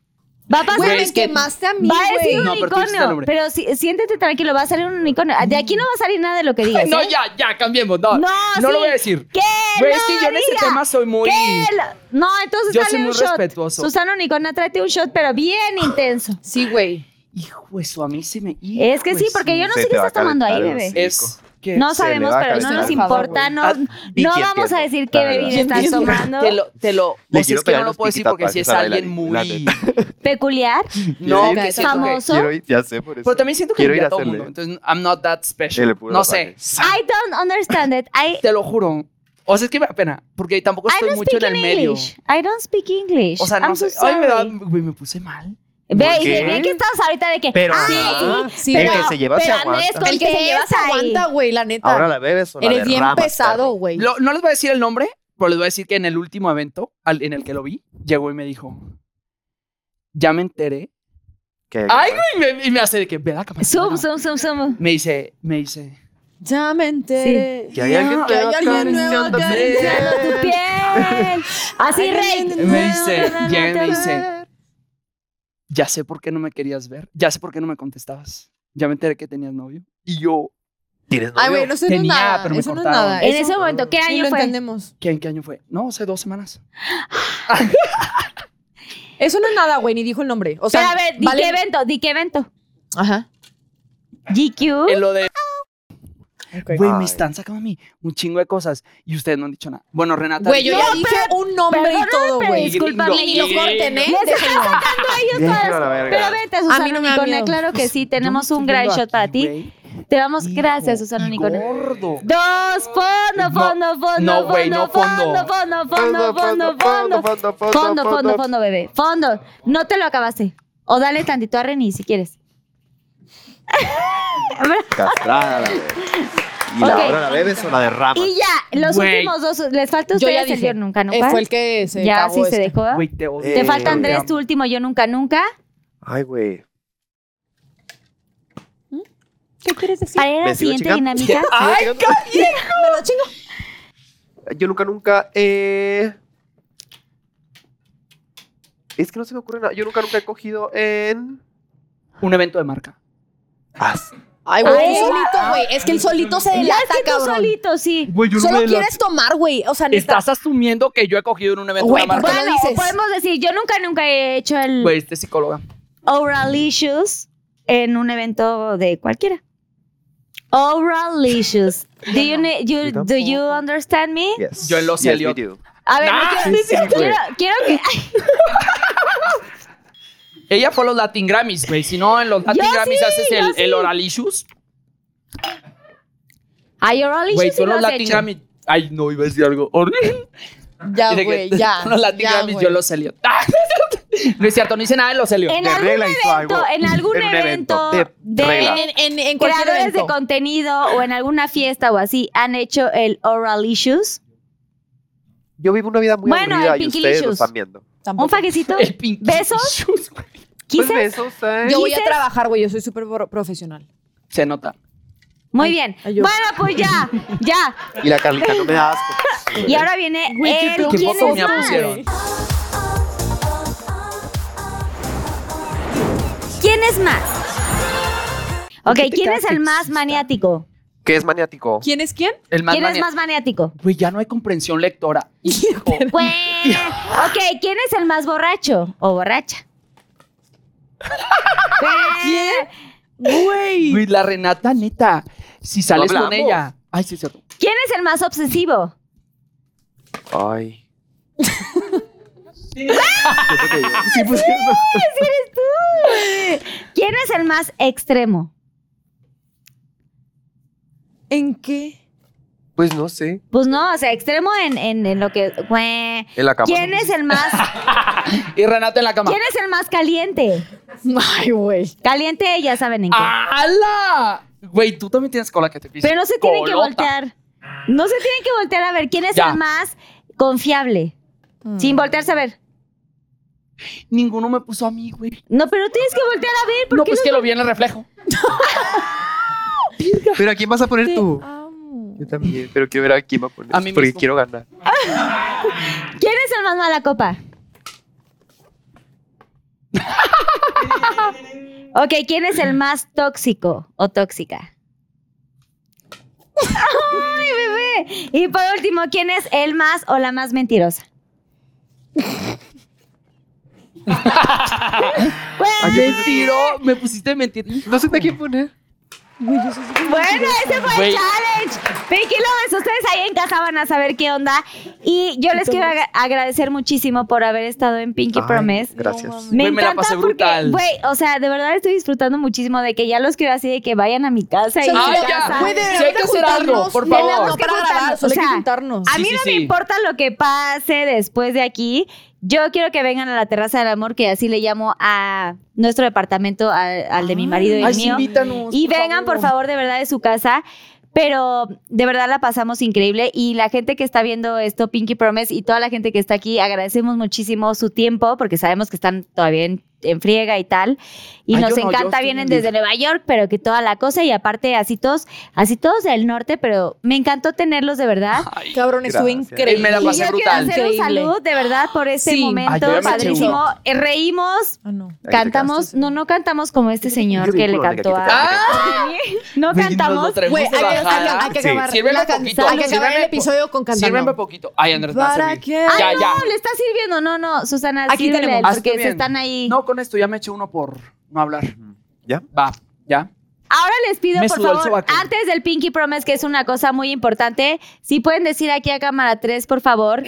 S4: Va a pasar
S8: Güey,
S6: Güey,
S8: me
S6: es que-
S8: quemaste a mí,
S4: Va a decir
S8: güey.
S4: un
S6: No, pero tú dijiste el
S4: unicornio,
S6: nombre.
S4: pero, sí- siéntete tranquilo, va a salir un unicornio. De aquí no va a salir nada de lo que digas.
S6: Ay, No,
S4: ¿eh?
S6: ya, ya, cambiemos. No,
S4: No,
S6: no
S4: sí.
S6: lo voy a decir.
S4: ¿Qué?
S6: Güey,
S4: no,
S6: es que yo en ese
S4: diga.
S6: tema soy muy.
S4: ¿Qué? La- No, entonces
S6: Yo
S4: dale
S6: soy
S4: un
S6: muy
S4: shot.
S6: respetuoso.
S4: Susana Unicornia, tráete un shot, pero bien intenso.
S8: Sí, güey.
S6: Hijo, eso a mí se me. hijo
S4: Es que
S6: de
S4: sí,
S6: su-
S4: porque yo no
S7: Pues Se
S4: sé
S7: te
S4: qué
S7: va
S4: estás
S7: a
S4: tomando ahí,
S7: calentar el
S4: bebé.
S7: hocico.
S6: Es que.
S4: No
S7: Se le
S4: sabemos,
S7: va a
S4: pero no
S7: calentar
S4: nos
S7: el
S4: importa.
S8: favor,
S4: No,
S7: güey. Vicky,
S4: no vamos a
S7: entiendo,
S4: decir qué
S7: la verdad.
S4: bebida estás
S6: Entiendo.
S4: tomando.
S6: Te lo, te lo,
S7: Le
S6: o sea,
S7: quiero
S6: es que
S7: pegar
S6: no lo
S7: los
S6: puedo decir
S7: piquitapas,
S6: porque si es
S7: esa
S6: alguien
S7: bailarina,
S6: muy.
S7: la
S4: Peculiar.
S6: No,
S7: Quiero
S6: que
S7: ir-
S6: siento que-
S4: famoso.
S7: Quiero ir, ya sé por eso.
S6: Pero también siento que
S7: Quiero ir
S6: ya
S7: a
S6: todo el
S7: hacerle.
S6: mundo. Entonces, I'm not that
S7: El
S6: special.
S7: puro
S6: No sé.
S7: baile.
S4: I don't understand it. I,
S6: Te lo juro. O sea, es que me da pena. Porque tampoco
S4: I
S6: estoy
S4: don't
S6: mucho
S4: speak
S6: en el medio.
S4: English. I don't speak English.
S6: O sea, no
S4: I'm so
S6: sé. Ay, me da.
S4: sorry.
S6: Güey, me puse mal.
S4: Ve,
S7: ¿Por
S4: y
S7: qué?
S4: ve que estás ahorita de que.
S7: Pero-
S4: sí,
S7: Ah,
S4: sí,
S8: sí,
S4: pero,
S8: el
S7: que se lleva,
S4: pero
S7: se aguanta.
S4: Andrés,
S8: El que se lleva se
S4: contesta ahí.
S8: aguanta, güey, la neta.
S7: Ahora la bebes o la
S8: Eres bien
S7: derramas,
S8: pesado, güey.
S6: Lo- no les voy a decir el nombre, pero les voy a decir que en el último evento al- en el que lo vi, llegó y me dijo. Ya me enteré.
S7: perro. Que-
S6: Ay, güey, me- y me hace de que ve la cámara.
S4: Zoom, zoom, zoom, zoom.
S6: Me dice, me dice.
S8: Ya me enteré.
S7: Que hay alguien
S8: que hay
S7: nuevo
S8: alguien nuevo
S7: acariciándote.
S8: acariciándote.
S4: Tu piel. Así,
S8: Ay,
S4: rey.
S8: nene,
S6: Me dice, llega y me dice, ya sé por qué no me querías ver, ya sé por qué no me contestabas, ya me enteré que tenías novio. Y yo,
S7: ¿Tienes
S8: Ay,
S7: novio?
S8: güey, no sé
S6: Tenía,
S8: nada.
S6: pero me
S8: eso no es
S6: cortaron.
S8: nada.
S4: En
S8: eso-
S4: ese momento, ¿qué
S8: Sí,
S4: año
S8: lo
S4: fue?
S8: entendemos.
S6: ¿qué, en qué año fue? No, hace dos semanas.
S8: Eso no es nada, güey, ni dijo el nombre.
S4: Pero
S8: O sea,
S4: a ver, di
S8: vale-
S4: qué evento, di qué evento.
S8: Ajá.
S6: En
S4: GQ.
S6: lo de,
S8: Ok.
S6: güey,
S7: Ay.
S6: me están sacando a mí un chingo de cosas y ustedes no han dicho nada. Bueno, Renata.
S8: Güey, yo
S4: No,
S8: ya dije
S4: pero-
S8: un nombre y
S4: perdóname,
S8: todo,
S4: pero
S8: güey.
S4: discúlpame.
S8: Y ni lo
S6: Gringo.
S8: corten, ¿eh?
S4: Les está
S8: Déjenlo.
S4: sacando a ellos
S7: Déjenlo
S4: todas.
S7: a la verga.
S4: Pero vente, Susana
S8: A mí no me da
S4: Unicornia,
S8: miedo.
S4: claro que sí, tenemos un gran shot para ti. Te damos gracias, Susana Unicornia.
S6: Gordo.
S4: Dos, fondo,
S6: No,
S4: fondo, fondo,
S6: no, güey, no
S4: fondo, fondo, fondo, fondo, fondo, fondo, fondo, fondo, fondo, bebé, fondo. No te lo acabaste. O dale tantito a Reni si quieres.
S7: Castrada la bebes. Y la
S4: Ok.
S7: ahora la bebes o la derramas.
S4: Y ya, los
S6: Güey.
S4: últimos dos, les falta a
S8: Yo ya
S4: ustedes el
S8: dije.
S4: yo nunca, ¿no?
S8: Eh,
S4: ¿Cuál?
S8: fue el que se
S4: ya
S8: acabó
S4: sí se
S8: este.
S4: dejó. ¿ah?
S6: Güey, te odio.
S4: Te
S7: Eh,
S4: falta
S7: te
S4: Andrés,
S6: amo.
S4: tu último yo nunca, nunca.
S7: Ay, güey.
S8: ¿Qué quieres decir?
S4: Para la
S7: Me sigo
S4: siguiente
S7: chingando.
S4: dinámica.
S6: Ay,
S7: Yo nunca, nunca. Eh... Es que no se me ocurre nada. Yo nunca, nunca he cogido en.
S6: Un evento de marca.
S7: Ah,
S8: Ay, güey,
S4: Ay, ah,
S8: él solito, güey. Es que el solito se
S4: Ya
S8: delata,
S4: es que tú
S8: cabrón.
S4: solito, sí.
S6: Güey, yo no
S8: Solo
S6: me la-
S8: quieres tomar, güey. O sea, neta.
S6: Estás asumiendo que yo he cogido en un evento
S8: Güey,
S6: de marca.
S8: ¿por qué
S4: Bueno,
S8: lo dices?
S4: podemos decir, yo nunca, nunca he hecho el
S6: Güey, este psicóloga.
S4: oral issues en un evento de cualquiera. Oral issues. Do you, ne- you-
S7: Yo
S4: do you
S7: tampoco.
S4: understand me?
S7: yes.
S6: Yo en los
S7: yes,
S6: Elliot.
S7: we do.
S4: A ver,
S6: Nah,
S4: no
S7: sí, sí,
S4: quiero,
S7: güey.
S4: quiero, quiero que. ay,
S6: Ella fue a los Latin Grammys, güey. Si no, en los Latin
S4: Yo
S6: Grammys
S4: sí,
S6: haces el,
S4: yo sí.
S6: el oral issues.
S4: Ay, oral
S6: Güey,
S4: issues sí
S6: tú en
S4: lo
S6: los
S4: has
S6: Latin
S4: hecho.
S6: Grammys. Ay, no, iba a decir algo horrible.
S8: Ya,
S6: Y de que-
S8: güey, ya.
S6: Los Latin
S8: ya,
S6: Grammys
S8: güey.
S6: yo los Elliot. Ah, No es cierto, no hice nada de los Helio.
S4: En
S7: de
S4: algún
S7: regla hizo algo.
S4: evento, en algún
S7: en un
S4: evento,
S7: evento,
S4: de,
S7: de regla.
S4: en- en- en
S8: cualquier
S4: creadores
S8: evento.
S4: de contenido o en alguna fiesta o así han hecho el oral issues,
S7: Yo vivo una vida muy
S4: Bueno,
S7: aburrida
S4: el
S7: y
S4: Pinky
S7: ustedes lo
S4: Licious.
S7: están viendo.
S4: un faquecito,
S6: El pinky.
S4: besos,
S7: Pues
S4: quizás.
S7: besos, ¿eh?
S8: Yo voy a
S4: ¿Dices?
S8: trabajar, güey. Yo soy súper pro- profesional.
S6: Se nota.
S4: Muy bien.
S8: ay, yo.
S4: Bueno, pues ya, ya.
S7: Y la Carlita no me da asco.
S4: Y ahora viene el
S6: Qué
S4: ¿quién
S6: poco
S4: es
S6: me
S4: más?
S6: pusieron.
S3: ¿Quién es más?
S4: Ok,
S6: ¿Por qué te
S4: ¿quién
S6: quedas
S4: es el más
S6: sexista?
S4: maniático?
S7: ¿Qué es maniático?
S8: ¿Quién es quién?
S6: El más
S4: ¿Quién es
S6: mania-
S4: más maniático?
S6: Güey, ya no hay comprensión lectora. Hijo.
S4: Pues, ok, ¿quién es el más borracho o borracha? Eh,
S6: Güey, la Renata, neta. Si sales con
S7: hablamos.
S6: ella. Ay, sí, es cierto.
S4: ¿Quién es el más obsesivo?
S7: Ay.
S4: ¿Quién es el más extremo?
S8: ¿En qué?
S7: Pues no sé.
S4: Pues no, o sea, extremo en, en- en lo que. güey.
S7: En la cama.
S4: ¿Quién es el más,
S6: Y Renata en la cama.
S4: quién es el más caliente?
S8: Ay, güey.
S4: Caliente, ya saben en qué.
S6: ¡Hala! Güey, tú también tienes cola que te pise.
S4: Pero no se tienen que
S6: Colota.
S4: voltear. No se tienen que voltear a ver quién es
S6: Ya.
S4: el más confiable. Sin voltearse a ver.
S6: Ninguno me puso a mí, güey.
S4: No, pero tienes que voltear a ver. ¿por
S6: No,
S4: qué
S6: pues que lo vi en el reflejo.
S7: ¿Pero a quién vas a poner tú? Yo también, pero quiero ver a quién va a poner.
S6: A mí
S7: porque
S6: mismo.
S7: quiero ganar.
S4: no- ¿Quién es el más mala copa? ok, ¿quién es el más tóxico o tóxica? ¡Ay, bebé! Y por último, ¿quién es el más o la más mentirosa? Ah,
S7: Ay, yo pensé-
S6: Tiro, me pusiste a mentir.
S7: No sé a quién
S6: ¿eh?
S7: poner.
S4: Bueno, ese fue
S6: Güey.
S4: el challenge. Pinky Lovers, ustedes ahí en casa van a saber qué onda. Y yo les quiero aga- agradecer muchísimo por haber estado en Pinky
S7: Ay,
S4: Promise.
S7: Gracias.
S4: Me
S6: Güey, me la
S4: encanta
S6: pasé
S4: porque,
S6: brutal.
S4: güey, o sea, de verdad estoy disfrutando muchísimo de que ya los quiero así de que vayan a mi casa y
S8: Ay,
S4: mi
S6: ya.
S4: casa.
S8: Güey,
S6: Sí, hay
S8: deberíamos de
S6: que hacer algo,
S8: juntarnos.
S6: por
S8: No,
S6: favor.
S8: No, para
S4: Hay que
S8: grabar,
S4: juntarnos,
S8: solo hay
S4: o
S8: que
S4: sea,
S8: juntarnos.
S4: A
S6: Sí,
S4: mí
S6: sí,
S4: no me
S6: sí.
S4: importa lo que pase después de aquí. Yo quiero que vengan a la terraza del amor, que así le llamo a nuestro departamento, al, al de mi marido y
S6: Ay,
S4: el
S6: sí,
S4: mío.
S6: invítanos.
S4: Y vengan, por favor, de verdad de su casa. Pero de verdad la pasamos increíble y la gente que está viendo esto, Pinky Promise, y toda la gente que está aquí, agradecemos muchísimo su tiempo porque sabemos que están todavía en, en friega y tal. Y
S6: Ay,
S4: nos
S6: yo no, yo
S4: encanta,
S6: estoy
S4: vienen
S6: bien
S4: desde Nueva York, pero que toda la cosa y aparte así todos, así todos del norte, pero me encantó tenerlos de verdad.
S6: Ay,
S8: Cabrón, estuve
S7: Gracias.
S8: increíble.
S6: Me la
S4: Y
S6: pasé
S4: yo quiero
S6: brutal.
S4: hacer un
S8: Increíble.
S4: salud de verdad por este
S8: Sí.
S4: momento
S6: Ay, yo ya me eché
S4: padrísimo.
S6: uno.
S4: Eh, Reímos,
S8: Ah, no.
S7: te
S4: cantamos, no, no cantamos como este señor
S7: Yo vi
S4: que le
S7: uno de
S4: cantó
S7: que te
S4: a...
S6: cantaba.
S4: No
S6: Güey, nos
S4: cantamos.
S6: lo traemos
S8: Güey, hay
S6: de
S8: que, hay que-
S6: bajada.
S8: hay que
S7: Sí.
S8: acabar,
S6: Sírveme
S8: la can-
S6: poquito.
S8: hay que acabar el
S6: Sírveme po-
S8: episodio con cantando.
S6: Sírveme poquito. Ay, Andrés, me va a
S8: ¿Para
S6: servir.
S8: qué?
S4: Ay,
S6: Ya,
S4: no,
S6: ya.
S4: le está sirviendo. No, no, Susana,
S8: Aquí
S4: sírvele,
S8: tenemos.
S6: Hazte
S4: porque se
S6: bien.
S4: están ahí.
S6: No, con esto ya me eché uno por no hablar.
S7: ¿Ya?
S6: Va, ya.
S4: Ahora les pido,
S6: Me
S4: por
S6: sudó el
S4: favor,
S6: sobaco.
S4: antes del Pinky Promise, que es una cosa muy importante, si pueden decir aquí a cámara 3, por favor,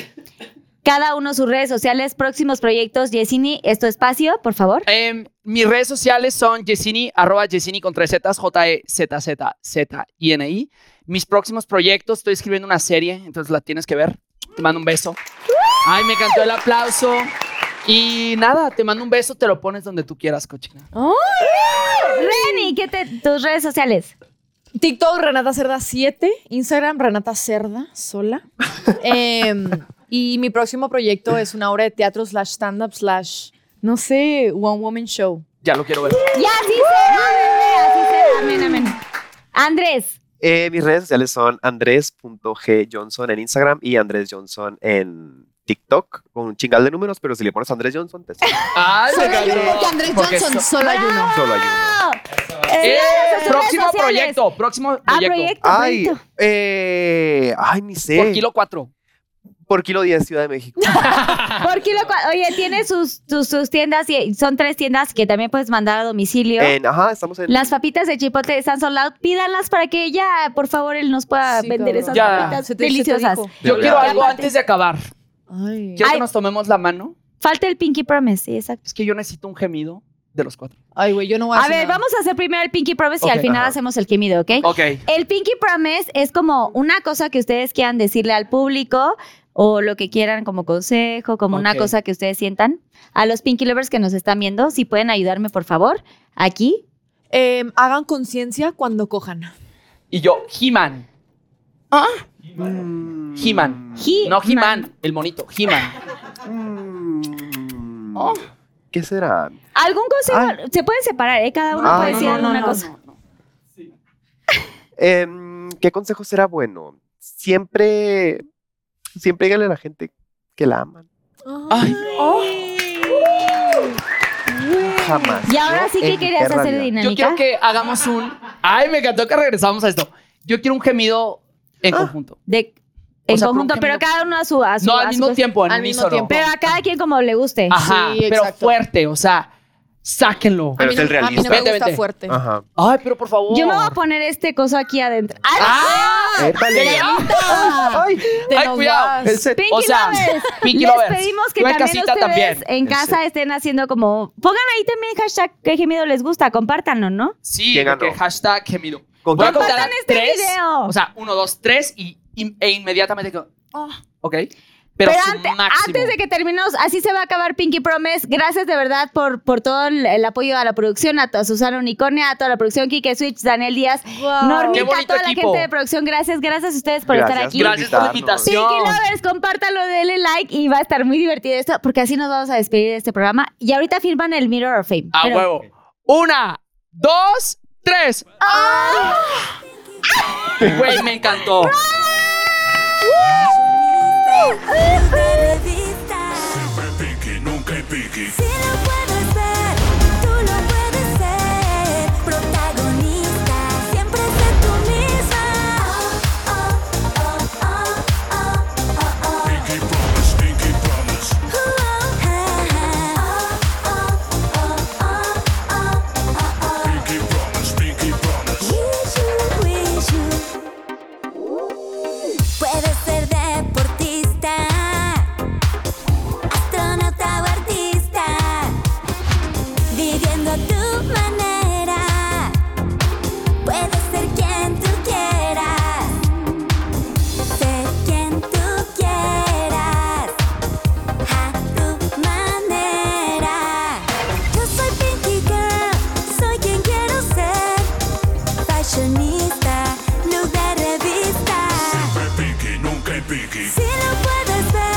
S4: cada uno sus redes sociales, próximos proyectos, Yesini, es tu espacio, por favor.
S6: Em, mis redes sociales son Yesini, arroba Yesini con tres Zetas, E J-E-Z-Z-Z-I-N-I. Mis próximos proyectos, estoy escribiendo una serie, entonces la tienes que ver. Te mando un beso. Ay, me encantó el aplauso. Y nada, te mando un beso, te lo pones donde tú quieras, cochina.
S4: Reni, ¿qué te, tus redes sociales?
S8: TikTok, Renata Cerda 7. Instagram, Renata Cerda sola. Em, y mi próximo proyecto es una obra de teatro slash stand-up slash, no sé, one woman show.
S6: Ya lo quiero ver.
S4: Y así será, bebé, así será. Amén, amén. Andrés,
S7: Eh, mis redes sociales son andres.gjohnson en Instagram y Andrés Johnson en TikTok, con un chingal de números, pero si le pones Andrés Johnson, te sale.
S6: Ay, me
S8: Solo hay uno,
S6: encantó.
S8: porque Andrés
S6: Porque
S8: Johnson,
S6: so-
S8: solo hay uno.
S4: Ah,
S7: Solo hay uno.
S6: Eh,
S4: Síganos en sus
S6: próximo
S4: redes sociales.
S6: proyecto, próximo
S4: ah,
S6: proyecto.
S4: proyecto,
S7: Ay,
S4: proyecto.
S7: eh, ay, ni sé.
S6: Por kilo cuatro.
S7: Por kilo 10, Ciudad de México.
S4: Por kilo cua- Oye, tiene sus, sus, sus tiendas y son tres tiendas que también puedes mandar a domicilio.
S6: Eh,
S7: En- ajá, estamos en.
S4: las papitas de chipotle están sold out. Pídanlas para que ya, por favor, él nos pueda
S8: Sí,
S4: vender
S8: cabrón.
S4: esas
S6: Ya.
S4: papitas
S8: Se te- se te
S4: deliciosas.
S8: dijo.
S6: Yo
S7: De
S6: quiero
S7: verdad.
S6: algo antes de acabar.
S8: Ay.
S6: Quiero
S4: Ay.
S6: que nos tomemos la mano.
S4: Falta el Pinky Promise, sí, exacto.
S6: Es que yo necesito un gemido de los cuatro.
S8: Ay, güey, yo Ah, no voy a
S4: A
S8: hacer
S4: ver,
S8: nada.
S4: vamos a hacer primero el Pinky Promise y
S6: Ok.
S4: al final
S7: Ajá.
S4: hacemos el gemido, ¿ok?
S6: Ok.
S4: El Pinky Promise es como una cosa que ustedes quieran decirle al público o lo que quieran como consejo, como una
S6: Ok.
S4: cosa que ustedes sientan. A los Pinky Lovers que nos están viendo, si pueden ayudarme, por favor, aquí.
S8: Eh, hagan conciencia cuando cojan.
S6: Y yo, He-Man.
S7: Mm.
S6: He-Man.
S4: He-
S6: no, He-Man, el monito. He-Man.
S7: Mm.
S6: Oh.
S7: ¿Qué será?
S4: ¿Algún consejo?
S7: Ah.
S4: Se pueden separar, ¿eh? Cada uno
S7: Ah,
S4: puede
S7: no,
S4: decir
S7: no, no,
S4: alguna
S7: no,
S4: cosa.
S7: Em, ¿Qué consejo será bueno? Siempre, siempre díganle a la gente que la aman.
S6: Ay,
S7: Jamás.
S4: Y ahora sí
S7: Eh,
S4: que querías hacer
S7: dinero.
S4: dinámica.
S6: yo quiero que hagamos un. Ay, me encantó que regresamos a esto. Yo quiero un gemido en conjunto.
S4: De, en
S6: O sea, por un
S4: conjunto, pero
S6: género.
S4: cada uno a su... Ah. A su
S6: No,
S4: a
S6: al
S4: su
S6: mismo
S4: cosa.
S6: tiempo, Ah. en
S8: al mismo
S6: unísono.
S8: tiempo.
S4: Pero a cada quien como le guste.
S6: Ajá,
S8: Sí,
S6: pero
S8: exacto.
S6: fuerte, o sea, sáquenlo.
S8: a
S7: Pero
S8: mí
S7: es
S8: no,
S7: el
S8: a mí no
S7: realista.
S8: me
S6: Vente,
S8: gusta
S6: vente. Ah.
S8: fuerte.
S7: Ajá.
S6: Ay, pero por favor.
S4: Yo me voy a poner este coso aquí adentro. ¡Ay!
S6: ¡Ah!
S7: Épale.
S6: ¡Ay!
S8: Te
S6: ¡Ay,
S8: nos
S6: cuidado!
S8: vas.
S6: El set-
S4: Pinky
S6: o sea,
S4: Lovers,
S6: Pinky
S4: Les
S6: Lovers.
S4: pedimos que
S6: Yo en
S4: también
S6: casita
S4: ustedes
S6: también. Este.
S4: en casa estén haciendo como... Pongan ahí también hashtag qué gemido les gusta, compártanlo, ¿no?
S6: Sí,
S7: ¿Quién ganó?
S6: porque hashtag gemido.
S7: ¿Con
S6: Voy a
S7: quién?
S6: contar a
S4: Compartan este
S6: tres.
S4: video.
S6: O sea, uno, dos, tres y, y- e inmediatamente digo, "Ah, ok. Pero, su
S4: Oh. ante-
S6: máximo.
S4: antes de que terminemos, así se va a acabar Pinky Promise. Gracias de verdad por, por todo el, el apoyo a la producción, a, to- Susana Unicornia, a toda la producción, Kike Switch, Daniel Díaz,
S6: Qué
S4: Normita,
S6: bonito
S4: toda la
S6: equipo.
S4: gente de producción. Gracias, gracias a ustedes por estar aquí.
S6: Gracias por la
S7: invitarnos.
S4: Pinky
S6: invitación.
S4: Lovers, compártanlo, denle like y va a estar muy divertido esto porque así nos vamos a despedir de este programa. Y ahorita firman el Mirror of Fame.
S6: A
S4: Pero-
S6: Ah, huevo. Una, dos, tres.
S4: Ah.
S6: Güey, me encantó.
S2: Siempre piqui, nunca hay piqui.
S1: Si lo puedes ver, tú lo puedes ser. Protagonista, siempre sé tú misma. Oh, oh, oh, oh, oh, oh, oh.
S2: Pinky promise, pinky promise.
S1: Uh, oh, ah, ah. Oh, oh, oh, oh, oh, oh, oh.
S2: Pinky promise, pinky promise.
S1: Wish you, wish you. Puedes ser deportista, astronauta o artista, viviendo a tu manera.